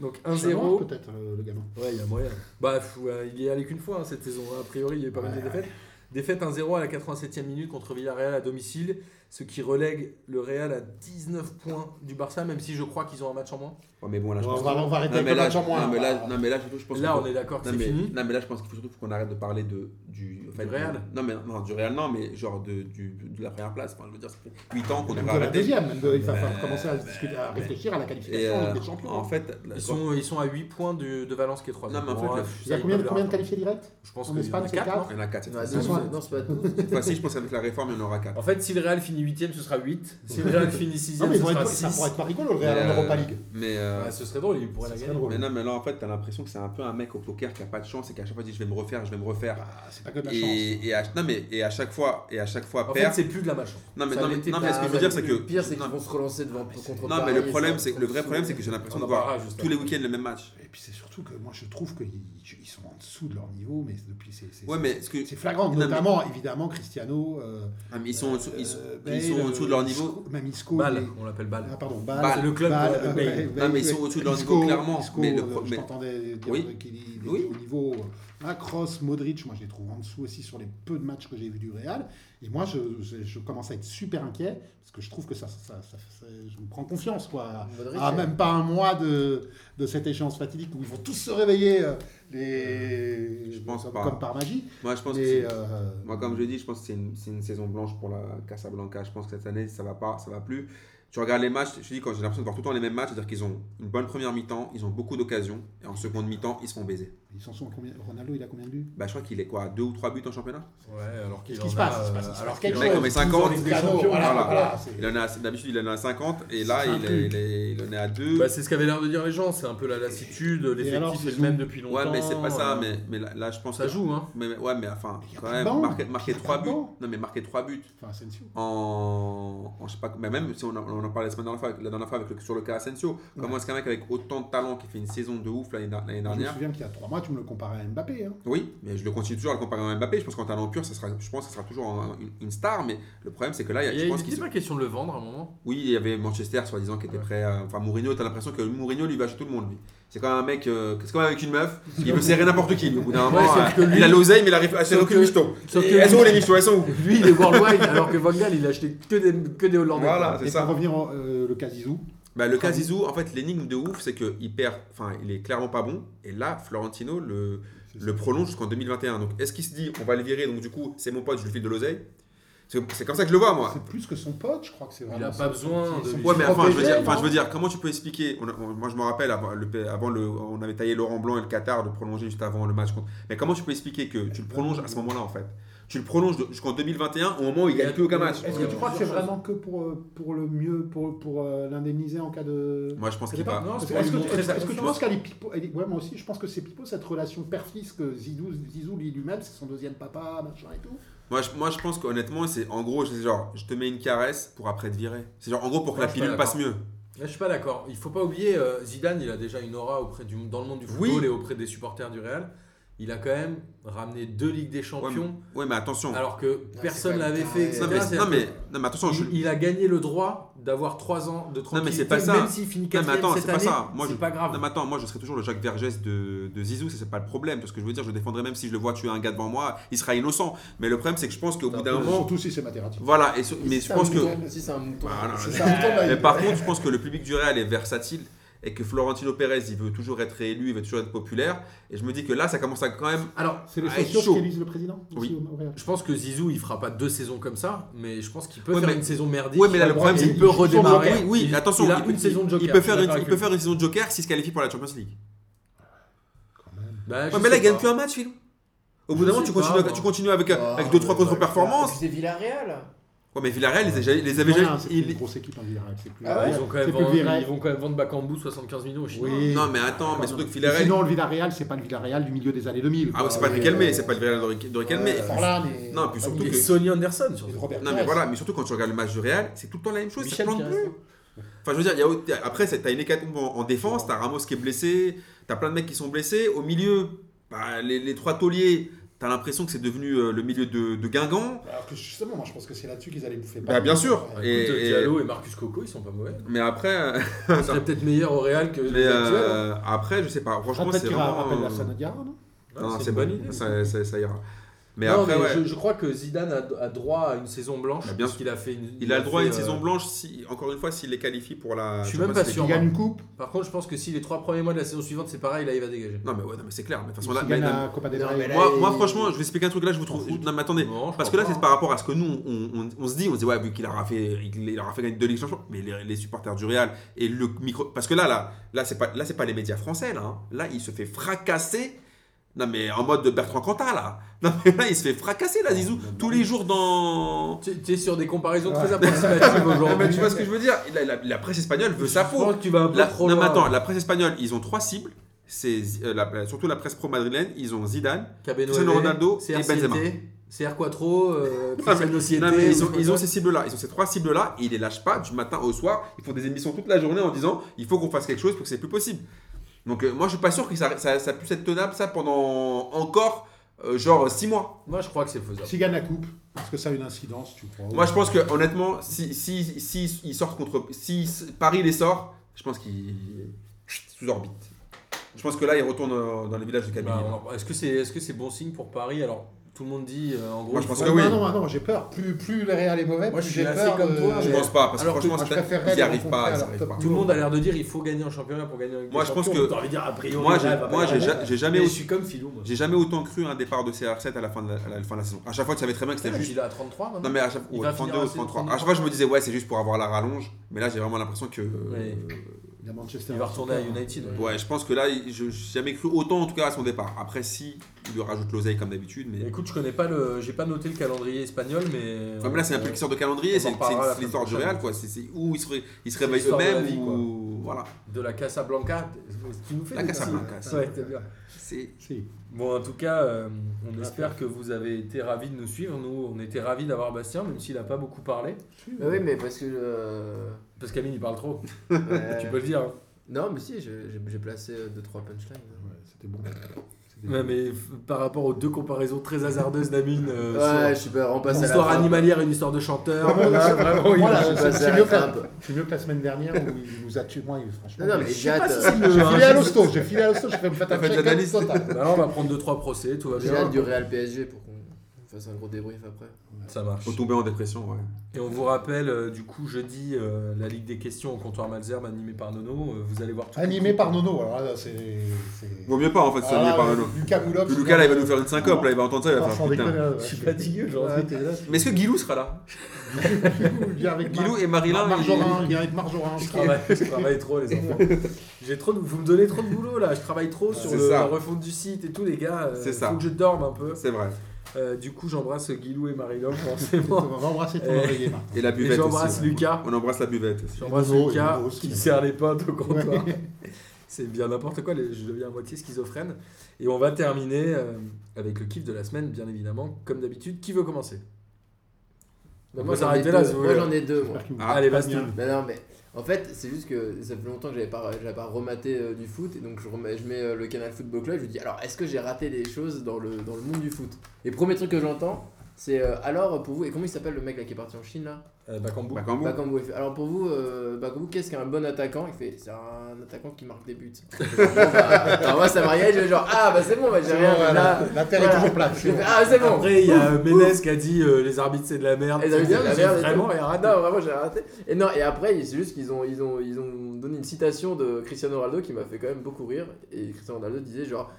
[SPEAKER 1] Donc
[SPEAKER 4] Chalmers,
[SPEAKER 1] 1-0.
[SPEAKER 4] peut-être, euh, le gamin.
[SPEAKER 1] Ouais, il y a moyen. Bah, fou, euh, il y est allé qu'une fois hein, cette saison. hein. A priori, il y a eu pas mal de
[SPEAKER 4] Ouais,
[SPEAKER 1] défaites. Défaite 1-0 à la 87e minute contre Villarreal à domicile, ce qui relègue le Real à 19 points du Barça, même si je crois qu'ils ont un match en moins.
[SPEAKER 2] Ouais, mais bon, là, je
[SPEAKER 4] on,
[SPEAKER 2] pense
[SPEAKER 4] va, on va arrêter
[SPEAKER 2] Non
[SPEAKER 4] avec
[SPEAKER 2] mais,
[SPEAKER 4] le
[SPEAKER 2] là,
[SPEAKER 4] match en moins.
[SPEAKER 2] non, mais
[SPEAKER 4] là,
[SPEAKER 2] là, non, mais là, je je pense
[SPEAKER 1] Là,
[SPEAKER 2] qu'il
[SPEAKER 1] on
[SPEAKER 2] faut-
[SPEAKER 1] est d'accord que
[SPEAKER 2] non
[SPEAKER 1] c'est
[SPEAKER 2] mais,
[SPEAKER 1] fini.
[SPEAKER 2] non, mais là, je pense qu'il faut surtout qu'on arrête de parler de, du, en fait,
[SPEAKER 1] Du Real.
[SPEAKER 2] du- Non, mais non, du Real, non, mais genre de, du, de la première place. Enfin, je veux dire, ça fait 8 ans qu'on
[SPEAKER 4] de
[SPEAKER 2] devrait
[SPEAKER 4] la
[SPEAKER 2] arrêter.
[SPEAKER 4] deuxième, même de- il va
[SPEAKER 2] Mais-
[SPEAKER 4] falloir commencer à, discuter, à réfléchir à la
[SPEAKER 2] Et
[SPEAKER 4] qualification en
[SPEAKER 2] euh,
[SPEAKER 4] Ligue des champions.
[SPEAKER 2] en fait, la-
[SPEAKER 1] Ils sont, ils sont à 8 points de, de Valence qui est 3
[SPEAKER 2] Non, mais en fait, le-
[SPEAKER 4] il y a combien, de- combien de qualifiés directs
[SPEAKER 1] Je pense
[SPEAKER 4] En
[SPEAKER 1] qu'il y en
[SPEAKER 4] Espagne,
[SPEAKER 1] a
[SPEAKER 4] c'est
[SPEAKER 1] quatre,
[SPEAKER 4] quatre
[SPEAKER 1] non
[SPEAKER 2] il y en a 4.
[SPEAKER 3] Non,
[SPEAKER 4] Ils sont à-
[SPEAKER 3] non, c'est pas tous.
[SPEAKER 2] Cette fois-ci, je pense qu'avec la réforme, il y en aura 4.
[SPEAKER 1] En fait, si le Real finit 8ème, ce sera 8. Si le Real finit 6ème,
[SPEAKER 4] Non, mais
[SPEAKER 1] ce
[SPEAKER 4] ils vont
[SPEAKER 1] sera
[SPEAKER 4] être, ça
[SPEAKER 1] 6.
[SPEAKER 4] pourrait être pas rigolo le Real en Europa League.
[SPEAKER 2] Mais, euh,
[SPEAKER 1] Ouais, Ah, ce serait drôle, il pourrait
[SPEAKER 4] Ça
[SPEAKER 1] la
[SPEAKER 4] serait
[SPEAKER 1] gagner.
[SPEAKER 4] drôle.
[SPEAKER 2] mais non, mais là, en fait, t'as l'impression que c'est un peu un mec au poker qui a pas de chance et qu'à chaque fois, il dit, je vais me refaire, je vais me refaire.
[SPEAKER 4] Bah, C'est pas que de la chance.
[SPEAKER 2] Et, et, à, non, mais, et à chaque fois, et à chaque fois,
[SPEAKER 1] En fait,
[SPEAKER 2] perd.
[SPEAKER 1] c'est plus de la hein. machine.
[SPEAKER 2] non, mais,
[SPEAKER 1] ça
[SPEAKER 2] non,
[SPEAKER 1] avait
[SPEAKER 2] mais,
[SPEAKER 1] été
[SPEAKER 2] non, mais
[SPEAKER 1] pas-
[SPEAKER 2] ce que je veux dire, c'est que.
[SPEAKER 3] Le pire, c'est qu'ils
[SPEAKER 2] non,
[SPEAKER 3] vont se relancer devant
[SPEAKER 2] non,
[SPEAKER 3] contre
[SPEAKER 2] mais
[SPEAKER 3] Paris,
[SPEAKER 2] le
[SPEAKER 3] ça
[SPEAKER 2] problème,
[SPEAKER 3] va
[SPEAKER 2] c'est que le vrai problème, c'est que j'ai l'impression
[SPEAKER 1] On
[SPEAKER 2] de
[SPEAKER 1] en
[SPEAKER 2] voir
[SPEAKER 1] parlera juste
[SPEAKER 2] tous les
[SPEAKER 1] après.
[SPEAKER 2] week-ends le même match.
[SPEAKER 4] Et puis c'est surtout que moi je trouve qu'ils sont en dessous de leur niveau, mais depuis c'est c'est-
[SPEAKER 2] Ouais, mais ce que.
[SPEAKER 4] c'est flagrant,
[SPEAKER 2] Non, mais-
[SPEAKER 4] notamment évidemment Cristiano. euh,
[SPEAKER 2] Ah, mais ils sont, en dessous- ils sont,
[SPEAKER 4] euh,
[SPEAKER 2] ils sont
[SPEAKER 4] Bale,
[SPEAKER 2] en dessous de leur
[SPEAKER 4] euh,
[SPEAKER 2] niveau.
[SPEAKER 4] Isco- Même Isco.
[SPEAKER 1] Balle,
[SPEAKER 4] mais-
[SPEAKER 1] on l'appelle balle.
[SPEAKER 4] Ah, pardon, Bale.
[SPEAKER 2] Balle.
[SPEAKER 1] C'est le club
[SPEAKER 4] Bale,
[SPEAKER 1] de- de
[SPEAKER 4] euh,
[SPEAKER 1] Bale.
[SPEAKER 4] ouais,
[SPEAKER 2] Non, mais ils sont au-dessus de leur niveau,
[SPEAKER 4] Isco,
[SPEAKER 2] clairement.
[SPEAKER 4] Isco,
[SPEAKER 2] Mais le
[SPEAKER 4] euh,
[SPEAKER 2] pro-
[SPEAKER 4] je
[SPEAKER 2] mais-
[SPEAKER 4] t'entendais dire
[SPEAKER 2] Oui.
[SPEAKER 4] qu'il est
[SPEAKER 2] Oui.
[SPEAKER 4] au niveau. Ah, Kroos, Modric, moi je les trouve en dessous aussi sur les peu de matchs que j'ai vus du Real. Et moi je, je- je commence à être super inquiet parce que je trouve que ça, ça, ça- ça- ça- je me prends confiance quoi.
[SPEAKER 3] Modric,
[SPEAKER 4] Ah,
[SPEAKER 3] euh,
[SPEAKER 4] même pas un mois de, de cette échéance fatidique où ils vont tous se réveiller. euh, les...
[SPEAKER 3] Je
[SPEAKER 2] pense
[SPEAKER 4] comme,
[SPEAKER 2] pas.
[SPEAKER 4] comme par magie.
[SPEAKER 2] Moi, je pense que
[SPEAKER 4] Mais,
[SPEAKER 2] c'est-
[SPEAKER 4] euh,
[SPEAKER 2] Moi, comme je dis, je pense que c'est une, c'est une saison blanche pour la Casablanca. Je pense que cette année, ça va pas, ça va plus. Tu regardes les matchs, je te dis, quand j'ai l'impression de voir tout le temps les mêmes matchs, c'est-à-dire qu'ils ont une bonne première mi-temps, ils ont beaucoup d'occasions, et en seconde mi-temps, ils se font baiser.
[SPEAKER 4] ils s'en sont à combien Ronaldo, il a combien de buts
[SPEAKER 2] Bah, je crois qu'il est quoi, à deux ou trois buts en championnat
[SPEAKER 1] Ouais, alors qu'il
[SPEAKER 4] Qu'est-ce qui
[SPEAKER 1] en
[SPEAKER 4] se
[SPEAKER 1] a,
[SPEAKER 4] passe Il se passe- il se
[SPEAKER 1] euh, alors
[SPEAKER 4] passe
[SPEAKER 1] qu'il
[SPEAKER 4] quelque
[SPEAKER 1] en
[SPEAKER 2] Le mec
[SPEAKER 1] a
[SPEAKER 4] chose.
[SPEAKER 1] six
[SPEAKER 2] en met
[SPEAKER 1] ans en
[SPEAKER 2] 50,
[SPEAKER 1] Ligue des
[SPEAKER 4] Cristiano,
[SPEAKER 1] Champions.
[SPEAKER 4] voilà,
[SPEAKER 2] voilà.
[SPEAKER 4] voilà, Ah, c'est-
[SPEAKER 2] Il en a, d'habitude, il en a 50, et là,
[SPEAKER 4] C'est un
[SPEAKER 2] il est,
[SPEAKER 4] truc.
[SPEAKER 2] il, est- il en est à deux.
[SPEAKER 1] Bah, c'est ce qu'avaient l'air de dire les gens, c'est un peu la lassitude,
[SPEAKER 4] alors,
[SPEAKER 1] l'effectif est
[SPEAKER 4] c'est
[SPEAKER 1] le même
[SPEAKER 4] tout.
[SPEAKER 1] depuis longtemps.
[SPEAKER 2] ouais, mais c'est pas ça,
[SPEAKER 1] euh,
[SPEAKER 2] mais, mais là, là, je pense
[SPEAKER 1] Ça
[SPEAKER 2] que-
[SPEAKER 1] joue, hein.
[SPEAKER 2] Mais, mais- ouais, mais enfin,
[SPEAKER 4] Il y a
[SPEAKER 2] quand
[SPEAKER 4] plus de
[SPEAKER 2] même,
[SPEAKER 4] banc.
[SPEAKER 2] marquer,
[SPEAKER 4] Il
[SPEAKER 2] marquer
[SPEAKER 4] y a
[SPEAKER 2] trois
[SPEAKER 4] plus
[SPEAKER 2] buts.
[SPEAKER 4] de
[SPEAKER 2] Non,
[SPEAKER 4] banc.
[SPEAKER 2] mais marquer trois buts.
[SPEAKER 4] Enfin, Asensio.
[SPEAKER 2] en, en- je sais pas, mais même si on, en- on en parlait la semaine dernière fois, la dernière fois avec le- sur le cas Asensio, comment est-ce qu'un mec avec autant de talent qui fait une saison de ouf l'année l'année
[SPEAKER 4] Je me
[SPEAKER 2] dernière,
[SPEAKER 4] souviens qu'il y a trois mois, tu me le comparais à Mbappé. hein.
[SPEAKER 2] oui, mais je le continue toujours à le comparer à Mbappé, je pense qu'en talent pur, ça sera, je pense que ça sera toujours un- une, une star, mais le problème c'est que là, il y a-
[SPEAKER 1] Il
[SPEAKER 2] je pense
[SPEAKER 1] n'était
[SPEAKER 2] qu'il se-
[SPEAKER 1] pas question de le vendre à un moment.
[SPEAKER 2] oui, il y avait Manchester soi-disant qui était prêt, à- enfin Mourinho, t'as l'impression que Mourinho lui va chez tout le monde, lui. C'est quand même un mec, euh, c'est quand même avec une meuf, il veut serrer n'importe qui, lui. au bout d'un moment,
[SPEAKER 1] sauf
[SPEAKER 2] euh,
[SPEAKER 1] que lui-
[SPEAKER 2] il a l'oseille, mais il arrive à serrer
[SPEAKER 1] sauf
[SPEAKER 2] aucune
[SPEAKER 1] que-
[SPEAKER 2] michto.
[SPEAKER 1] sauf
[SPEAKER 2] Et
[SPEAKER 1] que
[SPEAKER 2] Elles
[SPEAKER 1] lui-
[SPEAKER 2] sont où les michtos, elles sont où
[SPEAKER 1] Lui, il est worldwide, alors que Van Gaal, il a acheté que des, que des Hollandais.
[SPEAKER 2] Voilà, Ah, c'est
[SPEAKER 4] Et
[SPEAKER 2] ça.
[SPEAKER 4] pour revenir au euh, le cas Zizou,
[SPEAKER 2] Bah, le cas Zizou, en fait, l'énigme de ouf, c'est qu'il perd, enfin, il est clairement pas bon. Et là, Florentino le,
[SPEAKER 4] C'est
[SPEAKER 2] le prolonge jusqu'en 2021. Donc, est-ce qu'il se dit, on va le virer, donc du coup, c'est mon pote, je lui file de l'oseille C'est c'est comme ça que je le vois, moi.
[SPEAKER 4] c'est plus que son pote, je crois que c'est vraiment.
[SPEAKER 1] a pas
[SPEAKER 4] son-
[SPEAKER 1] besoin
[SPEAKER 4] son-
[SPEAKER 1] de
[SPEAKER 4] son-
[SPEAKER 1] lui-
[SPEAKER 2] Ouais, mais enfin, je veux dire,
[SPEAKER 4] protégé,
[SPEAKER 2] enfin,
[SPEAKER 4] non
[SPEAKER 2] je veux dire comment tu peux expliquer on a- on- Moi, je me rappelle, avant, le, P- avant le, on avait taillé Laurent Blanc et le Qatar de prolonger juste avant le match. contre- Mais comment tu peux expliquer que tu le prolonges à ce moment-là, en fait Tu le prolonges de- jusqu'en 2021, au moment où il gagne plus aucun match.
[SPEAKER 4] Est-ce que tu crois que c'est vraiment que pour, euh, pour le mieux, pour, pour euh, l'indemniser en cas de.
[SPEAKER 2] Moi, je pense
[SPEAKER 4] Ça
[SPEAKER 2] qu'il
[SPEAKER 4] dépend.
[SPEAKER 2] va.
[SPEAKER 5] Non, c'est
[SPEAKER 4] Est-ce
[SPEAKER 5] pour
[SPEAKER 4] que,
[SPEAKER 5] lui
[SPEAKER 4] est-ce que tu-
[SPEAKER 5] montrer
[SPEAKER 4] est-ce
[SPEAKER 5] sa-
[SPEAKER 4] que tu
[SPEAKER 5] son-
[SPEAKER 4] penses qu'elle est pipo elle est- Ouais, moi aussi, je pense que c'est pipo cette relation père-fils que Zidou, Zizou lui- lui-même, c'est son deuxième papa, machin et tout.
[SPEAKER 2] Moi je, moi, je pense qu'honnêtement, c'est en gros, c'est genre, je te mets une caresse pour après te virer. C'est genre, en gros, pour que
[SPEAKER 1] Ouais,
[SPEAKER 2] la
[SPEAKER 1] je suis
[SPEAKER 2] pilule
[SPEAKER 1] pas
[SPEAKER 2] passe mieux.
[SPEAKER 1] Là, je suis pas d'accord. Il faut pas oublier, euh, Zidane, il a déjà une aura auprès du, dans le monde du
[SPEAKER 2] Oui.
[SPEAKER 1] football et auprès des supporters du Real. Il a quand même ramené deux Ligues des Champions,
[SPEAKER 2] Ouais, mais attention.
[SPEAKER 1] alors que personne
[SPEAKER 3] c'est pas
[SPEAKER 1] l'avait
[SPEAKER 3] une
[SPEAKER 1] fait.
[SPEAKER 3] carrière.
[SPEAKER 1] etc.
[SPEAKER 2] non, mais,
[SPEAKER 1] C'est-à-dire
[SPEAKER 2] non, mais, non, mais attention,
[SPEAKER 1] que
[SPEAKER 2] je,
[SPEAKER 1] il, il a gagné le droit d'avoir trois ans de tranquillité,
[SPEAKER 2] c'est pas ça.
[SPEAKER 1] même s'il finit
[SPEAKER 2] Non, mais
[SPEAKER 1] quatrième
[SPEAKER 2] attends,
[SPEAKER 1] cette
[SPEAKER 2] c'est
[SPEAKER 1] année,
[SPEAKER 2] pas ça. Moi,
[SPEAKER 1] c'est
[SPEAKER 2] je-
[SPEAKER 1] pas grave.
[SPEAKER 2] Non, mais attends, moi je serai toujours le Jacques Vergès de, de Zizou, ça c'est pas le problème. Parce que je veux dire, je défendrai même si je le vois tuer un gars devant moi, il sera innocent. Mais le problème, c'est que je pense qu'au bout d'un moment.
[SPEAKER 4] Surtout si c'est Materazzi.
[SPEAKER 2] Voilà, et, ce- mais je
[SPEAKER 3] C'est un
[SPEAKER 2] pense que.
[SPEAKER 3] mouton, Si c'est un mouton.
[SPEAKER 2] Bah, non,
[SPEAKER 3] Si
[SPEAKER 2] non,
[SPEAKER 3] c'est un mouton, bah,
[SPEAKER 2] Mais
[SPEAKER 3] il-
[SPEAKER 2] par contre, je pense que le public du Real est versatile et que Florentino Pérez, il veut toujours être réélu, il veut toujours être populaire. Et je me dis que là, ça commence à quand même.
[SPEAKER 1] Alors,
[SPEAKER 4] C'est les
[SPEAKER 2] Ah, il est
[SPEAKER 4] sociaux
[SPEAKER 2] chaud.
[SPEAKER 4] qui élisent le président aussi au- au Real.
[SPEAKER 1] je pense que Zizou, il fera pas deux saisons comme ça, mais je pense qu'il peut
[SPEAKER 2] Ouais,
[SPEAKER 1] faire
[SPEAKER 2] mais-
[SPEAKER 1] une saison merdique.
[SPEAKER 2] Ouais, mais là, le problème,
[SPEAKER 1] Et
[SPEAKER 2] c'est
[SPEAKER 1] il peut redémarrer.
[SPEAKER 2] Oui, oui,
[SPEAKER 1] Il-
[SPEAKER 2] attention,
[SPEAKER 1] il a
[SPEAKER 2] peut-
[SPEAKER 1] une saison de Joker.
[SPEAKER 2] Il peut faire
[SPEAKER 1] je suis
[SPEAKER 2] une,
[SPEAKER 1] d'accord
[SPEAKER 2] il peut
[SPEAKER 1] avec
[SPEAKER 2] faire une saison de Joker s'il se qualifie pour la Champions League.
[SPEAKER 1] lui. Bah, je
[SPEAKER 2] Ouais, mais là,
[SPEAKER 1] Ah, sais
[SPEAKER 2] il gagne
[SPEAKER 1] pas.
[SPEAKER 2] plus un match, Phil. Au bout
[SPEAKER 1] Je
[SPEAKER 2] d'un moment,
[SPEAKER 1] sais
[SPEAKER 2] tu
[SPEAKER 1] pas,
[SPEAKER 2] continues, avec-
[SPEAKER 1] moi.
[SPEAKER 2] tu continues avec,
[SPEAKER 3] Ah,
[SPEAKER 2] avec 2-3 contre-performances.
[SPEAKER 3] C'est Villarreal.
[SPEAKER 2] Ouais, mais Villarreal, ils, avaient- les avaient
[SPEAKER 4] Voilà,
[SPEAKER 2] déjà.
[SPEAKER 4] C'est plus
[SPEAKER 2] ils-
[SPEAKER 4] une grosse équipe en Villarreal. C'est plus.
[SPEAKER 3] Ah ouais
[SPEAKER 1] Ils, ont quand même
[SPEAKER 4] C'est plus
[SPEAKER 1] vendu-
[SPEAKER 4] Villarreal.
[SPEAKER 1] ils vont quand même vendre Bakambu 75 millions au Chinois.
[SPEAKER 4] Oui.
[SPEAKER 2] Non, mais attends, mais surtout que Villarreal.
[SPEAKER 4] Sinon, le Villarreal, c'est pas le Villarreal du milieu des années 2000.
[SPEAKER 2] Ah, ouais, c'est pas le
[SPEAKER 1] euh,
[SPEAKER 2] Calmé, c'est pas le Villarreal de Calmé.
[SPEAKER 4] Ouais, Euh, Forlan et-
[SPEAKER 2] Non, puis surtout
[SPEAKER 1] Et
[SPEAKER 2] que-
[SPEAKER 1] Sonny Anderson,
[SPEAKER 4] et
[SPEAKER 1] surtout.
[SPEAKER 4] Robert
[SPEAKER 2] Non, mais
[SPEAKER 4] Perez.
[SPEAKER 2] voilà, mais surtout quand tu regardes le match du Real, c'est tout le temps la même chose. Ça
[SPEAKER 1] Michel hein.
[SPEAKER 2] te plante
[SPEAKER 1] qui
[SPEAKER 2] plus.
[SPEAKER 1] reste.
[SPEAKER 4] hein.
[SPEAKER 2] Enfin, je veux dire, il y a autre- après, c'est- t'as une hécatombe en, en défense, t'as Ramos qui est blessé, t'as plein de mecs qui sont blessés. Au milieu, bah, les, les trois tauliers, t'as l'impression que c'est devenu euh, le milieu de, de Guingamp.
[SPEAKER 4] Alors que justement, moi, je pense que c'est là-dessus qu'ils allaient bouffer.
[SPEAKER 2] Bah, bien sûr.
[SPEAKER 4] Ouais.
[SPEAKER 2] Et-
[SPEAKER 1] Écoute,
[SPEAKER 2] et-
[SPEAKER 1] Diallo et Marcus Coco, ils sont pas mauvais.
[SPEAKER 2] Mais après, euh,
[SPEAKER 1] Ils seraient peut-être meilleurs au Real que
[SPEAKER 2] mais,
[SPEAKER 1] les actuels. hein.
[SPEAKER 2] euh, après, je sais pas.
[SPEAKER 4] Ah,
[SPEAKER 2] Franchement,
[SPEAKER 4] Peut-être
[SPEAKER 2] c'est
[SPEAKER 4] qu'il ra-
[SPEAKER 2] vraiment.
[SPEAKER 4] rappelle la
[SPEAKER 2] euh,
[SPEAKER 4] Sanadiara, non
[SPEAKER 1] Non,
[SPEAKER 2] Non,
[SPEAKER 1] Ah, c'est
[SPEAKER 2] c'est
[SPEAKER 1] une bonne
[SPEAKER 2] bon,
[SPEAKER 1] idée.
[SPEAKER 2] ça, ça- ça ira. Mais
[SPEAKER 1] non,
[SPEAKER 2] après,
[SPEAKER 1] mais
[SPEAKER 2] ouais.
[SPEAKER 1] je, je crois que Zidane a, a droit à une saison blanche
[SPEAKER 2] Bah, bien
[SPEAKER 1] parce qu'il a fait une.
[SPEAKER 2] Il a le droit à
[SPEAKER 1] fait,
[SPEAKER 2] une
[SPEAKER 1] euh,
[SPEAKER 2] saison blanche, si, encore une fois, s'il les qualifie pour la.
[SPEAKER 1] Je suis
[SPEAKER 2] Champions
[SPEAKER 1] même pas
[SPEAKER 2] League.
[SPEAKER 1] sûr.
[SPEAKER 4] Il gagne une coupe,
[SPEAKER 1] Par contre, je pense que si les trois premiers mois de la saison suivante c'est pareil, là il va dégager.
[SPEAKER 2] Non, mais ouais, non, mais c'est clair. Mais de toute façon, là,
[SPEAKER 4] il gagne
[SPEAKER 2] mais-
[SPEAKER 4] la Copa del
[SPEAKER 3] Non, mais
[SPEAKER 4] Rey.
[SPEAKER 3] là,
[SPEAKER 2] moi,
[SPEAKER 3] il-
[SPEAKER 2] moi, franchement, je vais expliquer un truc là, je vous trouve.
[SPEAKER 1] fout.
[SPEAKER 2] Non, mais attendez.
[SPEAKER 1] Non, je
[SPEAKER 2] Parce que
[SPEAKER 1] crois
[SPEAKER 2] là,
[SPEAKER 1] pas.
[SPEAKER 2] c'est par rapport à ce que nous, on, on- on se dit, on se dit, ouais, vu qu'il leur a fait, il leur a fait gagner deux Ligues des Champions, mais les, les supporters du Real et le micro. Parce que là, là, là, c'est pas, là, c'est pas les médias français, là. hein. Là, il se fait fracasser. Non, mais en mode Bertrand Cantat, là. Non, mais là, il se fait fracasser, là, Zizou. Tous les jours dans.
[SPEAKER 1] Tu tu es sur des comparaisons
[SPEAKER 4] Ouais.
[SPEAKER 1] très approximatives
[SPEAKER 2] Ah, mais
[SPEAKER 1] aujourd'hui.
[SPEAKER 2] tu vois ce que je veux dire la, la- la presse espagnole veut sa
[SPEAKER 1] Je
[SPEAKER 2] peau.
[SPEAKER 1] pense que tu vas un peu
[SPEAKER 2] La,
[SPEAKER 1] trop
[SPEAKER 2] non, mais
[SPEAKER 1] loin.
[SPEAKER 2] attends, la presse espagnole, ils ont trois cibles. C'est Zi- euh, la- la- surtout la presse pro-madrilène, ils ont Zidane.
[SPEAKER 1] Cabeno
[SPEAKER 2] Cristiano Ronaldo et Benzema.
[SPEAKER 1] CR Quattro, euh, Cristiano Siete,
[SPEAKER 2] Non, mais ils, ont,
[SPEAKER 1] ou je sais
[SPEAKER 2] ils
[SPEAKER 1] pas
[SPEAKER 2] ont
[SPEAKER 1] quoi.
[SPEAKER 2] ces cibles-là, ils ont ces trois cibles-là, et ils les lâchent pas du matin au soir. Ils font des émissions toute la journée en disant il faut qu'on fasse quelque chose pour que c'est plus possible. Donc euh, moi, je suis pas sûr que ça, ça, ça puisse être tenable ça pendant encore euh, genre 6 mois.
[SPEAKER 1] Moi je crois que c'est faisable.
[SPEAKER 4] S'il gagne la coupe, est-ce que ça a une incidence, tu crois
[SPEAKER 2] Moi, je pense que honnêtement, si, si, si, ils sortent contre, si Paris les sort, je pense qu'ils sous orbite.
[SPEAKER 1] Eh
[SPEAKER 2] Je pense que là, ils retournent euh, dans les villages de Kabylie.
[SPEAKER 1] ben, Bah, alors, Est-ce que c'est est -ce c'est bon signe pour Paris Alors, tout Tout le monde dit, euh, en gros,
[SPEAKER 2] Moi, je
[SPEAKER 1] il
[SPEAKER 2] pense
[SPEAKER 1] faut-
[SPEAKER 2] que oui.
[SPEAKER 4] Non, non, non, j'ai peur. Plus, plus le Real est mauvais,
[SPEAKER 5] Moi,
[SPEAKER 4] plus
[SPEAKER 5] je
[SPEAKER 4] j'ai
[SPEAKER 5] suis assez
[SPEAKER 4] peur. euh,
[SPEAKER 5] comme
[SPEAKER 4] de-
[SPEAKER 5] toi,
[SPEAKER 2] Je pense pas, parce que
[SPEAKER 4] Alors que
[SPEAKER 2] franchement,
[SPEAKER 4] moi, je
[SPEAKER 2] cette année,
[SPEAKER 4] préférerais
[SPEAKER 2] ils n'y arrivent
[SPEAKER 4] le
[SPEAKER 2] pas. ils y
[SPEAKER 4] contraire,
[SPEAKER 2] arrivent
[SPEAKER 4] leur
[SPEAKER 2] pas.
[SPEAKER 4] top
[SPEAKER 1] tout le monde a l'air de dire, il faut gagner en championnat pour gagner. en Ligue des
[SPEAKER 2] Moi, je pense
[SPEAKER 1] Champions.
[SPEAKER 2] que-
[SPEAKER 1] T'as envie de dire, a priori,
[SPEAKER 2] Moi,
[SPEAKER 1] le Real
[SPEAKER 2] j'ai-
[SPEAKER 1] va
[SPEAKER 2] moi,
[SPEAKER 1] pas
[SPEAKER 2] j'ai
[SPEAKER 1] gagner.
[SPEAKER 2] ja- j'ai jamais
[SPEAKER 1] bah, Mais je
[SPEAKER 2] aussi-
[SPEAKER 1] suis comme Philou, moi.
[SPEAKER 2] J'ai jamais autant cru un départ de CR7 à la fin de la, à la fin de la saison. À chaque fois, tu savais très bien que
[SPEAKER 1] Ah,
[SPEAKER 2] c'était juste.
[SPEAKER 1] Il est à 33 maintenant.
[SPEAKER 2] Non, mais à chaque fois,
[SPEAKER 1] Il va
[SPEAKER 2] 32
[SPEAKER 1] finir
[SPEAKER 2] ou
[SPEAKER 1] à saison
[SPEAKER 2] 33. À chaque fois, je me disais, ouais, c'est juste pour avoir la rallonge. Mais là, j'ai vraiment l'impression que. euh,
[SPEAKER 4] Il y a Manchester.
[SPEAKER 1] Il va retourner à United.
[SPEAKER 4] United.
[SPEAKER 1] ouais.
[SPEAKER 2] Ouais, je pense que là, il- je n'ai jamais cru autant, en tout cas, à son départ. Après, si, il lui rajoute l'oseille comme d'habitude. Mais...
[SPEAKER 1] Écoute, je connais pas le, j'ai pas noté le calendrier espagnol, mais. euh,
[SPEAKER 2] Enfin, mais là, c'est un peu une sorte de calendrier.
[SPEAKER 1] on en
[SPEAKER 2] C'est c'est-
[SPEAKER 1] reparlera la
[SPEAKER 2] c'est l'histoire du
[SPEAKER 1] prochaine.
[SPEAKER 2] Real, quoi. C'est c'est où ils se, ré- ils se
[SPEAKER 1] C'est
[SPEAKER 2] réveillent
[SPEAKER 1] l'histoire de la
[SPEAKER 2] eux-mêmes.
[SPEAKER 1] vie, quoi.
[SPEAKER 2] ou... Voilà.
[SPEAKER 1] De la Casablanca. Tu nous fais
[SPEAKER 2] La
[SPEAKER 1] des
[SPEAKER 2] Casablanca.
[SPEAKER 1] petits-
[SPEAKER 2] c'est-
[SPEAKER 1] Ouais, t'es bien.
[SPEAKER 2] C'est.
[SPEAKER 4] Si.
[SPEAKER 1] Bon, en tout cas, euh, on espère que vous avez été ravis de nous suivre. Nous, on était ravis d'avoir Bastien, même s'il n'a pas beaucoup parlé.
[SPEAKER 3] Bah oui, mais parce que. euh,
[SPEAKER 1] Parce qu'Amine, il parle trop.
[SPEAKER 3] euh,
[SPEAKER 1] Tu peux le dire. hein.
[SPEAKER 3] Non, mais si, j'ai j'ai- j'ai placé 2-3 punchlines.
[SPEAKER 4] Ouais, C'était bon. C'était-
[SPEAKER 1] Ouais, mais f- par rapport aux deux comparaisons très hasardeuses d'Amine, euh,
[SPEAKER 3] Ouais,
[SPEAKER 1] sur
[SPEAKER 3] je suis pas, on
[SPEAKER 1] une
[SPEAKER 3] passe à la
[SPEAKER 1] histoire
[SPEAKER 3] trappe.
[SPEAKER 1] animalière et une histoire de chanteur. euh,
[SPEAKER 4] Vraiment, il
[SPEAKER 3] Voilà,
[SPEAKER 4] a-
[SPEAKER 3] je suis
[SPEAKER 4] c'est-
[SPEAKER 3] passé à
[SPEAKER 4] C'est
[SPEAKER 3] la
[SPEAKER 4] mieux que la-
[SPEAKER 3] trappe.
[SPEAKER 4] c'est mieux que la semaine dernière où il nous a tués. Moi, il- franchement.
[SPEAKER 3] Non, non, mais
[SPEAKER 1] Je sais pas
[SPEAKER 3] Jade,
[SPEAKER 1] si
[SPEAKER 3] euh,
[SPEAKER 1] c'est le-
[SPEAKER 4] J'ai
[SPEAKER 1] hein,
[SPEAKER 4] filé à l'hosto, j'ai filé à l'hosto, j'ai fait me
[SPEAKER 2] T'as
[SPEAKER 4] faire
[SPEAKER 2] fait de
[SPEAKER 4] un
[SPEAKER 2] l'analyse.
[SPEAKER 4] check total.
[SPEAKER 1] Bah là, on va prendre 2-3 procès, tout va
[SPEAKER 3] J'ai
[SPEAKER 1] bien.
[SPEAKER 3] hâte du Real PSG pour qu'on fasse un gros débrief après.
[SPEAKER 1] Ça marche.
[SPEAKER 2] Faut tomber en dépression, ouais.
[SPEAKER 1] Et on vous rappelle, euh, du coup, jeudi, euh, la Ligue des questions au comptoir Malzerbe, animée par Nono. Euh, vous allez voir tout.
[SPEAKER 4] Animé par Nono, alors là, c'est. c'est-
[SPEAKER 2] Vaut mieux pas, en fait, se
[SPEAKER 4] Ah,
[SPEAKER 2] donner par
[SPEAKER 4] là,
[SPEAKER 2] le nom.
[SPEAKER 4] Lucas Moulox.
[SPEAKER 2] Puis Lucas, là, il va nous faire une syncope, là, il va entendre ça, il va
[SPEAKER 4] Franchement,
[SPEAKER 2] faire putain.
[SPEAKER 4] déconne,
[SPEAKER 1] Je suis
[SPEAKER 4] ouais.
[SPEAKER 1] fatigué
[SPEAKER 4] Ouais,
[SPEAKER 1] aujourd'hui.
[SPEAKER 4] t'es là,
[SPEAKER 2] Mais est-ce que Guilou sera là
[SPEAKER 4] il vient avec
[SPEAKER 2] Guilou
[SPEAKER 4] Mar-
[SPEAKER 2] et Marilyn.
[SPEAKER 4] Marjorin, il vient avec Marjorin.
[SPEAKER 1] Je travaille, je travaille trop, les enfants. J'ai trop de- vous me donnez trop de boulot là. Je travaille trop sur
[SPEAKER 2] C'est
[SPEAKER 1] le-
[SPEAKER 2] ça.
[SPEAKER 1] la refonte du site et tout, les gars. Euh,
[SPEAKER 2] C'est ça.
[SPEAKER 1] Faut que je dorme un peu.
[SPEAKER 2] C'est vrai.
[SPEAKER 1] Euh, du coup, j'embrasse Guilou et Marie-Laure, forcément.
[SPEAKER 4] On va embrasser ton
[SPEAKER 1] Eh.
[SPEAKER 4] oreiller, Marc.
[SPEAKER 2] Et la
[SPEAKER 1] Et
[SPEAKER 2] buvette
[SPEAKER 1] j'embrasse
[SPEAKER 2] aussi.
[SPEAKER 1] Lucas.
[SPEAKER 2] On embrasse la buvette aussi.
[SPEAKER 1] J'embrasse
[SPEAKER 4] Nono, et
[SPEAKER 1] Lucas
[SPEAKER 4] Nono aussi,
[SPEAKER 1] qui
[SPEAKER 4] là.
[SPEAKER 1] sert les potes au comptoir. C'est bien n'importe quoi, les- je deviens à moitié schizophrène. Et on va terminer euh, avec le kiff de la semaine, bien évidemment, comme d'habitude. Qui veut commencer
[SPEAKER 3] Bah,
[SPEAKER 1] On
[SPEAKER 3] moi
[SPEAKER 1] peut
[SPEAKER 3] j'en ai
[SPEAKER 1] s'arrêter
[SPEAKER 3] deux.
[SPEAKER 1] là, si vous
[SPEAKER 3] Moi
[SPEAKER 1] voulez.
[SPEAKER 3] j'en ai deux, moi.
[SPEAKER 4] J'espère qu'il me-
[SPEAKER 2] Ah,
[SPEAKER 1] Allez,
[SPEAKER 4] pas
[SPEAKER 1] Bastien.
[SPEAKER 4] bien.
[SPEAKER 3] Mais non, mais en fait, c'est juste que ça fait longtemps que j'avais pas, j'avais pas rematé euh, du foot, et donc je, remets- je mets euh, le canal Football Club, je me dis alors est-ce que j'ai raté des choses dans le, dans le monde du foot Et premier truc que j'entends, c'est euh, alors pour vous, et comment il s'appelle le mec là qui est parti en Chine là
[SPEAKER 1] Euh, Bakambu.
[SPEAKER 2] Bah, quand vous.
[SPEAKER 3] Bakambu. il fait, Alors pour vous, euh, Bakambu, qu'est-ce qu'un bon attaquant Il fait c'est un attaquant qui marque des buts. bah, Alors moi ça m'a rien, je genre ah bah c'est bon, bah, j'ai
[SPEAKER 4] C'est
[SPEAKER 3] rien.
[SPEAKER 4] bon, voilà,
[SPEAKER 3] là,
[SPEAKER 4] euh, La terre
[SPEAKER 3] voilà.
[SPEAKER 4] est toujours plate.
[SPEAKER 3] Je fais, ah c'est bon
[SPEAKER 1] Après, il y a Ménès qui a dit euh, les arbitres c'est de la merde.
[SPEAKER 3] Et ça veut dire,
[SPEAKER 1] C'est
[SPEAKER 3] la merde et
[SPEAKER 1] vraiment,
[SPEAKER 3] tout.
[SPEAKER 1] il y a raté.
[SPEAKER 3] Ah, Non, vraiment, j'ai raté. Et non, et après, c'est juste qu'ils ont, ils ont, ils ont donné une citation de Cristiano Ronaldo qui m'a fait quand même beaucoup rire. Et Cristiano Ronaldo disait genre.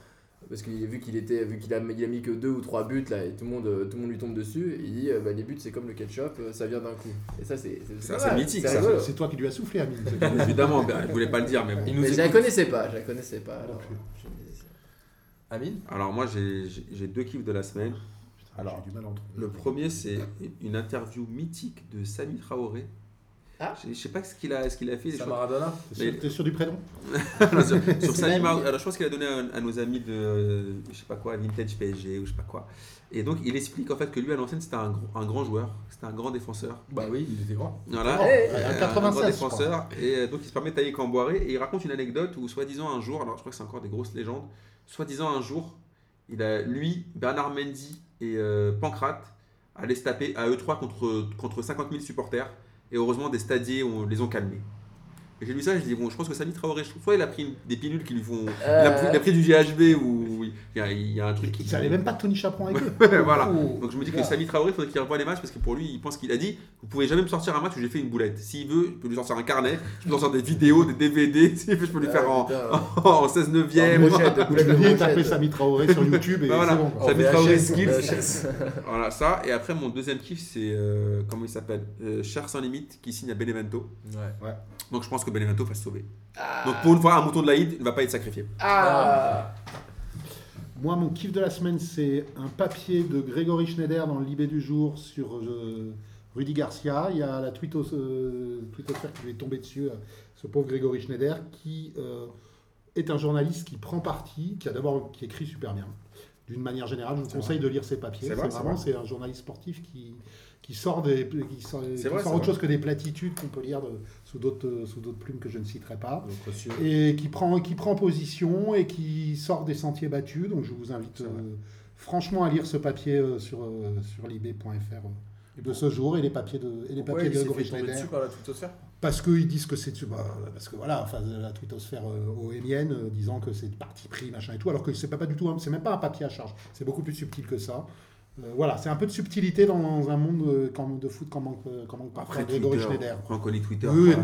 [SPEAKER 3] Parce qu'il vu qu'il était vu qu'il a, il a mis que deux ou trois buts là et tout le monde tout le monde lui tombe dessus et il dit euh, bah, les buts c'est comme le ketchup euh, ça vient d'un coup et ça c'est c'est-
[SPEAKER 2] Ça,
[SPEAKER 3] pas
[SPEAKER 2] c'est
[SPEAKER 3] mal,
[SPEAKER 2] mythique, ça.
[SPEAKER 3] rigolo.
[SPEAKER 4] C'est toi qui lui as soufflé, Amine. c'est-
[SPEAKER 2] Évidemment, bah, il voulait pas le dire, mais bon.
[SPEAKER 1] Il
[SPEAKER 3] mais
[SPEAKER 1] nous
[SPEAKER 3] je la
[SPEAKER 1] écoute.
[SPEAKER 3] connaissais pas je la connaissais pas alors, je me disais,
[SPEAKER 1] Amine
[SPEAKER 2] Alors moi, j'ai j'ai- j'ai deux kiffs de la semaine.
[SPEAKER 4] Putain,
[SPEAKER 2] Alors,
[SPEAKER 4] j'ai du mal à en trouver.
[SPEAKER 2] Le premier, c'est une interview mythique de Sami Traoré.
[SPEAKER 3] Ah.
[SPEAKER 2] Je je sais pas ce qu'il a, ce qu'il a fait. je
[SPEAKER 1] C'est
[SPEAKER 2] crois-
[SPEAKER 1] Maradona
[SPEAKER 4] T'es sûr-
[SPEAKER 2] mais-
[SPEAKER 4] T'es sûr du prénom
[SPEAKER 2] Alors, sur, sur
[SPEAKER 3] C'est
[SPEAKER 2] Sami
[SPEAKER 3] la
[SPEAKER 2] Mar-
[SPEAKER 3] vie.
[SPEAKER 2] alors je pense qu'il a donné à, à nos amis de, euh, je sais pas quoi, Vintage PSG ou je sais pas quoi. Et donc il explique en fait que lui à l'ancienne c'était un, gr- un grand joueur, c'était un grand défenseur.
[SPEAKER 1] Bah oui, il était grand.
[SPEAKER 2] Voilà.
[SPEAKER 4] Oh,
[SPEAKER 2] Euh,
[SPEAKER 4] un
[SPEAKER 2] un grand
[SPEAKER 4] 96,
[SPEAKER 2] défenseur. Et euh, donc il se permet de tailler Camboiré et il raconte une anecdote où soi-disant un jour, alors je crois que c'est encore des grosses légendes, soi-disant un jour, il a lui, Bernard Mendy et euh, Pancrate allaient se taper à eux trois contre, contre 50 000 supporters. Et heureusement des stadiers ont- les ont calmés. Et j'ai lu ça, je dis bon, je pense que Samy Traoré, je trouve- soit il a pris une- des pilules qui lui font, il, a pris, il a pris du GHB ou il y a, il y a un truc qui.
[SPEAKER 4] Ils avaient même pas Tony Chaperon avec eux.
[SPEAKER 2] voilà.
[SPEAKER 4] Oh,
[SPEAKER 2] Donc je me dis que
[SPEAKER 4] gars.
[SPEAKER 2] Samy Traoré, il faudrait qu'il revoie les matchs parce que pour lui, il pense qu'il a dit Vous pouvez jamais me sortir un match où j'ai fait une boulette. S'il veut, je peux lui sortir un carnet, je peux lui sortir des vidéos, des DVD, s'il veut, je peux lui
[SPEAKER 3] Ah,
[SPEAKER 2] faire en,
[SPEAKER 3] putain.
[SPEAKER 2] en 16
[SPEAKER 3] En
[SPEAKER 2] 9e.
[SPEAKER 3] brochette, de
[SPEAKER 4] Vous
[SPEAKER 3] couleur de
[SPEAKER 4] l'aviez
[SPEAKER 3] brochette.
[SPEAKER 4] tapé Samy Traoré sur YouTube et
[SPEAKER 2] Bah voilà.
[SPEAKER 4] c'est bon.
[SPEAKER 1] Oh,
[SPEAKER 4] quoi.
[SPEAKER 2] Samy Traoré skills.
[SPEAKER 1] VHS.
[SPEAKER 2] Voilà ça. Et après, mon deuxième kiff, c'est euh, comment il s'appelle Euh, Cher sans limite qui signe à Benevento.
[SPEAKER 1] Ouais.
[SPEAKER 2] Donc je pense que Benevento va se sauver.
[SPEAKER 3] ah,
[SPEAKER 2] Donc pour une fois, un mouton de la hit ne va pas être sacrifié.
[SPEAKER 3] ah.
[SPEAKER 4] Moi, mon kiff de la semaine, c'est un papier de Grégory Schneider dans le Libé du jour sur euh, Rudy Garcia. Il y a la tweetos, euh, twittosphère qui lui est tombée dessus, euh, ce pauvre Grégory Schneider, qui euh, est un journaliste qui prend parti, qui a d'abord qui écrit super bien. D'une manière générale, je vous conseille de lire ses papiers.
[SPEAKER 2] C'est
[SPEAKER 4] C'est
[SPEAKER 2] vrai, c'est
[SPEAKER 4] vraiment c'est un journaliste sportif qui qui sort des qui sort, qui
[SPEAKER 2] vrai,
[SPEAKER 4] sort
[SPEAKER 2] c'est
[SPEAKER 4] autre
[SPEAKER 2] vrai.
[SPEAKER 4] chose que des platitudes qu'on peut lire de- sous d'autres euh, sous d'autres plumes que je ne citerai pas
[SPEAKER 1] Donc, reçu.
[SPEAKER 4] et qui prend, qui prend position et qui sort des sentiers battus. Donc je vous invite
[SPEAKER 2] C'est vrai.
[SPEAKER 4] euh, franchement à lire ce papier euh, sur, euh, sur lib.fr euh, de ce jour et les papiers de, et les
[SPEAKER 1] Pourquoi
[SPEAKER 4] papiers
[SPEAKER 1] il
[SPEAKER 4] de
[SPEAKER 1] s'est
[SPEAKER 4] Grégory
[SPEAKER 1] fait tomber
[SPEAKER 4] Schneider.
[SPEAKER 1] dessus par la tutosphère
[SPEAKER 4] Parce qu'ils disent que c'est. bah, parce que voilà, enfin, la twittosphère euh, OMienne, euh, hein, disant que c'est de parti pris, machin et tout, alors que c'est pas, pas du tout. un- C'est même pas un papier à charge. C'est beaucoup plus subtil que ça. Euh, voilà, c'est un peu de subtilité dans un monde euh, qu'en- de foot qu'en manque, euh, qu'en manque parfois
[SPEAKER 2] Après
[SPEAKER 4] Grégory
[SPEAKER 2] Twitter,
[SPEAKER 4] Schneider.
[SPEAKER 2] après on connaît Twitter.
[SPEAKER 4] Oui,
[SPEAKER 2] quoi.
[SPEAKER 4] oui.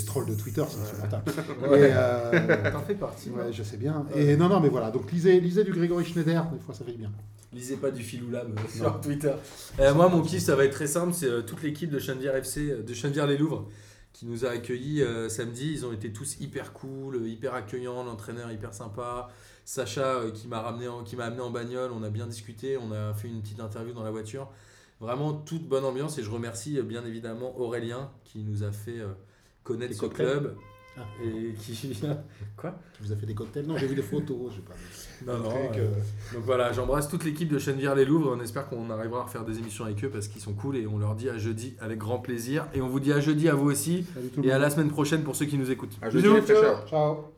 [SPEAKER 4] Les trolls de Twitter, c'est insupportable.
[SPEAKER 1] euh, Ouais.
[SPEAKER 4] Et, euh,
[SPEAKER 1] T'en fais partie.
[SPEAKER 4] ouais,
[SPEAKER 1] non
[SPEAKER 4] je sais bien. Et non, non, mais voilà. Donc lisez, lisez du Grégory Schneider, des fois ça fait du bien.
[SPEAKER 1] Lisez pas du Filoulab euh, sur Twitter. Euh, moi, mon kiff, ça va être très simple. C'est euh, toute l'équipe de Chenvière FC, euh, de Chenvière-les-Louvres, qui nous a accueillis euh, samedi. Ils ont été tous hyper cool, euh, hyper accueillants, l'entraîneur hyper sympa. Sacha, euh, qui m'a ramené, en- qui m'a amené en bagnole, on a bien discuté, on a fait une petite interview dans la voiture. Vraiment toute bonne ambiance et je remercie euh, bien évidemment Aurélien qui nous a fait euh, connaître
[SPEAKER 4] Les
[SPEAKER 1] ce
[SPEAKER 4] cocktails.
[SPEAKER 1] club
[SPEAKER 4] Ah.
[SPEAKER 1] et qui
[SPEAKER 4] Tu vous as fait des cocktails Non, j'ai vu des photos. J'ai pas
[SPEAKER 1] Non, non,
[SPEAKER 4] Truc,
[SPEAKER 1] euh, Donc voilà, j'embrasse toute l'équipe de Chenvière-les-Louvres. On espère qu'on arrivera à refaire des émissions avec eux parce qu'ils sont cool et on leur dit à jeudi avec grand plaisir. Et on vous dit à jeudi à vous aussi
[SPEAKER 4] Salut tout le
[SPEAKER 1] et à
[SPEAKER 4] monde.
[SPEAKER 1] la semaine prochaine pour ceux qui nous écoutent.
[SPEAKER 2] À
[SPEAKER 1] Bisous.
[SPEAKER 2] jeudi, les frères.
[SPEAKER 4] Ciao.